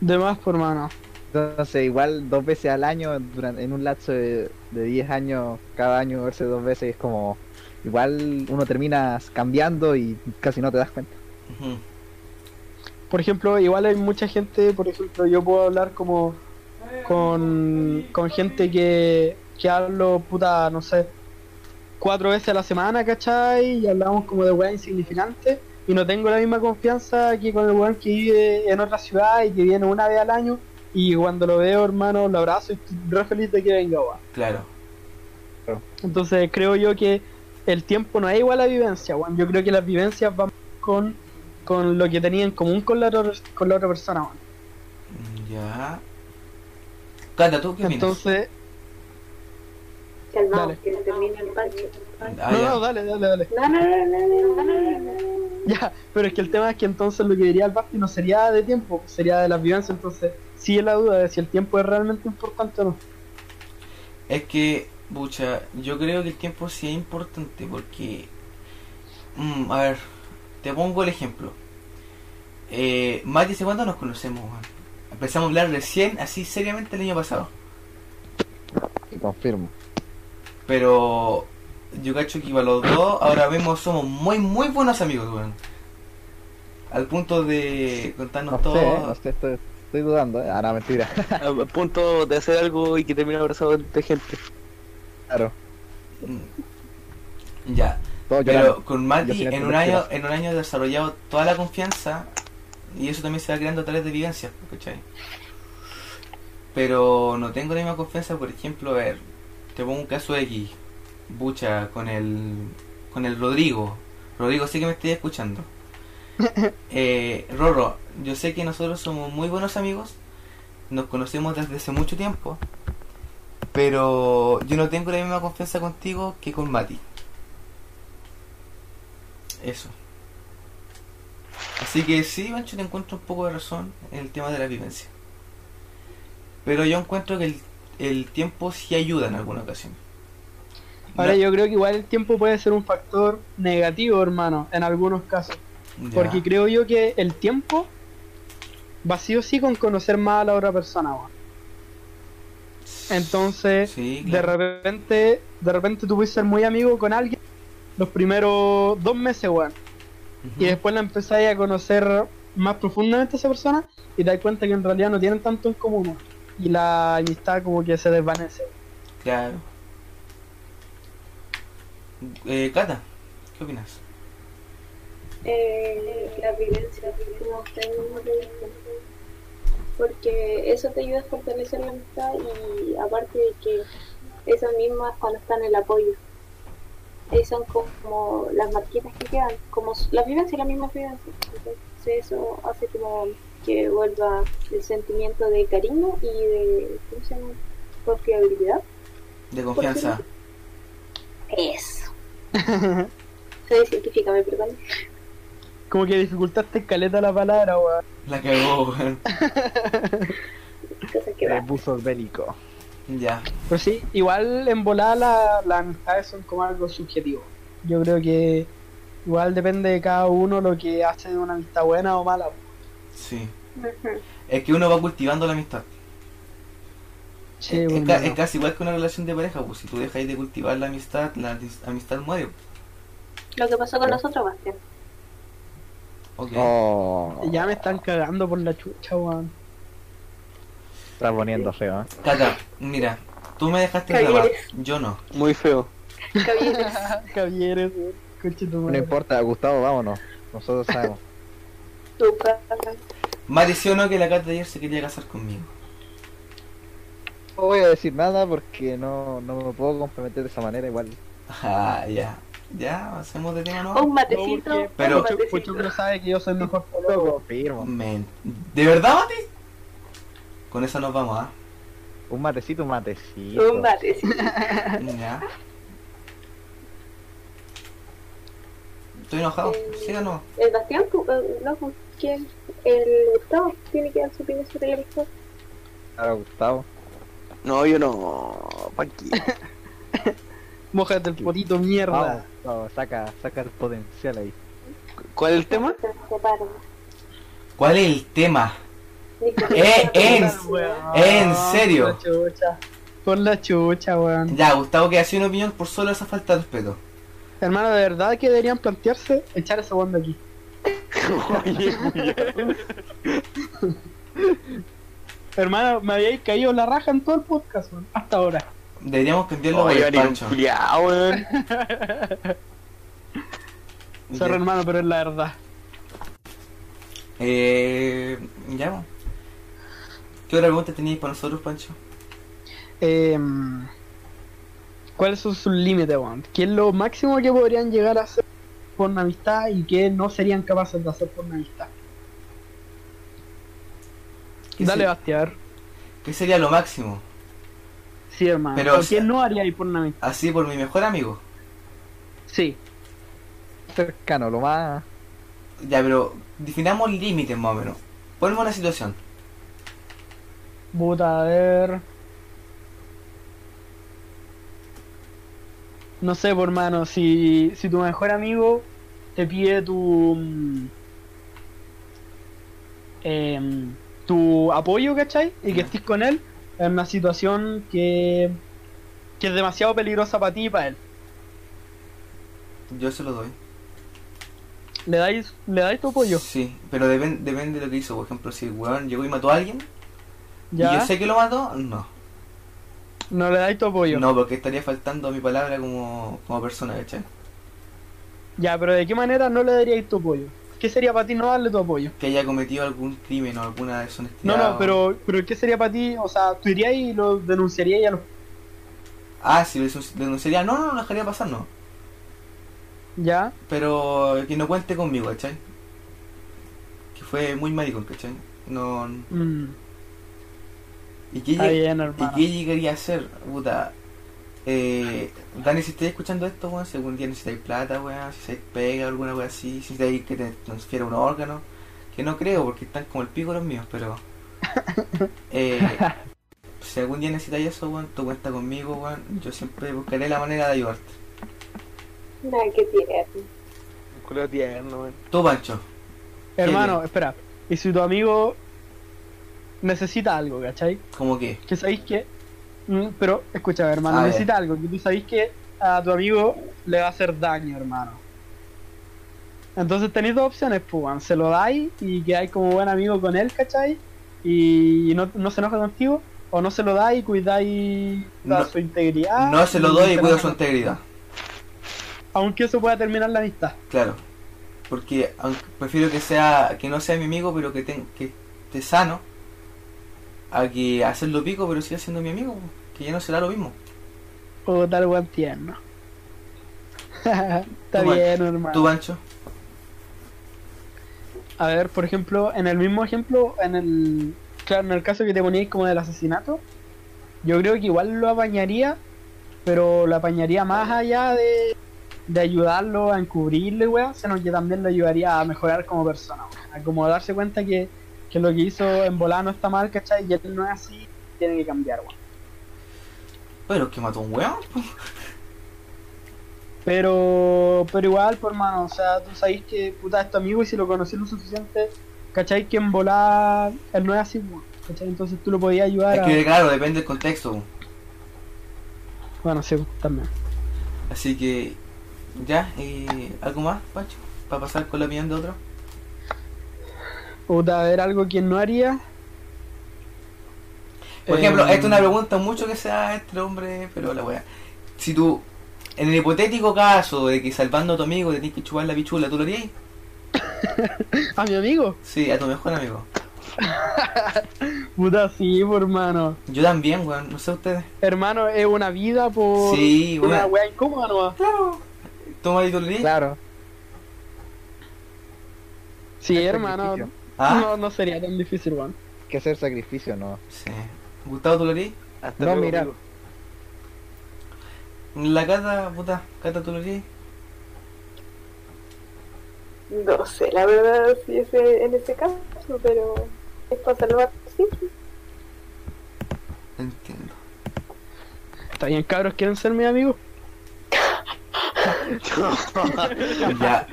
Speaker 1: De más, por mano.
Speaker 5: Entonces, igual dos veces al año, durante, en un lapso de de 10 años, cada año verse dos veces es como. Igual uno termina cambiando y casi no te das cuenta.
Speaker 3: Ujú.
Speaker 1: Por ejemplo, igual hay mucha gente, por ejemplo, yo puedo hablar como con, con gente que, que hablo, puta, no sé, cuatro veces a la semana, ¿cachai? Y hablamos como de weá insignificante. Y no tengo la misma confianza que con el weón que vive en otra ciudad y que viene una vez al año. Y cuando lo veo, hermano, lo abrazo y estoy re feliz de que venga, weón.
Speaker 3: Claro.
Speaker 1: Entonces creo yo que el tiempo no es igual a vivencia, weón. Yo creo que las vivencias van con, con lo que tenía en común con la, otra- con la otra persona, weón.
Speaker 3: Ya. Cata, ¿tú qué opinas?
Speaker 1: Mm, Entonces,
Speaker 2: Calmado,
Speaker 1: Dale.
Speaker 2: que termine el pancho.
Speaker 3: Ah,
Speaker 1: no,
Speaker 3: ya.
Speaker 1: no, dale, dale, dale. (laughs)
Speaker 2: No, no, no, no, no, no, no, no, no.
Speaker 1: Ya, pero es que el tema es que entonces lo que diría el Basti no sería de tiempo, sería de las vivencias. Entonces, sí es la duda de si el tiempo es realmente importante o no.
Speaker 3: Es que, bucha, yo creo que el tiempo sí es importante porque... mm, a ver, te pongo el ejemplo. Eh, Mati, ¿hace cuándo nos conocemos? weón? Empezamos a hablar recién, así seriamente el año pasado.
Speaker 5: Confirmo.
Speaker 3: Pero yo cacho que para los dos ahora mismo somos muy, muy buenos amigos, weón. Al punto de contarnos
Speaker 5: No
Speaker 3: todo.
Speaker 5: sé, eh, no sé, estoy, estoy dudando. eh. Ah, no, mentira. (laughs)
Speaker 4: A (laughs) a punto de hacer algo y que termine abrazado de gente.
Speaker 5: Claro.
Speaker 3: Mm. Ya.
Speaker 5: Todo llorando.
Speaker 3: Pero con Mati
Speaker 5: Yo soy
Speaker 3: en un
Speaker 5: la
Speaker 3: año,
Speaker 5: tercera.
Speaker 3: en un año he desarrollado toda la confianza y eso también se va creando a través de vivencias, ¿cachai? Pero no tengo la misma confianza, por ejemplo, a ver, te pongo un caso X, Bucha, con el, con el Rodrigo. Rodrigo, sé que me estoy escuchando. Eh, Rorro, yo sé que nosotros somos muy buenos amigos, nos conocemos desde hace mucho tiempo, pero yo no tengo la misma confianza contigo que con Mati. Eso. Así que sí, Pancho, te encuentro un poco de razón en el tema de la vivencia. Pero yo encuentro que el, el tiempo sí ayuda en alguna ocasión.
Speaker 1: Ahora,
Speaker 3: Ya,
Speaker 1: yo creo que igual el tiempo puede ser un factor negativo, hermano, en algunos casos.
Speaker 3: ya.
Speaker 1: Porque creo yo que el tiempo va sí o sí con conocer más a la otra persona, weón. Entonces,
Speaker 3: Sí,
Speaker 1: de
Speaker 3: claro.
Speaker 1: repente, de repente tú puedes ser muy amigo con alguien, los primeros dos meses, weón. Y después la empezáis a conocer más profundamente a esa persona y te das cuenta que en realidad no tienen tanto en común. weón. Y la amistad como que se desvanece.
Speaker 3: Claro. Eh, Cata, ¿qué opinas?
Speaker 6: eh, la vivencia, como ustedes mismos lo dicen. Porque eso te ayuda a fortalecer la amistad y aparte de que esas mismas cuando están el apoyo. Esas son como las marquitas que quedan, como s- la vivencia, la misma vivencia. Entonces eso hace como que vuelva el sentimiento de cariño y de ¿cómo se llama? confiabilidad.
Speaker 3: De confianza.
Speaker 6: Eso. (laughs) Soy científica, me perdón.
Speaker 1: Como que dificultaste caleta la palabra, weón.
Speaker 3: La cagó, weón.
Speaker 6: Cosas que
Speaker 5: de
Speaker 6: van.
Speaker 5: buzos bélicos.
Speaker 3: Ya.
Speaker 1: Pero sí, igual en volada la- las amistades son como algo subjetivo. Yo creo que igual depende de cada uno lo que hace de una amistad buena o mala.
Speaker 3: Sí.
Speaker 6: Ujú.
Speaker 3: Es que uno va cultivando la amistad.
Speaker 1: Sí,
Speaker 3: es,
Speaker 1: bueno,
Speaker 3: ca- es casi igual que una relación de pareja, pues si tú dejas de cultivar la amistad, la dis- amistad muere. pues.
Speaker 6: Lo que pasó con nosotros, Bastián.
Speaker 3: Ok.
Speaker 5: Oh,
Speaker 1: ya me están cagando por la chucha, weón. (laughs)
Speaker 5: está poniendo feo. ¿eh?
Speaker 3: Cata, mira, tú me dejaste
Speaker 6: Está
Speaker 3: grabar, yo no.
Speaker 4: Muy feo.
Speaker 6: Cabieres.
Speaker 1: Javieres, weón. Coche tu
Speaker 5: No
Speaker 1: madre.
Speaker 5: importa, Gustavo, vámonos. Nosotros sabemos.
Speaker 6: Tu casa.
Speaker 3: Más decía o no que la Cata ayer se quería casar conmigo.
Speaker 5: (laughs)
Speaker 3: (laughs)
Speaker 5: No voy a decir nada porque no, no me puedo comprometer de esa manera igual.
Speaker 3: Ah, ya. Ya, hacemos de tema,
Speaker 6: Un
Speaker 3: ¿no?
Speaker 1: No,
Speaker 6: matecito.
Speaker 1: porque
Speaker 3: Pero-
Speaker 6: un
Speaker 1: Pucho-
Speaker 6: matecito.
Speaker 1: Puchucro sabe que yo soy mejor
Speaker 5: Loco, firmo.
Speaker 3: Men- ¿De verdad, Mati? Con eso nos vamos, ¿ah?
Speaker 5: Un matecito, un matecito.
Speaker 6: Un matecito.
Speaker 3: Ya. ¿Estoy enojado? ¿Sí o no?
Speaker 6: El Bastián, pu- eh, no, pu- ¿quién? El Gustavo tiene que dar su opinión sobre la amistad.
Speaker 5: Claro, Gustavo.
Speaker 4: No, yo no. Paqui.
Speaker 1: Mojate el potito, mierda.
Speaker 5: Vamos, Gustavo, saca, saca el potencial ahí.
Speaker 4: ¿Cuál es el tema?
Speaker 6: Se separa.
Speaker 3: ¿Cuál es el tema?
Speaker 6: Dijo que
Speaker 3: Eh,
Speaker 6: se
Speaker 3: en-
Speaker 6: separa, weón.
Speaker 3: ¿En serio?
Speaker 1: Por la chucha. Por la chucha, weón.
Speaker 3: Ya, Gustavo, que sido una opinión por solo esa falta de respeto.
Speaker 1: Hermano, de verdad que deberían plantearse echar ese weón de
Speaker 3: (laughs)
Speaker 1: aquí.
Speaker 4: Oye, culiao.
Speaker 1: Hermano, me habíais caído la raja en todo el podcast, weón. Hasta ahora.
Speaker 3: Deberíamos cambiarlo por
Speaker 4: Oye,
Speaker 3: el
Speaker 4: ni Oh, un
Speaker 3: pancho.
Speaker 4: culiao, weón.
Speaker 1: Sorry,
Speaker 3: Ya.
Speaker 1: hermano, pero es la verdad.
Speaker 3: Eh, ya. po. ¿Qué otra pregunta teníais para nosotros, Pancho?
Speaker 1: Em, ¿Cuáles son sus límites, weón? ¿Qué es lo máximo que podrían llegar a hacer por una amistad y qué no serían capaces de hacer por una amistad?
Speaker 3: ¿Qué,
Speaker 1: Dale,
Speaker 3: se-
Speaker 1: Basti, a ver.
Speaker 3: ¿Qué sería lo máximo?
Speaker 1: Sí, hermano.
Speaker 3: Pero,
Speaker 1: ¿O
Speaker 3: o
Speaker 1: ¿Qué
Speaker 3: sea-
Speaker 1: no haría ahí por una amistad?
Speaker 3: Así por mi mejor amigo.
Speaker 1: Sí.
Speaker 5: Cercano, lo más.
Speaker 3: Ya, pero definamos límites más o menos. Ponemos una situación.
Speaker 1: Puta, a ver. No sé, por mano, si, si tu mejor amigo te pide tu. mm, em, tu apoyo, ¿cachai? Y que
Speaker 3: Ya.
Speaker 1: estés con él en una situación que. que es demasiado peligrosa para ti y para él.
Speaker 3: Yo se lo doy.
Speaker 1: ¿Le dais, le dais tu apoyo?
Speaker 3: Sí, pero depen- depende de lo que hizo. Por ejemplo, si el weón llegó y mató a alguien
Speaker 1: ¿Ya?
Speaker 3: y yo sé que lo mató, no.
Speaker 1: ¿No le dais tu apoyo?
Speaker 3: No, porque estaría faltando a mi palabra como, como persona, ¿cachai?
Speaker 1: Ya, pero ¿de qué manera no le daríais tu apoyo? ¿Qué sería para ti no darle tu apoyo?
Speaker 3: Que haya cometido algún crimen o alguna
Speaker 1: No,
Speaker 3: deshonestidad.
Speaker 1: no,
Speaker 3: o-
Speaker 1: pero, pero ¿qué sería para ti? O sea, tú irías y lo denunciarías y a los...
Speaker 3: Ah, si lo denunci- denunciaría. No, no, no lo dejaría pasar, no.
Speaker 1: ¿Ya?
Speaker 3: Pero que no cuente conmigo, ¿cachai? Que fue muy maricón, ¿cachai? No...
Speaker 1: Mm,
Speaker 3: ¿Y qué,
Speaker 1: está
Speaker 3: lleg-
Speaker 1: bien,
Speaker 3: ¿Y
Speaker 1: hermano.
Speaker 3: qué llegaría a hacer, puta? Eh, Dani, si estáis escuchando esto, weón, si algún día necesitáis plata, weón, si necesitáis pega, alguna weón así, si necesitáis que te transfiera un órgano, que no creo porque están como el pico los míos, pero... Eh, si algún día necesitáis eso, weón, tú cuenta conmigo, weón, yo siempre buscaré la manera de ayudarte.
Speaker 6: Ay, qué tierno.
Speaker 4: Un culiao tierno, weón.
Speaker 3: Tú, Pancho,
Speaker 1: Hermano, espera. Y si tu amigo necesita algo, ¿cachai?
Speaker 3: ¿cómo qué?
Speaker 1: Que sabéis que... Mm, pero, escúchame, hermano,
Speaker 3: A ver.
Speaker 1: necesita algo. Que tú sabéis que a tu amigo le va a hacer daño, hermano. Entonces tenéis dos opciones, Pugan. Se lo dais y quedáis como buen amigo con él, ¿cachai? Y no, no se enoja contigo. O no se lo dais y cuidáis la-
Speaker 3: No-
Speaker 1: su integridad.
Speaker 3: No se lo doy y
Speaker 1: se
Speaker 3: cuido
Speaker 1: enoja
Speaker 3: su integridad.
Speaker 1: aunque eso pueda terminar la amistad.
Speaker 3: Claro. Porque aunque prefiero que sea que no sea mi amigo, pero que, ten- que esté sano, a que hacerlo pico, pero siga siendo mi amigo, que ya no será lo mismo.
Speaker 1: O tal buen tierno. (laughs) Está
Speaker 3: Tú, Val-
Speaker 1: bien, hermano.
Speaker 3: Tú, Pancho,
Speaker 1: A ver, por ejemplo, en el mismo ejemplo, en el. Claro, en el caso que te poníais como del asesinato, yo creo que igual lo apañaría, pero lo apañaría más allá de, de ayudarlo a encubrirle, weón, sino que también lo ayudaría a mejorar como persona, weón, a como darse cuenta que, que lo que hizo en volar no está mal, ¿cachai? Y él no es así, tiene que cambiar, weón.
Speaker 3: pero que mató a un weón.
Speaker 1: Pero, pero igual, por mano, o sea, tú sabés que puta es tu amigo y si lo conocí lo suficiente, ¿cachai? Que en volar él no es así, weón, ¿cachai? Entonces tú lo podías ayudar
Speaker 3: Es
Speaker 1: a...
Speaker 3: que claro, depende del contexto.
Speaker 1: Bueno, sí, pues, también.
Speaker 3: Así que ya, eh, ¿algo más, Pancho? Para pasar con la opinión de otro.
Speaker 1: Puta, a ver algo que no haría.
Speaker 3: Por ejemplo,
Speaker 1: Eh,
Speaker 3: esta es una pregunta mucho que se da entre hombres, pero la weá. Si tú, en el hipotético caso de que salvando a tu amigo te tienes que chupar la pichula, ¿tú lo harías?
Speaker 1: ¿A mi amigo?
Speaker 3: Sí, a tu mejor amigo.
Speaker 1: Puta, sí, por hermano.
Speaker 3: Yo también, weón, no sé ustedes.
Speaker 1: Hermano, es una vida por...
Speaker 3: Sí,
Speaker 1: Oh, una
Speaker 3: weón.
Speaker 1: wea incómoda nomás.
Speaker 3: ¿Toma y tú lo harías?
Speaker 5: Claro.
Speaker 1: Sí,
Speaker 5: Hacer
Speaker 1: hermano.
Speaker 5: sacrificio.
Speaker 3: Ah,
Speaker 1: No, no sería tan difícil, weón.
Speaker 5: Hay que hacer sacrificio, no.
Speaker 3: sí. Gustavo, ¿tú lo harías?
Speaker 4: Hasta
Speaker 5: No,
Speaker 4: luego,
Speaker 5: mira.
Speaker 4: amigo.
Speaker 3: La cata, puta, cata, ¿tú lo harías?
Speaker 2: No sé, la verdad, si es en ese caso, pero es para salvar, sí.
Speaker 3: Entiendo.
Speaker 1: Está bien, cabros, ¿quieren ser mis amigos?
Speaker 3: Ya,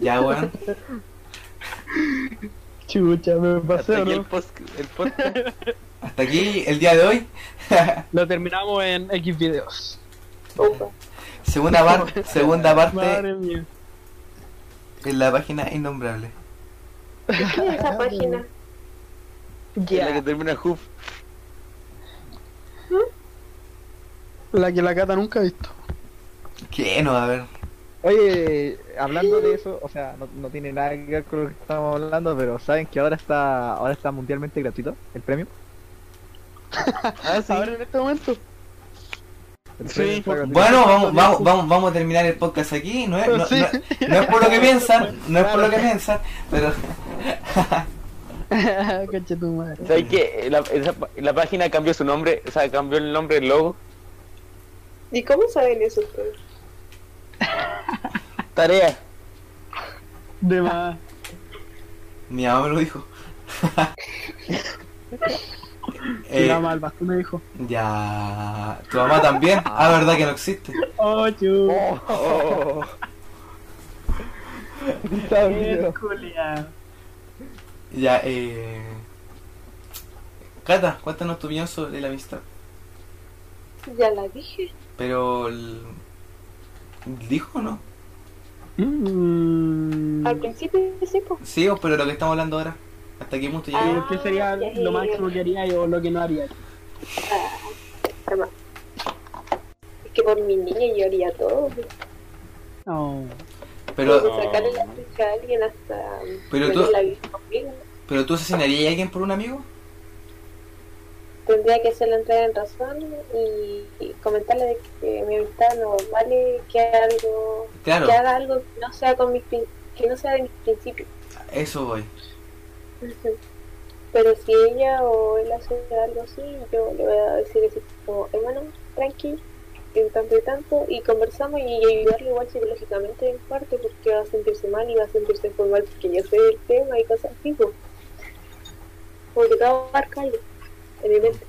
Speaker 3: ya, weón.
Speaker 1: Chucha, me pasé, ¿o
Speaker 4: Hasta aquí el,
Speaker 1: ¿no?
Speaker 4: post, el podcast.
Speaker 3: Hasta aquí el día de hoy.
Speaker 1: Lo terminamos en X videos.
Speaker 2: Opa.
Speaker 3: Segunda, par- segunda parte
Speaker 1: Madre mía.
Speaker 3: en la página innombrable.
Speaker 2: ¿Qué es esa página?
Speaker 4: La que termina Hoof.
Speaker 1: La que la cata nunca ha visto.
Speaker 3: ¿Qué? No, a ver.
Speaker 5: Oye, hablando de eso, o sea, no, no tiene nada que ver con lo que estamos hablando, pero ¿saben que ahora está ahora está mundialmente gratuito el premio?
Speaker 4: Ah, sí.
Speaker 1: Ahora en este
Speaker 5: (laughs)
Speaker 1: momento.
Speaker 5: El
Speaker 1: Sí.
Speaker 5: premio está gratuito.
Speaker 3: Bueno, vamos, vamos, vamos, vamos a terminar el podcast aquí. No es, no,
Speaker 1: Sí.
Speaker 3: no- no es por lo
Speaker 1: (laughs)
Speaker 3: que piensan, no es por lo que piensan, pero
Speaker 5: Ah,
Speaker 1: Cacha tu madre.
Speaker 4: ¿Sabes qué? La, esa pa- la página cambió su nombre, o sea, cambió el nombre del logo.
Speaker 2: ¿Y cómo saben eso ustedes?
Speaker 4: Tarea.
Speaker 1: De más.
Speaker 3: mi mamá me lo dijo.
Speaker 1: Y
Speaker 3: (laughs) Eh,
Speaker 1: la malva, tú me dijo.
Speaker 3: ya, tu mamá también. Ah, verdad que no existe.
Speaker 1: Oh, chu.
Speaker 5: Oh, oh, oh. Está bien.
Speaker 1: Julia.
Speaker 3: Ya, eh. Cata, cuéntanos tu opinión sobre la amistad.
Speaker 2: Ya la dije.
Speaker 3: Pero. el- ¿Dijo o no?
Speaker 1: Mm.
Speaker 2: Al principio, sí, pues.
Speaker 3: Sí, o- pero lo que estamos hablando ahora. ¿Hasta qué punto llegamos?
Speaker 1: Eh, ¿Qué sería lo máximo que haría o lo que no haría?
Speaker 2: Es que por mi niña yo haría todo.
Speaker 1: No.
Speaker 3: Pero,
Speaker 2: Puedo sacarle la ficha a alguien hasta.
Speaker 3: Pero tú-
Speaker 2: tener la vida conmigo.
Speaker 3: pero tú asesinarías a alguien por un amigo?
Speaker 2: Tendría que hacerle entrar en razón y, y comentarle de que mi amistad no vale que haga algo.
Speaker 3: Claro,
Speaker 2: Que haga algo que no sea, con mis, prin- que no sea de mis principios.
Speaker 3: eso voy.
Speaker 2: Ujú. Pero si ella o él hace algo así, yo le voy a decir así como, hermano, tranqui, en tanto y tanto, y conversamos y ayudarle igual psicológicamente en parte porque va a sentirse mal y va a sentirse formal porque yo sé el tema y cosas así, pues. Porque cada barca algo en mi (laughs) mente.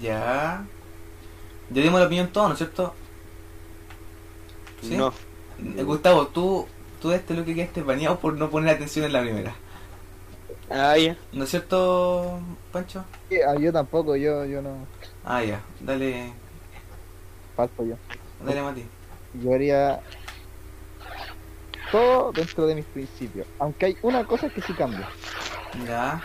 Speaker 3: Ya. Ya dimos la opinión todo, ¿no es cierto? ¿Sí?
Speaker 4: No.
Speaker 3: Eh, Gustavo, tú, tú de este lo que quedaste baneado por no poner atención en la primera.
Speaker 4: Ah, ya.
Speaker 3: ¿No es cierto, Pancho?
Speaker 5: Ah, Yo tampoco, yo, yo no.
Speaker 3: Ah, ya. Dale.
Speaker 5: Falso yo.
Speaker 3: Dale, Mati.
Speaker 5: Yo haría todo dentro de mis principios. Aunque hay una cosa que sí cambia.
Speaker 3: Ya.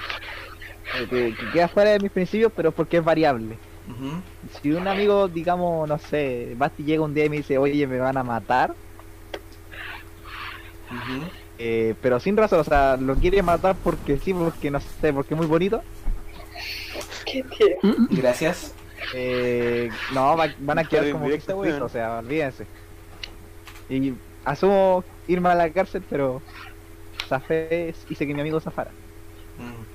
Speaker 5: eh, Que, que queda fuera de mis principios, pero porque es variable.
Speaker 3: ujú.
Speaker 5: Si un amigo, digamos, no sé, Basti llega un día y me dice, oye, me van a matar,
Speaker 3: Ujú.
Speaker 5: eh, pero sin razón, o sea, lo quiere matar porque sí, porque no sé, porque es muy bonito,
Speaker 3: Gracias.
Speaker 5: eh, no, va- van a quedar
Speaker 4: bien
Speaker 5: como
Speaker 4: directa,
Speaker 5: que se
Speaker 4: weón.
Speaker 5: o sea, olvídense. Y asumo irme a la cárcel, pero zafé, hice que mi amigo zafara.
Speaker 3: Mm.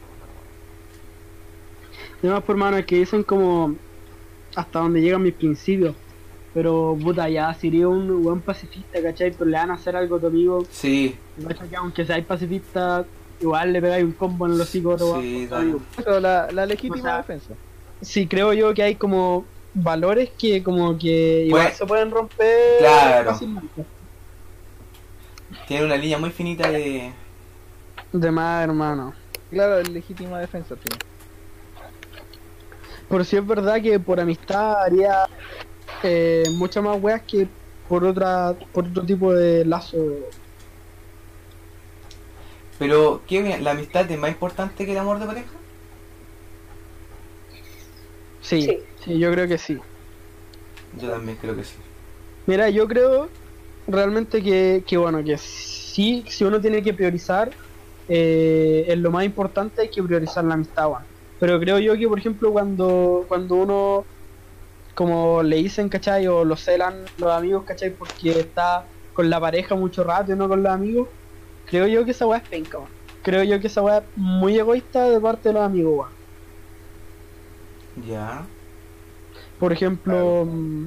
Speaker 1: Y Además, por mano, es que dicen como hasta donde llegan mis principios. Pero puta, ya sería un buen pacifista, ¿cachai? Pero le van a hacer algo a tu amigo.
Speaker 3: Sí,
Speaker 1: ¿cachai? Que Aunque seáis pacifista, igual le pegáis un combo en los hocico a otro
Speaker 3: sí,
Speaker 1: a tu
Speaker 3: dale.
Speaker 1: amigo.
Speaker 5: Pero la, la legítima
Speaker 1: O sea,
Speaker 5: defensa.
Speaker 1: Sí, creo yo que hay como valores que como que igual
Speaker 3: Pues,
Speaker 1: se pueden romper
Speaker 3: claro.
Speaker 1: fácilmente.
Speaker 3: Tiene una línea muy finita de.
Speaker 1: De más, hermano.
Speaker 5: Claro, legítima defensa tiene.
Speaker 1: Por si es verdad que por amistad haría eh, muchas más weas que por otra por otro tipo de lazo
Speaker 3: Pero, ¿qué opinas? ¿La amistad es más importante que el amor de pareja?
Speaker 1: Sí, sí,
Speaker 6: Sí.
Speaker 1: yo creo que sí.
Speaker 3: Yo también creo que sí.
Speaker 1: Mira, yo creo realmente que, que bueno, que sí, si uno tiene que priorizar, eh, es lo más importante hay que priorizar la amistad, weón. Pero creo yo que, por ejemplo, cuando, cuando uno, como le dicen, ¿cachai? O lo celan los amigos, ¿cachai? Porque está con la pareja mucho rato y no con los amigos, creo yo que esa weá es penca, weón. Creo yo que esa weá es muy egoísta de parte de los amigos, weón.
Speaker 3: Ya.
Speaker 1: Por ejemplo, mm,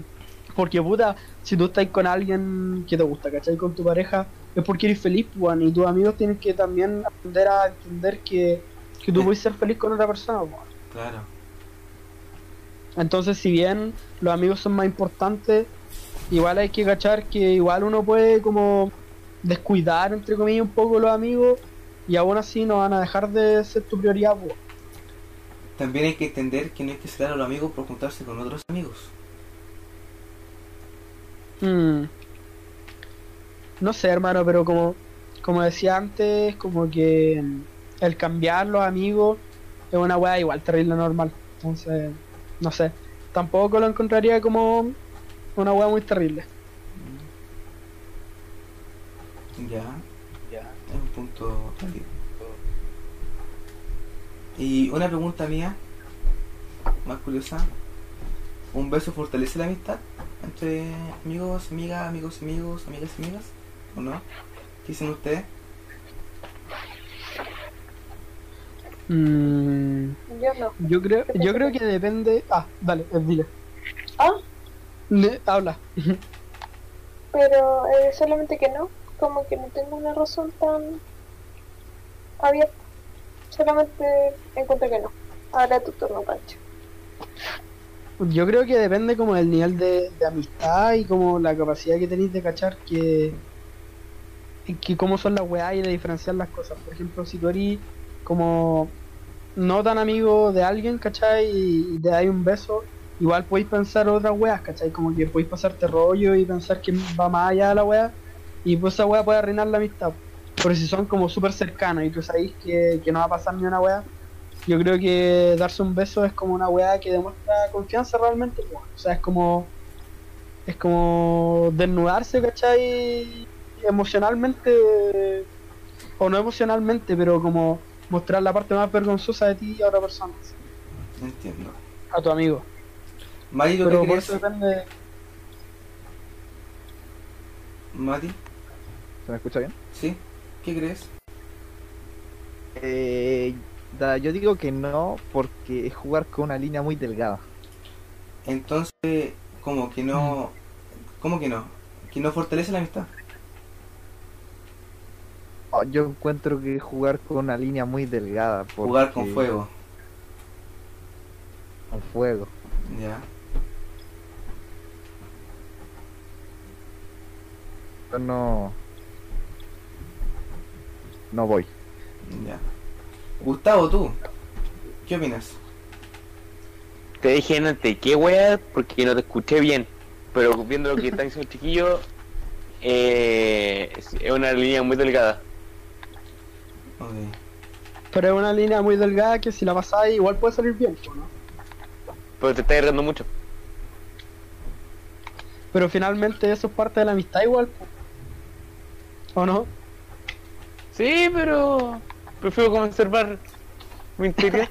Speaker 1: porque puta, si tú estás con alguien que te gusta, ¿cachai? Con tu pareja, es porque eres feliz, weón, y tus amigos tienen que también aprender a entender que, que tú
Speaker 3: Sí.
Speaker 1: puedes ser feliz con otra persona, weón.
Speaker 3: Claro.
Speaker 1: Entonces, si bien los amigos son más importantes, igual hay que cachar que igual uno puede como descuidar, entre comillas, un poco los amigos, y aún así no van a dejar de ser tu prioridad, weón.
Speaker 3: También hay que entender que no hay que celar a los amigos por juntarse con otros amigos.
Speaker 1: Mm. No sé, hermano, pero como, como decía antes, como que mm, el cambiar los amigos es una weá igual terrible normal. Entonces, no sé. Tampoco lo encontraría como una weá muy terrible.
Speaker 3: Ya. Ya. Es un punto válido. Y una pregunta mía, más curiosa. ¿Un beso fortalece la amistad entre amigos, amigas, amigos, amigos, amigas, amigas? ¿O no? ¿Qué dicen ustedes?
Speaker 1: Mm,
Speaker 6: Yo no.
Speaker 1: yo creo, yo creo que depende. Ah, dale, eh, dile.
Speaker 6: Ah.
Speaker 1: Ne- habla.
Speaker 6: Pero eh, solamente que no, como que no tengo una razón tan abierta. Solamente encuentro que no. Ahora tu turno, Pancho.
Speaker 1: Yo creo que depende como del nivel de, de amistad y como la capacidad que tenéis de cachar que, que cómo son las weas y de diferenciar las cosas. Por ejemplo, si tú eres como no tan amigo de alguien, ¿cachai? Y, y te dais un beso, igual podéis pensar otras weas, ¿cachai? Como que podéis pasarte rollo y pensar que va más allá de la wea y pues esa wea puede arruinar la amistad. Pero si son como súper cercanos y tú sabéis que, que no va a pasar ni una wea, yo creo que darse un beso es como una weá que demuestra confianza realmente, po. O sea, es como. Es como desnudarse, ¿cachai? Emocionalmente. O no emocionalmente, pero como mostrar la parte más vergonzosa de ti a otra persona,
Speaker 3: No entiendo.
Speaker 1: a tu amigo.
Speaker 3: Mati, ¿tú
Speaker 1: Pero
Speaker 3: qué
Speaker 1: por
Speaker 3: crees?
Speaker 1: eso depende.
Speaker 3: Mati,
Speaker 5: ¿Se me escucha bien?
Speaker 3: ¿sí? ¿Qué crees?
Speaker 5: Eh, da- yo digo que no porque es jugar con una línea muy delgada.
Speaker 3: Entonces, como que no...
Speaker 1: Mm.
Speaker 3: ¿Cómo que no? Que no fortalece la amistad.
Speaker 5: Oh, Yo encuentro que es jugar con una línea muy delgada.
Speaker 3: Jugar con
Speaker 5: porque-
Speaker 3: fuego.
Speaker 5: Con fuego.
Speaker 3: Ya.
Speaker 5: Yo no... No voy.
Speaker 3: Ya. Gustavo, tú, ¿qué opinas?
Speaker 4: Te dije antes, ¿qué wea? Porque no te escuché bien. Pero viendo lo que están diciendo los chiquillos, eh, es es una línea muy delgada.
Speaker 3: Ok.
Speaker 1: Pero es una línea muy delgada que si la pasáis igual puede salir bien, po, ¿no?
Speaker 4: Pero te está errando mucho.
Speaker 1: Pero finalmente eso es parte de la amistad igual. po. ¿O no?
Speaker 4: Sí, pero prefiero conservar mi
Speaker 9: (laughs)
Speaker 4: integridad.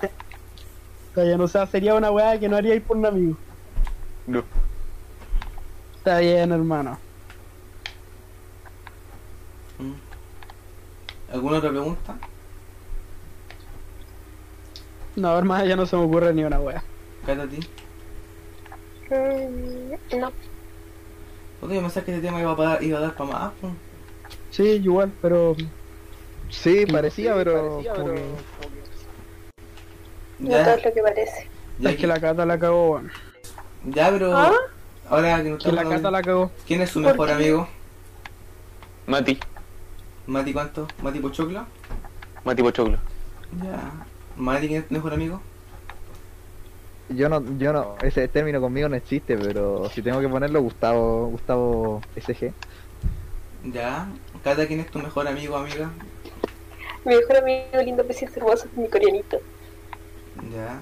Speaker 1: Está bien, o sea, sería una weá que no haríais por un amigo.
Speaker 4: No.
Speaker 1: Está bien, hermano.
Speaker 3: Mm. ¿Alguna otra pregunta?
Speaker 1: No, hermano, ya no se me ocurre ni una weá.
Speaker 3: Cata, a ti.
Speaker 2: Mm, no,
Speaker 3: Ok, yo pensaba que este tema iba a, pa- iba a dar para más. po.
Speaker 1: Sí, igual, pero
Speaker 5: Sí, parecía, pero. como que-
Speaker 2: no todo
Speaker 3: Ya,
Speaker 2: es lo que parece.
Speaker 3: ya,
Speaker 1: es que la cata la cagó, weón.
Speaker 3: ya, pero
Speaker 2: ¿Ah?
Speaker 3: ahora que no
Speaker 5: Ah,
Speaker 1: Que la
Speaker 3: estamos
Speaker 1: cata la cagó.
Speaker 3: ¿Quién es su
Speaker 2: ¿Por
Speaker 3: mejor
Speaker 2: qué?
Speaker 3: amigo?
Speaker 4: Mati,
Speaker 3: ¿Mati cuánto? ¿Mati Pochoclo?
Speaker 4: Mati Pochoclo.
Speaker 3: Ya. ¿Mati quién es tu mejor amigo?
Speaker 5: Yo no, yo no, ese término conmigo no existe, pero si tengo que ponerlo, Gustavo, Gustavo SG.
Speaker 3: Ya. Cata, ¿quién es tu mejor amigo, amiga?
Speaker 2: Mi mejor amigo lindo, precioso, hermoso, es mi coreanito.
Speaker 3: Ya.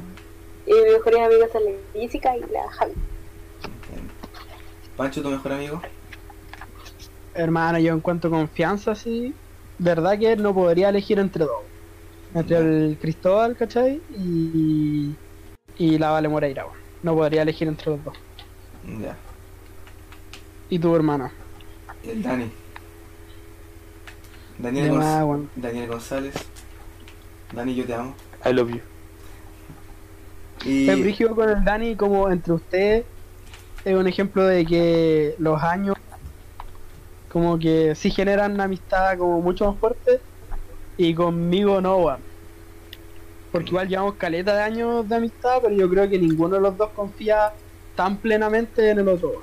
Speaker 2: Y mi mejor amiga es la física y la Javi.
Speaker 3: entiendo. Pancho, tu mejor amigo.
Speaker 1: Hermano, yo en cuanto a confianza, sí. Verdad que no podría elegir entre dos. Entre el Cristóbal, ¿cachai? Y, y la Vale Moreira, weón. No podría elegir entre los dos.
Speaker 3: Ya.
Speaker 1: Y tu hermano.
Speaker 3: El Dani. Daniel,
Speaker 1: De
Speaker 3: Gonz-
Speaker 1: más, weón.
Speaker 3: Daniel González. Dani, yo te amo.
Speaker 4: I love you.
Speaker 3: Y...
Speaker 1: Es brígido con el Dani como entre ustedes es un ejemplo de que los años como que sí generan una amistad como mucho más fuerte y conmigo no, weón. Porque igual llevamos caleta de años de amistad, pero yo creo que ninguno de los dos confía tan plenamente en el otro, weón.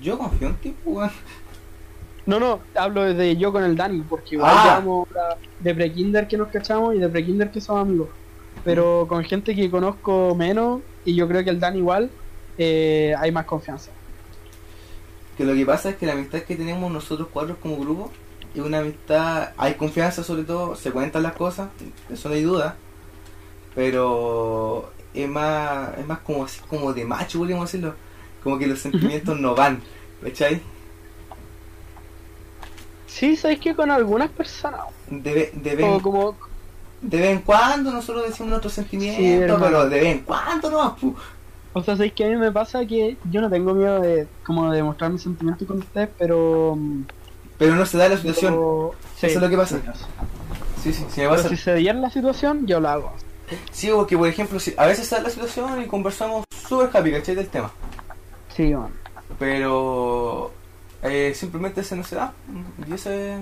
Speaker 3: Yo confío en ti, po, weón.
Speaker 1: No, no, hablo desde yo con el Dani, porque igual
Speaker 3: Ah.
Speaker 1: llevamos la- de pre-kinder que nos cachamos y de pre-kinder que somos amigos. Pero con gente que conozco menos, y yo creo que el Dani igual, eh, hay más confianza.
Speaker 3: Que lo que pasa es que la amistad que tenemos nosotros cuatro como grupo es una amistad, hay confianza sobre todo, se cuentan las cosas, eso no hay duda, pero es más, es más como así, como de macho, podríamos decirlo, como
Speaker 1: (laughs)
Speaker 3: que los sentimientos no van, ¿cachai?
Speaker 1: Sí, sabéis que con algunas personas,
Speaker 3: De, ve- de, vez
Speaker 1: o
Speaker 3: en-
Speaker 1: como,
Speaker 3: de vez en cuando nosotros decimos nuestros sentimientos,
Speaker 1: Sí, hermano.
Speaker 3: pero de vez en cuando no, pu.
Speaker 1: o sea, sabéis que a mí me pasa que yo no tengo miedo de como de mostrar mis sentimientos con ustedes, pero.
Speaker 3: pero no se da la situación.
Speaker 1: pero-
Speaker 3: Eso es lo que pasa.
Speaker 1: Pero
Speaker 3: Sí, sí, sí, me pasa.
Speaker 1: si se diera la situación, yo la hago.
Speaker 3: Sí, porque por ejemplo, si- a veces se da la situación y conversamos súper happy, ¿cachai? Del tema.
Speaker 1: Sí, bueno.
Speaker 3: pero eh, simplemente se nos da y ese es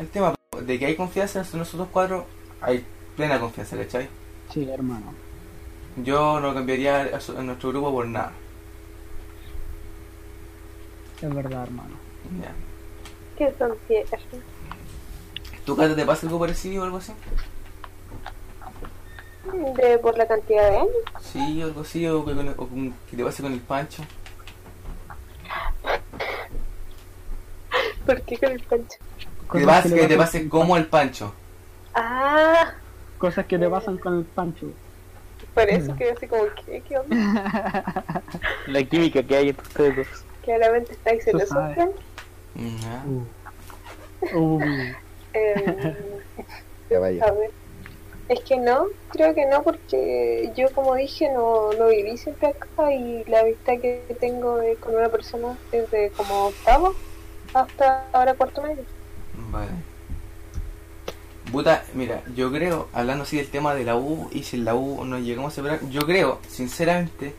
Speaker 3: el tema de que hay confianza entre nosotros cuatro hay plena confianza ¿cachai?
Speaker 1: Sí, hermano.
Speaker 3: yo no cambiaría a, su- a nuestro grupo por nada
Speaker 1: Es verdad, hermano.
Speaker 3: ya.
Speaker 2: Que son tiernos.
Speaker 3: ¿tú Cata te pasa algo parecido o algo así?
Speaker 2: De, por la cantidad de años.
Speaker 3: sí algo así o que, con- o con- que te pase con el Pancho
Speaker 2: ¿Por qué con el pancho?
Speaker 3: que te,
Speaker 1: Cosas
Speaker 3: pase,
Speaker 1: le
Speaker 3: que te
Speaker 1: pasan-
Speaker 3: pase como el Pancho
Speaker 2: Ah,
Speaker 1: Cosas que te pasan con el pancho.
Speaker 2: por
Speaker 1: Mm.
Speaker 2: eso que yo así como, ¿qué, qué onda?
Speaker 4: La química que hay entre ustedes dos.
Speaker 2: Claramente estáis
Speaker 1: Tú
Speaker 2: celosos.
Speaker 1: sabes.
Speaker 2: Fran.
Speaker 3: Ya.
Speaker 1: Uh.
Speaker 2: Eh,
Speaker 5: Ya vaya.
Speaker 2: A ver. Es que no, creo que no, porque yo, como dije, no, no viví siempre acá y la amistad que tengo es con una persona desde como octavo hasta ahora cuarto medio. (laughs)
Speaker 3: Vale. Puta, mira, yo creo, hablando así del tema de la U y si en la U nos llegamos a separar, yo creo, sinceramente,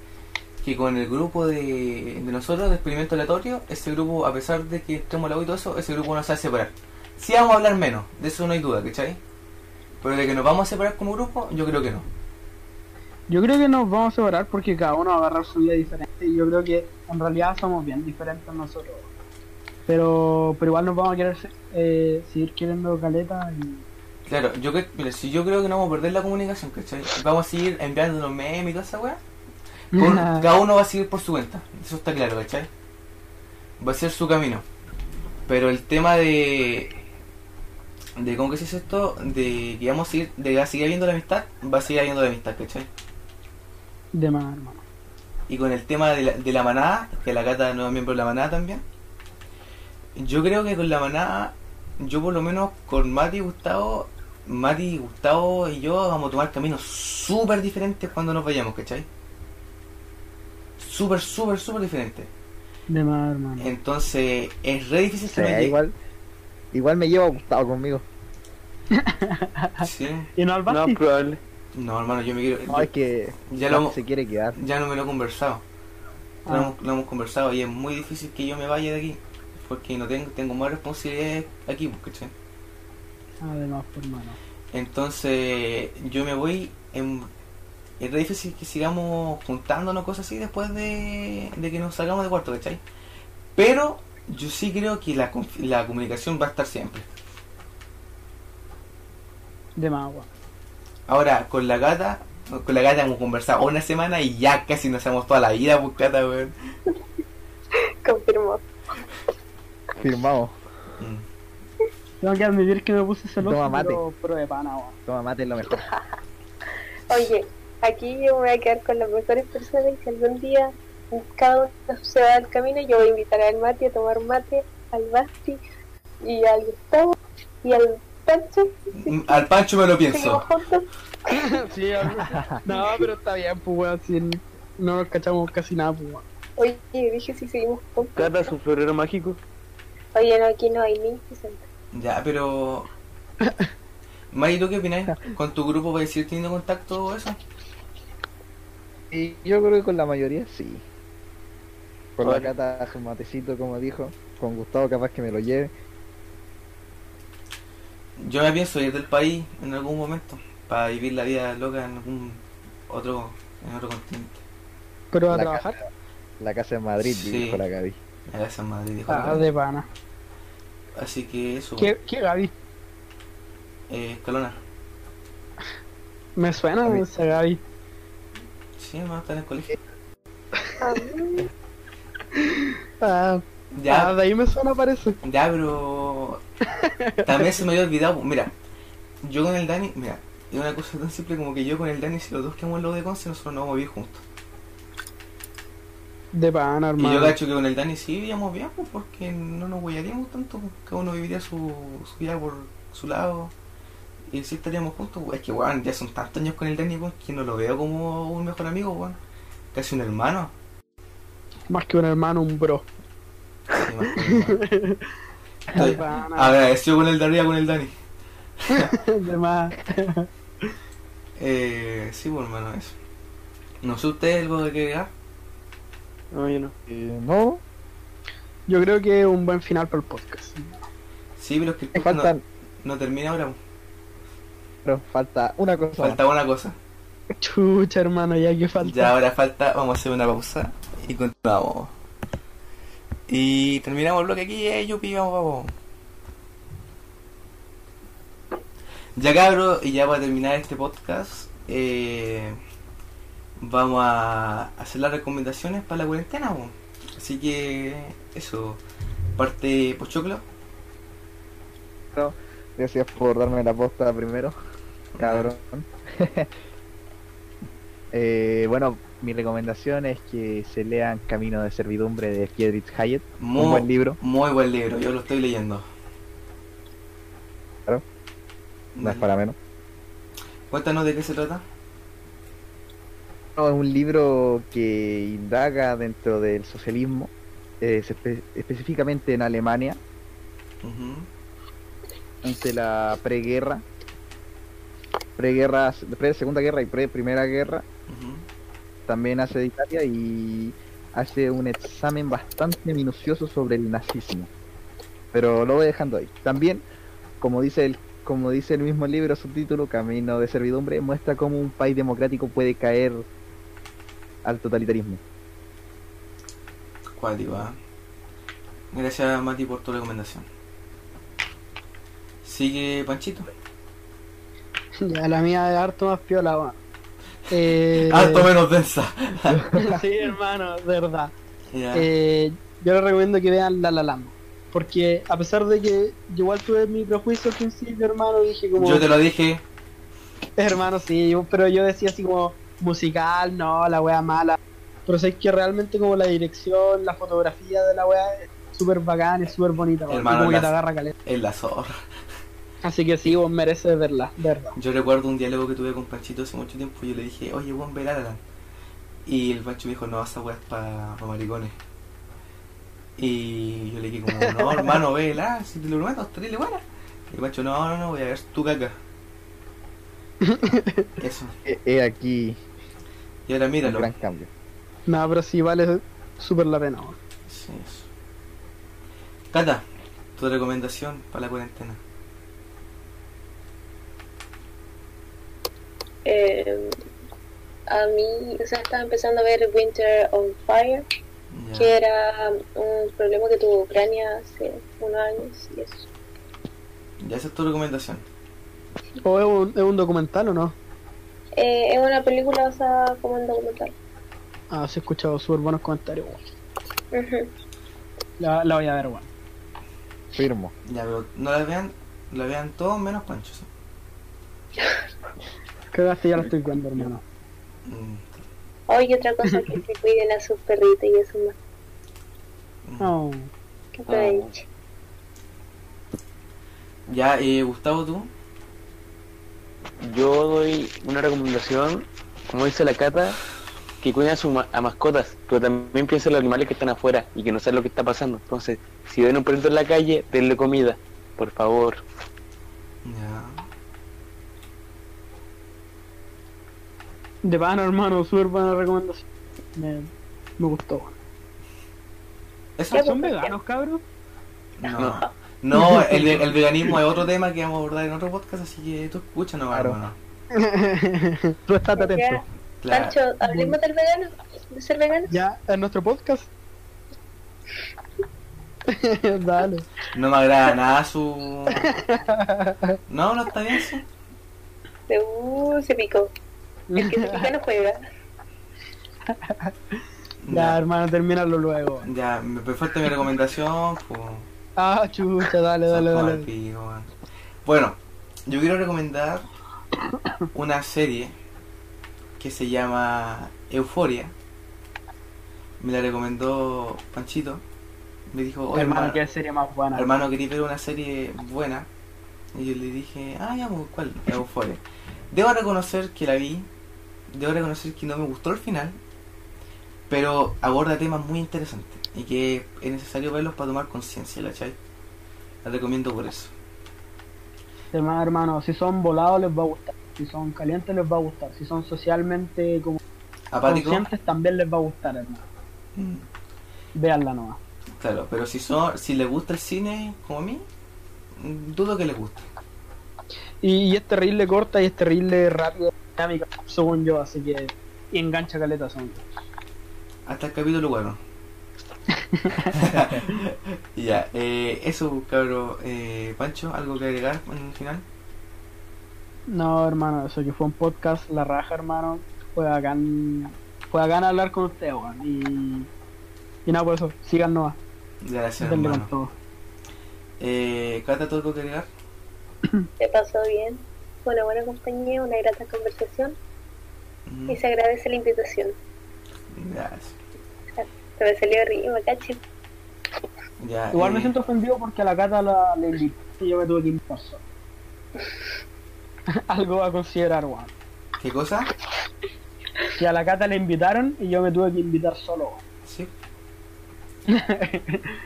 Speaker 3: que con el grupo de, de nosotros, de Experimento Aleatorio, ese grupo, a pesar de que estemos en la U y todo eso, ese grupo nos va a separar. Si vamos a hablar menos, de eso no hay duda, ¿cachai? Pero de que nos vamos a separar como grupo, yo creo que no.
Speaker 1: Yo creo que nos vamos a separar porque cada uno va a agarrar su vida diferente y yo creo que en realidad somos bien diferentes nosotros. Pero, pero igual nos vamos a querer eh, seguir queriendo caleta y...
Speaker 3: Claro, yo que, mira, si yo creo que no vamos a perder la comunicación, ¿cachai? Vamos a seguir enviándonos memes y toda esa weá. Con- (laughs) cada uno va a seguir por su cuenta. Eso está claro, ¿cachai? Va a ser su camino. Pero el tema de. de ¿Cómo que se dice esto? De que vamos a seguir, de que va a seguir habiendo la amistad, va a seguir habiendo la amistad, ¿cachai?
Speaker 1: De más, hermano.
Speaker 3: Y con el tema de la, de la manada, que la cata no es miembro de la manada también. Yo creo que con la manada, yo por lo menos con Mati y Gustavo, Mati, y Gustavo y yo vamos a tomar caminos súper diferentes cuando nos vayamos, ¿cachai? Súper, súper, súper diferentes.
Speaker 1: De más, hermano.
Speaker 3: Entonces, es re difícil que
Speaker 5: Sí,
Speaker 3: nos llegue-
Speaker 5: Eh, igual, igual me llevo a Gustavo conmigo.
Speaker 3: Sí.
Speaker 1: ¿Y no al
Speaker 4: No,
Speaker 1: Basti?
Speaker 4: probable.
Speaker 3: No, hermano, yo me quiero.
Speaker 5: No,
Speaker 3: yo-
Speaker 5: es que
Speaker 3: ya, lo,
Speaker 5: se quiere quedar.
Speaker 3: ya no me lo he conversado. Lo,
Speaker 1: Ah.
Speaker 3: hemos, lo hemos conversado y es muy difícil que yo me vaya de aquí. Porque no tengo, tengo más responsabilidades aquí, pues, ¿cachai?
Speaker 1: Además, Ah, por hermano.
Speaker 3: Entonces, yo me voy. En, es re difícil que sigamos juntándonos, cosas así, después de, de que nos salgamos de cuarto, ¿cachai? Pero yo sí creo que la, conf- la comunicación va a estar siempre.
Speaker 1: De más, weón.
Speaker 3: Ahora, con la gata, con la gata hemos conversado una semana y ya casi nos hacemos toda la vida, pues, gata, weón.
Speaker 2: Confirmó.
Speaker 5: Firmamos.
Speaker 3: Mm.
Speaker 1: Tengo que admitir que me puse celoso,
Speaker 5: Toma mate.
Speaker 1: pero, pero de pana, weón.
Speaker 5: Toma mate es lo mejor.
Speaker 2: Oye, aquí yo me voy a quedar con las mejores personas y si algún día cada uno se va al camino, yo voy a invitar al Mati a tomar mate, al Basti y al Gustavo y al Pancho.
Speaker 3: Mm, Al Pancho me lo
Speaker 2: Seguimos
Speaker 3: pienso.
Speaker 2: juntos.
Speaker 10: (laughs) Sí, algo
Speaker 1: (laughs)
Speaker 10: así. No, pero está bien, pues, weón. Si no nos cachamos casi nada, pues, weón.
Speaker 2: Oye, dije si seguimos juntos.
Speaker 4: Cata, su florero mágico.
Speaker 2: Oye, no, aquí no hay ni presente.
Speaker 3: Ya, pero. Mari, ¿tú qué opinas? ¿Con tu grupo vas a seguir teniendo contacto o eso?
Speaker 5: Y yo creo que con la mayoría sí. Con la
Speaker 4: Vale.
Speaker 5: cata su matecito, como dijo. Con Gustavo capaz que me lo lleve.
Speaker 3: Yo me pienso ir del país en algún momento para vivir la vida loca en algún otro, en otro continente.
Speaker 1: Pero a
Speaker 5: La
Speaker 1: trabajar.
Speaker 5: La casa en Madrid,
Speaker 3: Sí.
Speaker 5: dijo la Gaby.
Speaker 3: Me la hacen Madrid, dijo la
Speaker 1: Ah,
Speaker 3: Gaby.
Speaker 1: de pana.
Speaker 3: Así que eso,
Speaker 1: ¿Qué, qué Gaby?
Speaker 3: eh, escalona.
Speaker 1: Me suena
Speaker 5: Gaby.
Speaker 1: esa Gaby.
Speaker 3: Sí, me está en el
Speaker 1: Eh,
Speaker 3: colegio.
Speaker 2: Ah,
Speaker 1: Ah, ah,
Speaker 3: Ya,
Speaker 1: de ahí me suena, parece.
Speaker 3: ya, pero. También se me había olvidado. pues, Mira, yo con el Dani, mira, es una cosa tan simple como que yo con el Dani, si los dos quedamos en lo de Conce, nosotros no vamos a vivir juntos.
Speaker 1: De pana,
Speaker 3: Y yo
Speaker 1: hermano.
Speaker 3: cacho que con el Dani sí vivíamos bien, pues, porque no nos guayaríamos tanto, pues, cada uno viviría su, su vida por su lado. Y sí estaríamos juntos, pues, es que, weón, ya son tantos años con el Dani, pues, que no lo veo como un mejor amigo, weón. Casi un hermano.
Speaker 1: Más que un hermano, un bro.
Speaker 3: Sí, más que un hermano.
Speaker 1: De
Speaker 3: Estoy Ah.
Speaker 1: pana.
Speaker 3: agradecido con el Dani, con el Dani.
Speaker 1: (laughs) De más.
Speaker 3: Eh, sí, pues, hermano, eso. No sé ustedes algo de qué agregar.
Speaker 4: No, yo no.
Speaker 5: Eh, no,
Speaker 1: Yo creo que es un buen final para el podcast.
Speaker 3: Sí, pero es que el
Speaker 5: me
Speaker 3: podcast no-
Speaker 5: faltan.
Speaker 3: no, termina ahora, pues.
Speaker 5: Pero falta una cosa.
Speaker 3: falta una cosa.
Speaker 1: Chucha, hermano, ya que falta. (laughs)
Speaker 3: Ya ahora falta, vamos a hacer una pausa y continuamos. Y terminamos el bloque aquí, eh, yupi, vamos, vamos. Ya cabro, y ya para terminar este podcast, eh, vamos a hacer las recomendaciones para la cuarentena. po. Así que eso, parte Pochoclo.
Speaker 5: Gracias por darme la posta primero, cabrón. (laughs) Eh, bueno, mi recomendación es que se lean Camino de Servidumbre de Friedrich Hayek, un buen
Speaker 3: Muy,
Speaker 5: libro.
Speaker 3: muy buen libro, yo lo estoy leyendo.
Speaker 5: Claro. No es para menos.
Speaker 3: Mm. Cuéntanos de qué se trata.
Speaker 5: No, es un libro que indaga dentro del socialismo, eh, se espe- específicamente en Alemania,
Speaker 3: Ujú.
Speaker 5: ante la preguerra, preguerra, pre-segunda guerra y pre-primera guerra,
Speaker 3: Ujú.
Speaker 5: también hace de Italia y hace un examen bastante minucioso sobre el nazismo. Pero lo voy dejando ahí. También, como dice el, como dice el mismo libro, subtítulo Camino de Servidumbre, muestra cómo un país democrático puede caer al totalitarismo.
Speaker 3: Cuático, ¿eh? Gracias, Mati, por tu recomendación. Sigue Panchito.
Speaker 1: Ya, la mía es harto más piola, weón. Eh, (laughs)
Speaker 3: Harto menos densa.
Speaker 1: sí, hermano, de verdad.
Speaker 3: Ya.
Speaker 1: Eh, yo les recomiendo que vean La La Land. Porque a pesar de que yo igual tuve mi prejuicio al principio, hermano, dije como...
Speaker 3: Yo te lo dije.
Speaker 1: Hermano, sí, yo- pero yo decía así como musical, no, la wea mala. Pero sé que realmente como la dirección, la fotografía de la wea es súper bacán, es súper bonita. weón,
Speaker 3: Hermano,
Speaker 1: como que
Speaker 3: las-
Speaker 1: te agarra caleta.
Speaker 3: En la zorra.
Speaker 1: Así que sí, vos mereces verla, de verdad.
Speaker 3: Yo recuerdo un diálogo que tuve con Panchito hace mucho tiempo. Yo le dije, oye, Juan, ve La La Land". Y el Pancho me dijo, no, esa weá es para maricones. Y yo le dije, como,
Speaker 1: (laughs)
Speaker 3: no, hermano, vela, si te lo prometo, está terrible buena. Y el Pancho, no, no, no, voy a ver
Speaker 1: (laughs)
Speaker 3: tu caca. Eso.
Speaker 5: He he aquí
Speaker 3: Y ahora
Speaker 5: un
Speaker 3: míralo.
Speaker 5: gran cambio.
Speaker 1: Nada, pero sí vale súper la pena. weón.
Speaker 3: Sí, eso. Cata, tu recomendación para la cuarentena.
Speaker 2: Eh, a mí, o sea, estaba empezando a ver Winter on Fire,
Speaker 3: Ya.
Speaker 2: que era un problema que tuvo Ucrania hace unos años y eso.
Speaker 3: Ya esa es tu recomendación.
Speaker 1: ¿O es un, es un documental o no?
Speaker 2: Eh, es una película basada como en documental.
Speaker 1: Ah, sí he escuchado súper buenos comentarios. weón.
Speaker 2: Ujú.
Speaker 1: La, la voy a ver, weón.
Speaker 5: Firmo.
Speaker 3: Ya, pero no la vean, la vean todos menos Pancho. ¿sí?
Speaker 1: Cagaste, ya la estoy viendo, hermano.
Speaker 3: Mm,
Speaker 2: Oye, otra cosa
Speaker 6: (laughs)
Speaker 2: que se cuiden a sus perritos y eso más.
Speaker 3: mm.
Speaker 1: No.
Speaker 2: Que pueden-
Speaker 3: Ya, eh, Gustavo, tú.
Speaker 4: Yo doy una recomendación, como dice la Cata, que cuiden a sus ma- a mascotas, pero también piensen en los animales que están afuera y que no saben lo que está pasando. Entonces, si ven un perrito en la calle, denle comida, por favor.
Speaker 3: Ya.
Speaker 1: De pana, hermano, súper buena recomendación. Me, me gustó. weón. Ah,
Speaker 3: ¿Eso?
Speaker 2: Ya, pues,
Speaker 1: ¿Son veganos, cabros?
Speaker 3: No. No, el, ve- el veganismo es otro tema que vamos a abordar en otro podcast, así que tú escúchanos,
Speaker 5: Claro.
Speaker 3: hermano.
Speaker 1: Tú estás atento.
Speaker 2: Ya,
Speaker 3: Claro.
Speaker 2: Pancho, hablemos del vegano, de ser vegano.
Speaker 1: Ya, en nuestro podcast. (laughs) Dale.
Speaker 3: No me agrada nada su. No, no está bien eso.
Speaker 2: De, uh, se picó. El que se pica no juega.
Speaker 1: Ya,
Speaker 3: Ya,
Speaker 1: hermano, termínalo luego.
Speaker 3: ya, me me falta mi recomendación. pues.
Speaker 1: Ah, chucha, dale,
Speaker 3: Son
Speaker 1: dale,
Speaker 3: como
Speaker 1: dale.
Speaker 3: el pico, weón. Bueno, yo quiero recomendar una serie que se llama Euforia. Me la recomendó Panchito. Me dijo, "Oye, hermano,
Speaker 1: sería más buena.
Speaker 3: hermano, quería ver una serie buena. Y yo le dije, ah, ya, pues, ¿cuál? Euforia. Debo reconocer que la vi. Debo reconocer que no me gustó el final. Pero aborda temas muy interesantes. Y que es necesario verlos para tomar conciencia, ¿la chai? La recomiendo por eso.
Speaker 1: Hermano, hermano, si son volados les va a gustar. Si son calientes les va a gustar. Si son socialmente como
Speaker 3: Apático.
Speaker 1: conscientes también les va a gustar, hermano.
Speaker 3: Mm,
Speaker 1: Veanla nomás.
Speaker 3: Claro, pero si son, si les gusta el cine como a mí, mm, dudo que les guste.
Speaker 1: Y, y es terrible corta y es terrible rápida dinámica, según yo, así que y engancha caleta son.
Speaker 3: Hasta el capítulo bueno. ya, eh, eso, cabro. Eh, Pancho, ¿algo que agregar en el final?
Speaker 1: No, hermano, eso que fue un podcast, la raja, hermano. Fue bacán, fue bacán hablar con usted, weón. Y, y nada, por eso, sigan nomás,
Speaker 3: Gracias,
Speaker 1: denle con
Speaker 3: hermano.
Speaker 1: todo.
Speaker 3: Eh, Cata, ¿tú algo que agregar?
Speaker 2: Se pasó bien. Fue Una buena compañía, una grata conversación
Speaker 3: Mm,
Speaker 2: y se agradece la invitación.
Speaker 3: Gracias.
Speaker 2: Se me salió arriba, cacho.
Speaker 3: Ya,
Speaker 1: Igual
Speaker 3: eh,
Speaker 1: me siento ofendido porque a la cata la le invité y yo me tuve que invitar solo. (laughs) Algo a considerar, weón.
Speaker 3: ¿Qué cosa?
Speaker 1: Que a la cata le invitaron y yo me tuve que invitar solo, weón.
Speaker 3: Sí.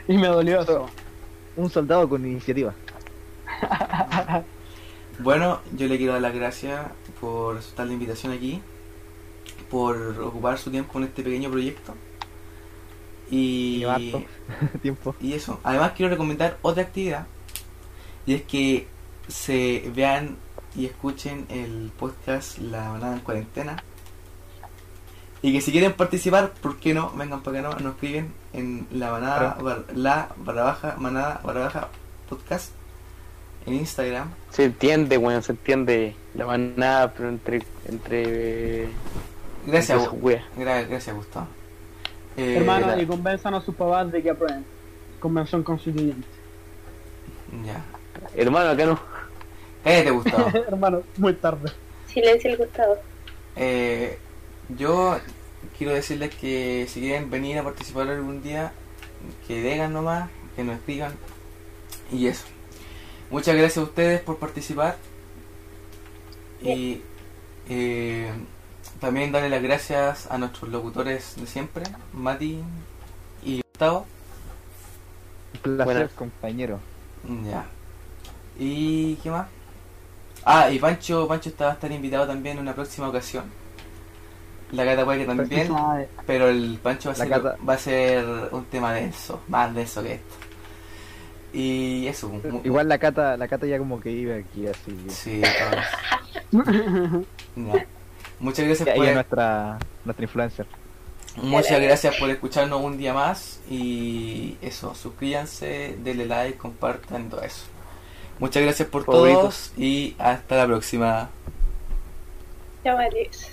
Speaker 1: Y me dolió eso.
Speaker 5: Un soldado con iniciativa. (laughs)
Speaker 3: Bueno, yo le quiero dar las gracias por aceptar la invitación aquí, por ocupar su tiempo en este pequeño proyecto. Y.
Speaker 5: Lleva harto tiempo.
Speaker 3: Y eso. Además quiero recomendar otra actividad. Y es que se vean y escuchen el podcast La Banana en Cuarentena. Y que si quieren participar, ¿por qué no? Vengan para acá, no, nos escriben en la banada, bar- la barra baja, manada barra baja podcast en Instagram.
Speaker 4: Se entiende, weón, se entiende.
Speaker 9: La manada, pero entre. entre
Speaker 3: Gracias, Gu-
Speaker 9: entre esas weas.
Speaker 3: gra- gracias Gustavo. Eh,
Speaker 1: Hermano,
Speaker 9: la-
Speaker 1: y convenzan a sus papás de que aprueben. Convención constituyente.
Speaker 3: Ya.
Speaker 9: Hermano, acá no.
Speaker 3: Cállate, Gustavo.
Speaker 1: Hermano, muy tarde. (laughs)
Speaker 2: Silencio el Gustavo.
Speaker 3: Eh, yo quiero decirles que si quieren venir a participar algún día, que digan nomás, que nos digan. Y eso. Muchas gracias a ustedes por participar. Y eh, también darle las gracias a nuestros locutores de siempre, Mati y Gustavo.
Speaker 5: Un placer,
Speaker 9: Buenas.
Speaker 5: compañero.
Speaker 3: Ya. ¿Y qué más? Ah, y Pancho, Pancho está, va a estar invitado también en una próxima ocasión. La gata puede que también.
Speaker 11: Ah,
Speaker 3: Pero el Pancho va a,
Speaker 5: La
Speaker 3: ser,
Speaker 5: cata-
Speaker 3: va a ser un tema denso, más denso que esto. Y eso, mu-
Speaker 5: Igual la cata, la cata ya como que vive aquí, así que
Speaker 3: sí, entonces. Ya. Muchas gracias
Speaker 5: ella
Speaker 3: por e-,
Speaker 5: es nuestra, nuestra influencer.
Speaker 3: muchas gracias por escucharnos un día más y eso, suscríbanse, denle like, compartan todo eso. Muchas gracias por
Speaker 9: Favoritos.
Speaker 3: todos y hasta la próxima.
Speaker 2: Chao, adiós.